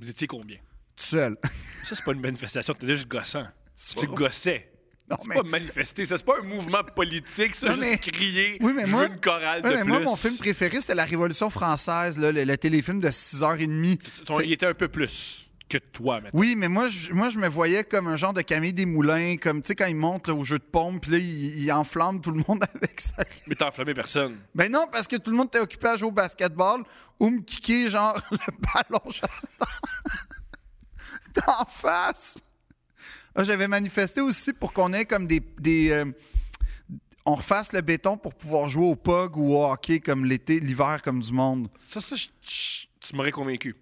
vous étiez combien?
tout seul.
Ça, c'est pas une manifestation, t'es juste gossant. Tu
Soit-
gossais.
Non,
C'est
mais-
pas manifester, ça, c'est pas un mouvement politique, ça,
Non,
juste
mais-
crier.
Oui, mais
je
moi-
veux une chorale
Ouais,
de
mais
plus.
moi, mon film préféré, c'était La Révolution française, là, le, le téléfilm de 6h30.
Son- Il était un peu plus que toi, maintenant.
Oui, mais moi je, moi, je me voyais comme un genre de Camille Desmoulins, comme, tu sais, quand il monte là, au jeu de pompe, puis là, il, il enflamme tout le monde avec ça.
Mais t'as enflammé personne.
Ben non, parce que tout le monde était occupé à jouer au basketball ou me kicker, genre, le ballon genre, d'en face. Ah, J'avais manifesté aussi pour qu'on ait comme des... des euh, on refasse le béton pour pouvoir jouer au pug ou au hockey comme l'été, l'hiver comme du monde.
Ça, ça, je- je- tu m'aurais convaincu.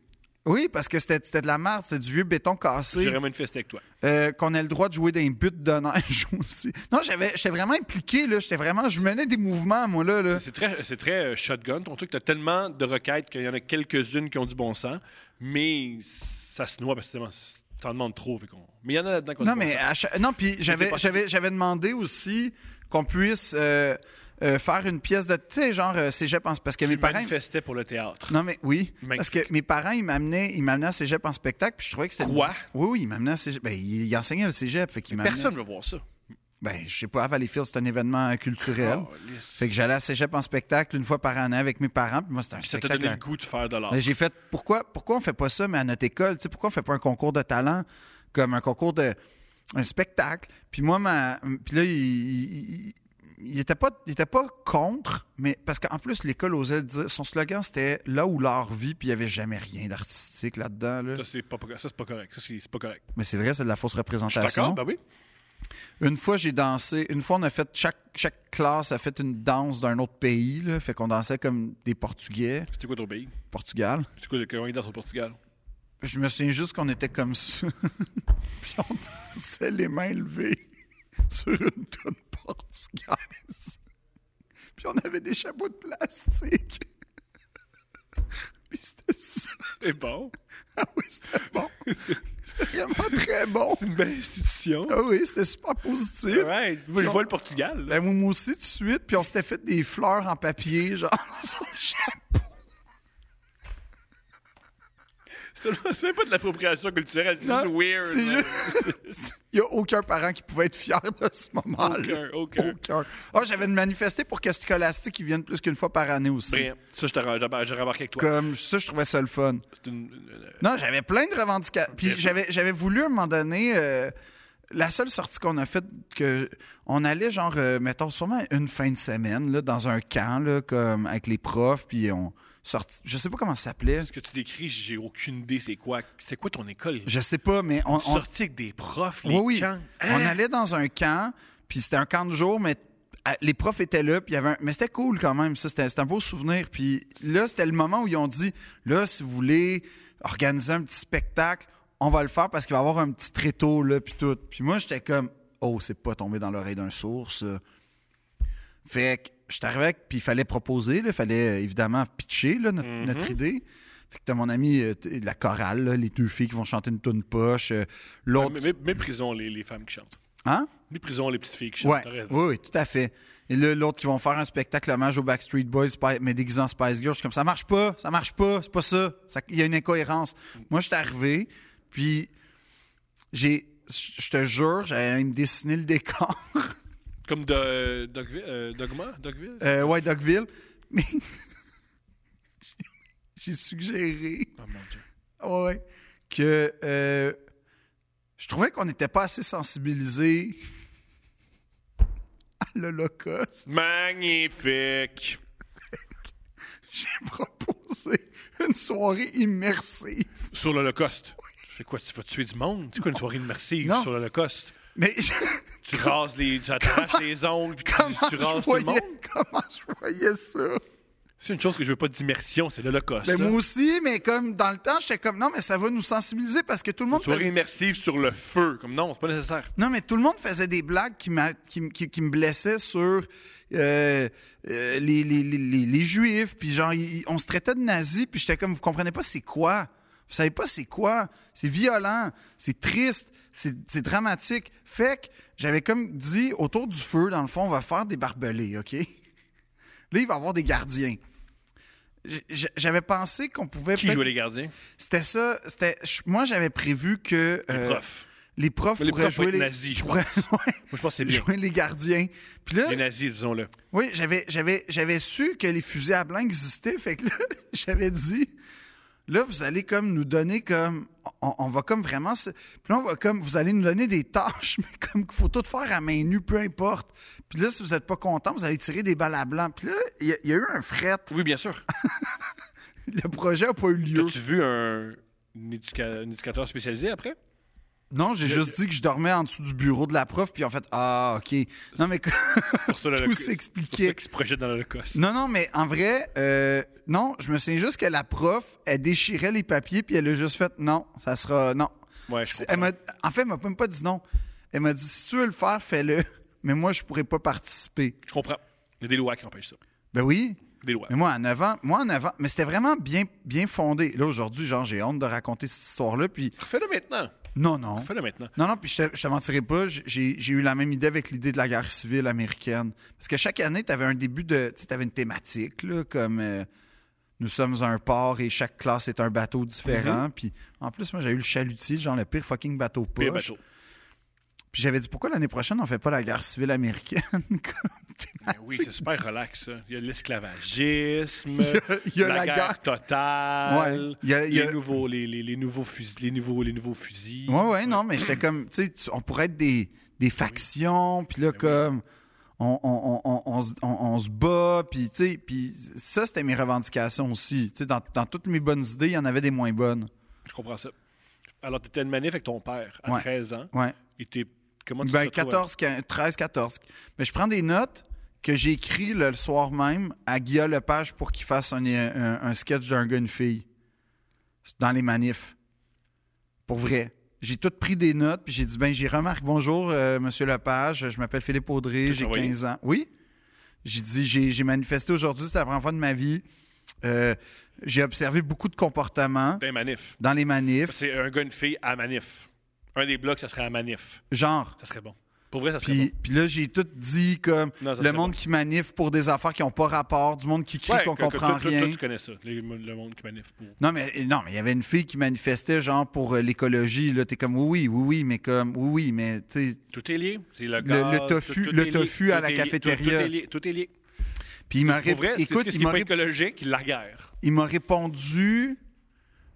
Oui, parce que c'était c'était de la merde, c'était du vieux béton cassé.
J'aurais manifesté avec toi.
Euh, qu'on ait le droit de jouer dans les buts de neige aussi. Non, j'avais, j'étais vraiment impliqué, là. J'étais vraiment, je menais des mouvements, moi, là. là.
C'est très, c'est très euh, shotgun. Ton truc, t'as tellement de requêtes qu'il y en a quelques-unes qui ont du bon sens, mais ça se noie parce que tellement- t'en demandes trop. fait qu'on- Mais il y en a là-dedans qui ont
Non,
du bon
mais euh,
sens.
à chaque- non, puis j'avais,
pas-
j'avais, j'avais demandé aussi qu'on puisse euh, euh, faire une pièce de, tu sais, genre euh, cégep en parce que mes
Tu
parents.
manifestais pour le théâtre.
Non, mais oui.
Magnifique.
Parce que mes parents, ils m'amenaient, ils m'amenaient à cégep en spectacle, puis je trouvais que c'était.
Quoi?
Oui, oui, ils m'amenaient à cégep. Ben, ils ils enseignaient le cégep, fait qu'ils m'amenaient.
Personne ne va voir ça.
Ben, je sais pas, à Valleyfield, c'est un événement euh, culturel.
Oh, lisse.
Fait que j'allais à cégep en spectacle une fois par année avec mes parents, puis moi, c'était un
ça t'a
spectacle.
donné
à-
le goût de faire de l'art.
Mais j'ai fait pourquoi pourquoi on fait pas ça mais à notre école, tu sais pourquoi on fait pas un concours de talent comme un concours de un spectacle. Puis moi ma puis là il, il- il- il était pas il était pas contre mais parce qu'en plus l'école osait dire son slogan c'était là où l'art vit puis il y avait jamais rien d'artistique là-dedans là.
Ça, c'est pas, ça, c'est pas correct. Ça, c'est c'est pas correct.
Mais c'est vrai, c'est de la fausse
Je suis
représentation.
D'accord, ben oui.
Une fois j'ai dansé, une fois on a fait chaque chaque classe a fait une danse d'un autre pays là, fait qu'on dansait comme des portugais,
C'était quoi ton pays?
Portugal.
C'est quoi le comment ils dansent au Portugal?
Je me souviens juste qu'on était comme ça. Puis on dansait les mains levées sur une tonne portugaise. Puis on avait des chapeaux de plastique.
très Eh bon.
Ah oui, c'était bon. C'était vraiment très bon.
Une belle institution.
Ah oui, c'était super positif.
Right. Moi, je vois le Portugal. là.
Ben, moi aussi, tout de suite. Puis on s'était fait des fleurs en papier, genre, sur le chapeau.
C'est tellement- c'est même pas de l'appropriation culturelle, c'est
Non,
juste weird.
c'est
man.
juste- Il n'y a aucun parent qui pouvait être fier de ce moment-là.
Aucun, aucun.
Aucun. Ah, j'avais manifesté pour que Scolastique ils viennent plus qu'une fois par année aussi.
Brillant. Ça, je te re- j'ai j'ai remarqué avec toi.
Comme ça, je trouvais ça le fun.
C'est une- euh, une-
Non, j'avais plein de revendications. Puis j'avais, j'avais voulu à un moment donné. euh, la seule sortie qu'on a faite, que on allait genre, euh, mettons, sûrement une fin de semaine là, dans un camp là, comme avec les profs, puis on sortit. Je sais pas comment ça s'appelait.
Ce que tu décris, j'ai aucune idée. C'est quoi C'est quoi ton école
Je sais pas, mais on, on-
Sorti avec des profs, les Hein?
oui, oui.
camps.
on allait dans un camp, puis c'était un camp de jour, mais à- les profs étaient là, puis il y avait un- mais c'était cool quand même, ça, c'était c'était un beau souvenir. Puis là, c'était le moment où ils ont dit, là, si vous voulez organiser un petit spectacle, on va le faire parce qu'il va y avoir un petit tréteau, là, puis tout. Puis moi, j'étais comme, oh, c'est pas tombé dans l'oreille d'un sourd, ça. Fait que je arrivé, avec- puis il fallait proposer, il fallait euh, évidemment pitcher là, notre, notre idée. Fait que t'as mon ami euh, t- de la chorale, là, les deux filles qui vont chanter une toune poche, euh, l'autre...
Mé- mé- Méprisons les, les femmes qui chantent.
Hein?
Méprisons les petites filles qui chantent.
Ouais,
t'as raison.
oui, oui, tout à fait. Et là, l'autre qui vont faire un spectacle hommage aux Backstreet Boys, Spi- mais déguisant Spice Girls. Je suis comme ça marche pas, ça marche pas, c'est pas ça. Ça- Il y a une incohérence. Moi, je suis arrivé, puis j'ai, je je te jure, j'avais même dessiné le décor.
Comme de, euh, Dogville- euh, Dogma Dogville
Euh, ouais, Dogville. Mais j'ai suggéré ah
Oh mon Dieu.
ouais, que euh, je trouvais qu'on n'était pas assez sensibilisés à l'Holocauste.
Magnifique.
j'ai proposé une soirée immersive.
Sur l'Holocauste. C'est quoi Tu vas tuer du monde C'est quoi une soirée immersive
Non.
sur l'Holocauste
Mais
Tu rases les. Tu attaches les ongles puis tu,
comment,
tu
je
rases tout le monde
voyais, comment je voyais ça?
C'est une chose que je veux pas d'immersion, c'est l'Holocauste.
Ben,
là.
moi aussi, mais comme dans le temps, j'étais comme non, mais ça va nous sensibiliser parce que tout le monde
Soirée
faisait,
immersive sur le feu. Comme non, c'est pas nécessaire.
non, mais tout le monde faisait des blagues qui, m'a- qui, qui- qui me blessaient sur euh, euh, les, les- les- les- les Juifs. Puis genre, ils- on se traitait de nazis, puis j'étais comme, vous comprenez pas c'est quoi? Vous savez pas c'est quoi? C'est violent, c'est triste, c'est c'est dramatique. Fait que j'avais comme dit, autour du feu, dans le fond, on va faire des barbelés, OK? Là, il va y avoir des gardiens. J- j- J'avais pensé qu'on pouvait...
Qui
peut-être-
jouait les gardiens
C'était ça. C'était, je- moi, j'avais prévu que...
Les
euh,
profs.
les profs
Mais les
pourraient
profs
jouer
pourraient
les
être nazis, je
pourraient-
pense.
ouais,
Moi, je pense que c'est bien.
jouer les gardiens. Puis là,
Les nazis, disons-le.
oui, j'avais, j'avais, j'avais su que les fusils à blanc existaient. Fait que là, j'avais dit, là, vous allez comme nous donner comme, on, on va comme vraiment, se- puis là, on va comme, vous allez nous donner des tâches, mais comme qu'il faut tout faire à main nue, peu importe. Puis là, si vous n'êtes pas content, vous allez tirer des balles à blanc. Puis là, il y, a- il y a eu un fret.
Oui, bien sûr.
Le projet n'a pas eu lieu.
As-tu vu un, un éduca- un éducateur spécialisé après
Non, j'ai juste dit que je dormais en dessous du bureau de la prof, puis en fait, ah, ok. Non, mais
Pour ça,
tout
l'Holocauste. C'est pour
s'expliquait.
ça qu'il se projette dans l'Holocauste.
Non, non, mais en vrai, euh, non, je me souviens juste que la prof, elle déchirait les papiers, puis elle a juste fait non, ça sera non.
Ouais, je
C'est-
comprends.
elle m'a- en fait, elle m'a même pas dit non. Elle m'a dit si tu veux le faire, fais-le, mais moi, je pourrais pas participer.
Je comprends. Il y a des lois qui empêchent ça.
Ben oui.
Des lois.
Mais moi, à 9 ans, moi, à 9 ans, mais c'était vraiment bien, bien fondé. Là, aujourd'hui, genre, j'ai honte de raconter cette histoire-là, puis
Fais-le maintenant.
non, non.
Fais-le maintenant.
Non, non, puis je te, je te mentirais pas, j- j'ai j'ai eu la même idée avec l'idée de la guerre civile américaine. Parce que chaque année, tu avais un début de. Tu avais une thématique, là, comme euh, nous sommes un port et chaque classe est un bateau différent. Puis en plus, moi, j'ai eu le chalutier, genre le pire fucking bateau poche.
Mm-hmm. Pire bateau.
Puis j'avais dit, pourquoi l'année prochaine, on fait pas la guerre civile américaine comme
Ben
thématique?
oui, c'est super relax, ça. Il y a l'esclavagisme,
y a- il y a
la,
la
guerre,
guerre-
totale,
Ouais, il y a- il y a-
Les, nouveaux, les, les- les nouveaux fusils, les, nouveaux, les nouveaux fusils.
Ouais, ouais, non, mais j'étais comme, tu sais, tu- on pourrait être des, des factions, puis là,
oui.
comme, on, on, on, on, on se- on- on se bat, puis tu sais, puis ça, c'était mes revendications aussi. Tu sais, dans, dans toutes mes bonnes idées, il y en avait des moins bonnes.
Je comprends ça. Alors, t'étais une manif avec ton père à
Ouais.
13 ans.
Ouais.
Et t'es... Comment tu
Ben,
te retrouves à-
14, 15, 13, 14. Mais je prends des notes que j'ai écrites le, le soir même à Guillaume Lepage pour qu'il fasse un, un- un sketch d'un gars, une fille. C'est Dans les manifs. Pour vrai. J'ai tout pris des notes, puis j'ai dit, ben, j'ai remarqué, bonjour, euh, monsieur Lepage, je m'appelle Philippe Audrey,
T'as
j'ai
envoyé.
15 ans. Oui? J'ai dit, j'ai j'ai manifesté aujourd'hui, c'était la première fois de ma vie. Euh, j'ai observé beaucoup de comportements
C'était un manif.
dans les manifs,
C'est un gars, une fille à manif. Un des blocs, ça serait à manif.
genre.
Ça serait bon. Pour vrai, ça serait
Puis, puis là, j'ai tout dit comme
Non, ça
le
serait
monde
bon.
qui manif pour des affaires qui n'ont pas rapport, du monde qui crie qu'on
bon. que- que
comprend
toi- toi-
rien.
toi, tu connais ça, les- le monde qui manif pour.
Non, mais non, mais il y avait une fille qui manifestait genre pour euh, l'écologie. Là, t'es comme oui, oui, oui, oui, mais comme oui, oui, mais tu sais.
Tout est lié. C'est le,
Le-
gaz,
le
tout-
tofu-
tout
le
est lié,
tofu à
tout
la
est lié, tout-
cafétéria.
Tout est lié. Tout est lié.
Puis il m'a
Pour
ré-
vrai, c'est
écoute,
ce qui
il
est
m'a
pas
ré-
écologique, la guerre.
il m'a répondu.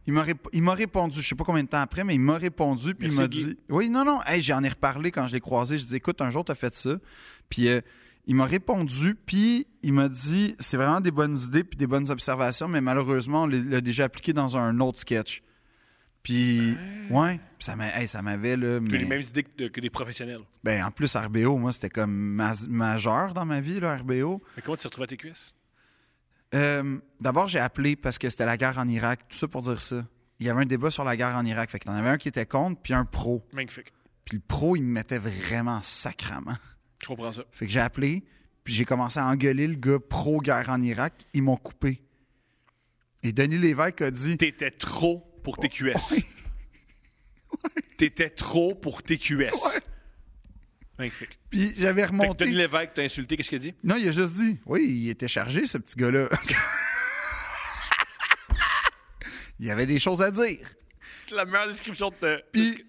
Il m'a, rép- il m'a répondu, je sais pas combien de temps après, mais il m'a répondu, puis il
Merci,
m'a
Guy.
dit. Oui, non, non, hey, j'en ai reparlé quand je l'ai croisé. Je dis, écoute, un jour, t'as fait ça. Puis euh, il m'a répondu, puis il m'a dit, c'est vraiment des bonnes idées, puis des bonnes observations, mais malheureusement, on l'a- l'a déjà appliqué dans un autre sketch. Puis,
Ben.
ouais, puis ça, m'a- hey, ça m'avait, là.
Tu as les
mais-
mêmes idées que, de- que des professionnels.
Ben, en plus, RBO, moi, c'était comme ma- majeur dans ma vie, là, RBO.
Mais comment tu t'es retrouvé à tes cuisses?
Euh, D'abord, j'ai appelé parce que c'était la guerre en Irak, tout ça pour dire ça. Il y avait un débat sur la guerre en Irak. Fait qu'il y en avait un qui était contre, puis un pro.
Magnifique.
Puis le pro, il me mettait vraiment sacrament.
Je comprends ça.
Fait que j'ai appelé, puis j'ai commencé à engueuler le gars pro-guerre en Irak. Ils m'ont coupé. Et Denis Lévesque a dit
T'étais trop pour
Oh,
tes cuisses. T'étais trop pour tes cuisses. Magnifique.
Puis j'avais
Fait que Denis
remonté.
Lévesque t'a insulté, qu'est-ce qu'il a dit?
Non, il a juste dit Oui, il était chargé, ce petit gars-là. il y avait des choses à dire.
C'est la meilleure description de. ta-
Puis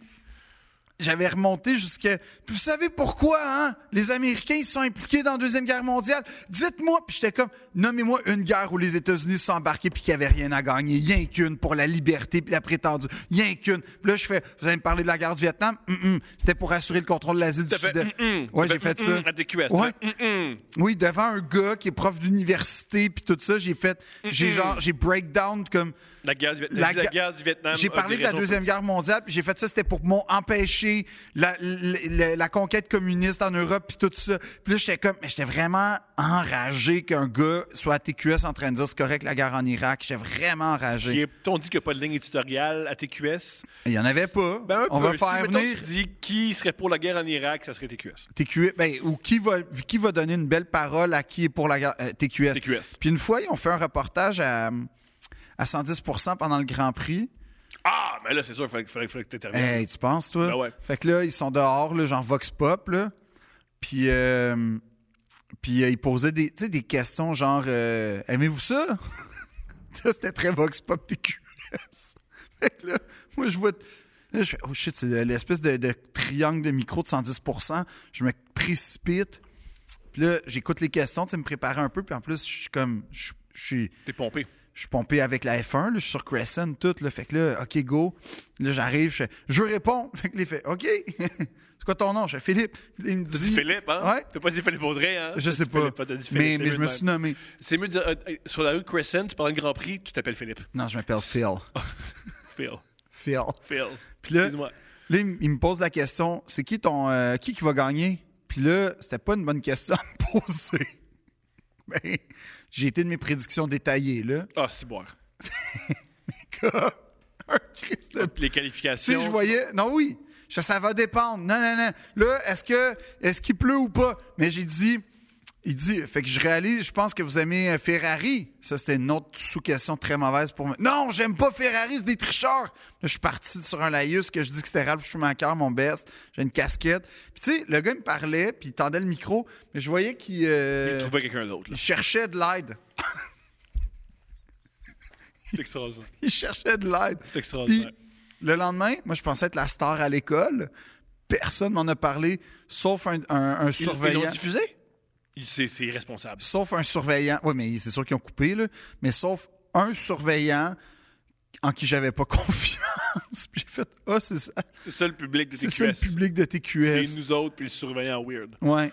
j'avais remonté jusqu'à. Puis vous savez pourquoi, hein? Les Américains, ils se sont impliqués dans la Deuxième Guerre mondiale. Dites-moi. Puis j'étais comme, nommez-moi une guerre où les États-Unis se sont embarqués puis qu'il n'y avait rien à gagner. Rien qu'une pour la liberté puis la prétendue. Rien qu'une. Puis là, je fais, vous allez me parler de la guerre du Vietnam? Hum, hum. C'était pour assurer le contrôle de l'Asie du
T'as fait,
Sud.
hum, hum.
Ouais,
T'as
j'ai fait
hum,
ça.
hum à tes cuisses.
Ouais.
T'as fait, hum, hum.
Oui, devant un gars qui est prof d'université puis tout ça, j'ai fait,
Mm,
j'ai genre, j'ai breakdown comme.
La guerre du, Viet-
La
la
guerre-
guerre du Vietnam.
J'ai
a
parlé
des
de la
raisons
Deuxième Guerre mondiale, puis j'ai fait ça, c'était pour m'en- empêcher la, la- la- la conquête communiste en Europe, puis tout ça. Puis là, j'étais comme, mais j'étais vraiment enragé qu'un gars soit à TQS en train de dire c'est correct la guerre en Irak. J'étais vraiment
Qui
enragé.
est- On dit qu'il n'y a pas de ligne éditoriale à TQS.
Il y en avait pas.
Ben, un
On
peu.
va
Si,
faire
mettons,
venir
tu dis qui serait pour la guerre en Irak, ça serait TQS.
TQS, ben, ou qui va, qui va donner une belle parole à qui est pour la guerre- euh, TQS.
TQS.
Puis une fois, ils ont fait un reportage à, à 110% pendant le Grand Prix.
Ah, mais là, c'est sûr, il fallait, fallait- fallait que tu interviennes.
Hey, tu penses, toi?
Ben ouais.
Fait que là, ils sont dehors, là, genre Vox Pop, là. Puis, euh, puis euh, ils posaient des, tu sais, des questions genre euh, Aimez-vous ça? ça, c'était très Vox Pop TQS. fait que là, moi, je vois. Là, je fais Oh shit, c'est l'espèce de, de triangle de micro de 110 Je me précipite. Puis là, j'écoute les questions, tu sais, me préparer un peu. Puis en plus, je suis comme. je- je suis
T'es pompé.
je suis pompé avec la F1, là, je suis sur Crescent, tout. Là, fait que là, OK, go. Là, j'arrive, je fais, je veux répondre. Fait que là, il fait, OK. c'est quoi ton nom? Je fais Philippe. Là, Il me
T'as dit
dit.
Philippe, hein?
Ouais.
T'as pas dit Philippe Audrey, hein?
Je
T'as
sais
dit
pas.
Philippe, t'as dit Philippe,
Mais,
c'est
mais
mieux
je
de
me
même.
suis nommé.
C'est mieux de dire, euh, euh, sur la rue Crescent, pendant le Grand Prix, tu t'appelles Philippe.
Non, je m'appelle Phil.
Phil.
Phil.
Phil.
Puis là,
Excuse-moi.
Là, il, m- il me pose la question, c'est qui ton euh, qui qui va gagner Puis là, c'était pas une bonne question à me poser. Ben, j'ai été de mes prédictions détaillées là.
Ah, c'est boire.
Comme un Christ de Tu
Les qualifications.
sais, je voyais. Non, oui. Je- ça va dépendre. Non, non, non. Là, est-ce que est-ce qu'il pleut ou pas? Mais j'ai dit. Il dit, fait que je réalise, je pense que vous aimez euh, Ferrari. Ça, c'était une autre sous-question très mauvaise pour moi. Non, j'aime pas Ferrari, c'est des tricheurs. Là, je suis parti sur un laïus que je dis que c'était Ralph Schumacher, mon best. J'ai une casquette. Puis tu sais, le gars il me parlait, puis il tendait le micro, mais je voyais qu'il... euh,
Il trouvait quelqu'un d'autre, là.
il cherchait de l'aide.
C'est extraordinaire.
Il cherchait de l'aide.
C'est extraordinaire.
Puis, le lendemain, moi, je pensais être la star à l'école. Personne m'en a parlé, sauf un, un- un
Ils- Ils l'ont
surveillant.
diffusé? Il- C'est c'est irresponsable.
Sauf un surveillant. Oui, mais c'est sûr qu'ils ont coupé, là. Mais sauf un surveillant en qui j'avais pas confiance. Puis j'ai fait Ah, c'est ça.
C'est ça le public de
C'est ça le
TQS.
public de
C'est
TQS.
nous autres puis le surveillant weird.
Ouais.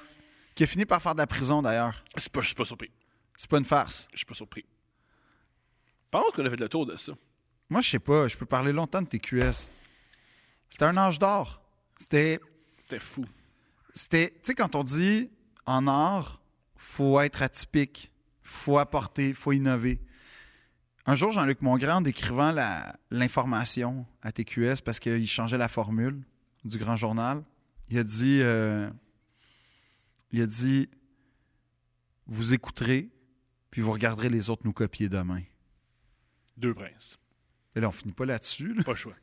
Qui a fini par faire de la prison, d'ailleurs.
C'est pas- Je suis pas surpris.
C'est pas une farce.
Je suis pas surpris. Par contre, qu'on a fait le tour de ça.
Moi, je sais pas. Je peux parler longtemps de TQS. C'était un âge d'or. C'était.
C'était fou.
c'était, tu sais, quand on dit en art, faut être atypique, faut apporter, faut innover. Un jour, Jean-Luc Mongrain, en décrivant la- l'information à TQS parce qu'il changeait la formule du grand journal, il a dit, euh, il a dit, vous écouterez, Puis vous regarderez les autres nous copier demain.
Deux princes.
Et là, on finit pas là-dessus. là.
Pas le choix.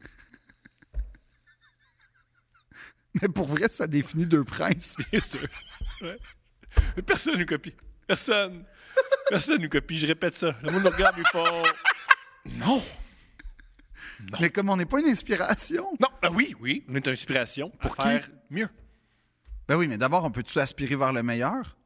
Mais pour vrai, ça définit deux princes.
Bien sûr. Ouais. Mais Personne nous copie. Personne. Personne nous copie. Je répète ça. Le monde nous regarde plus fort. Non.
Mais comme on n'est pas une inspiration.
Non. Ben oui, oui. On est une inspiration pour
qui?
faire mieux.
Ben oui, mais d'abord, on peut-tu aspirer vers le meilleur?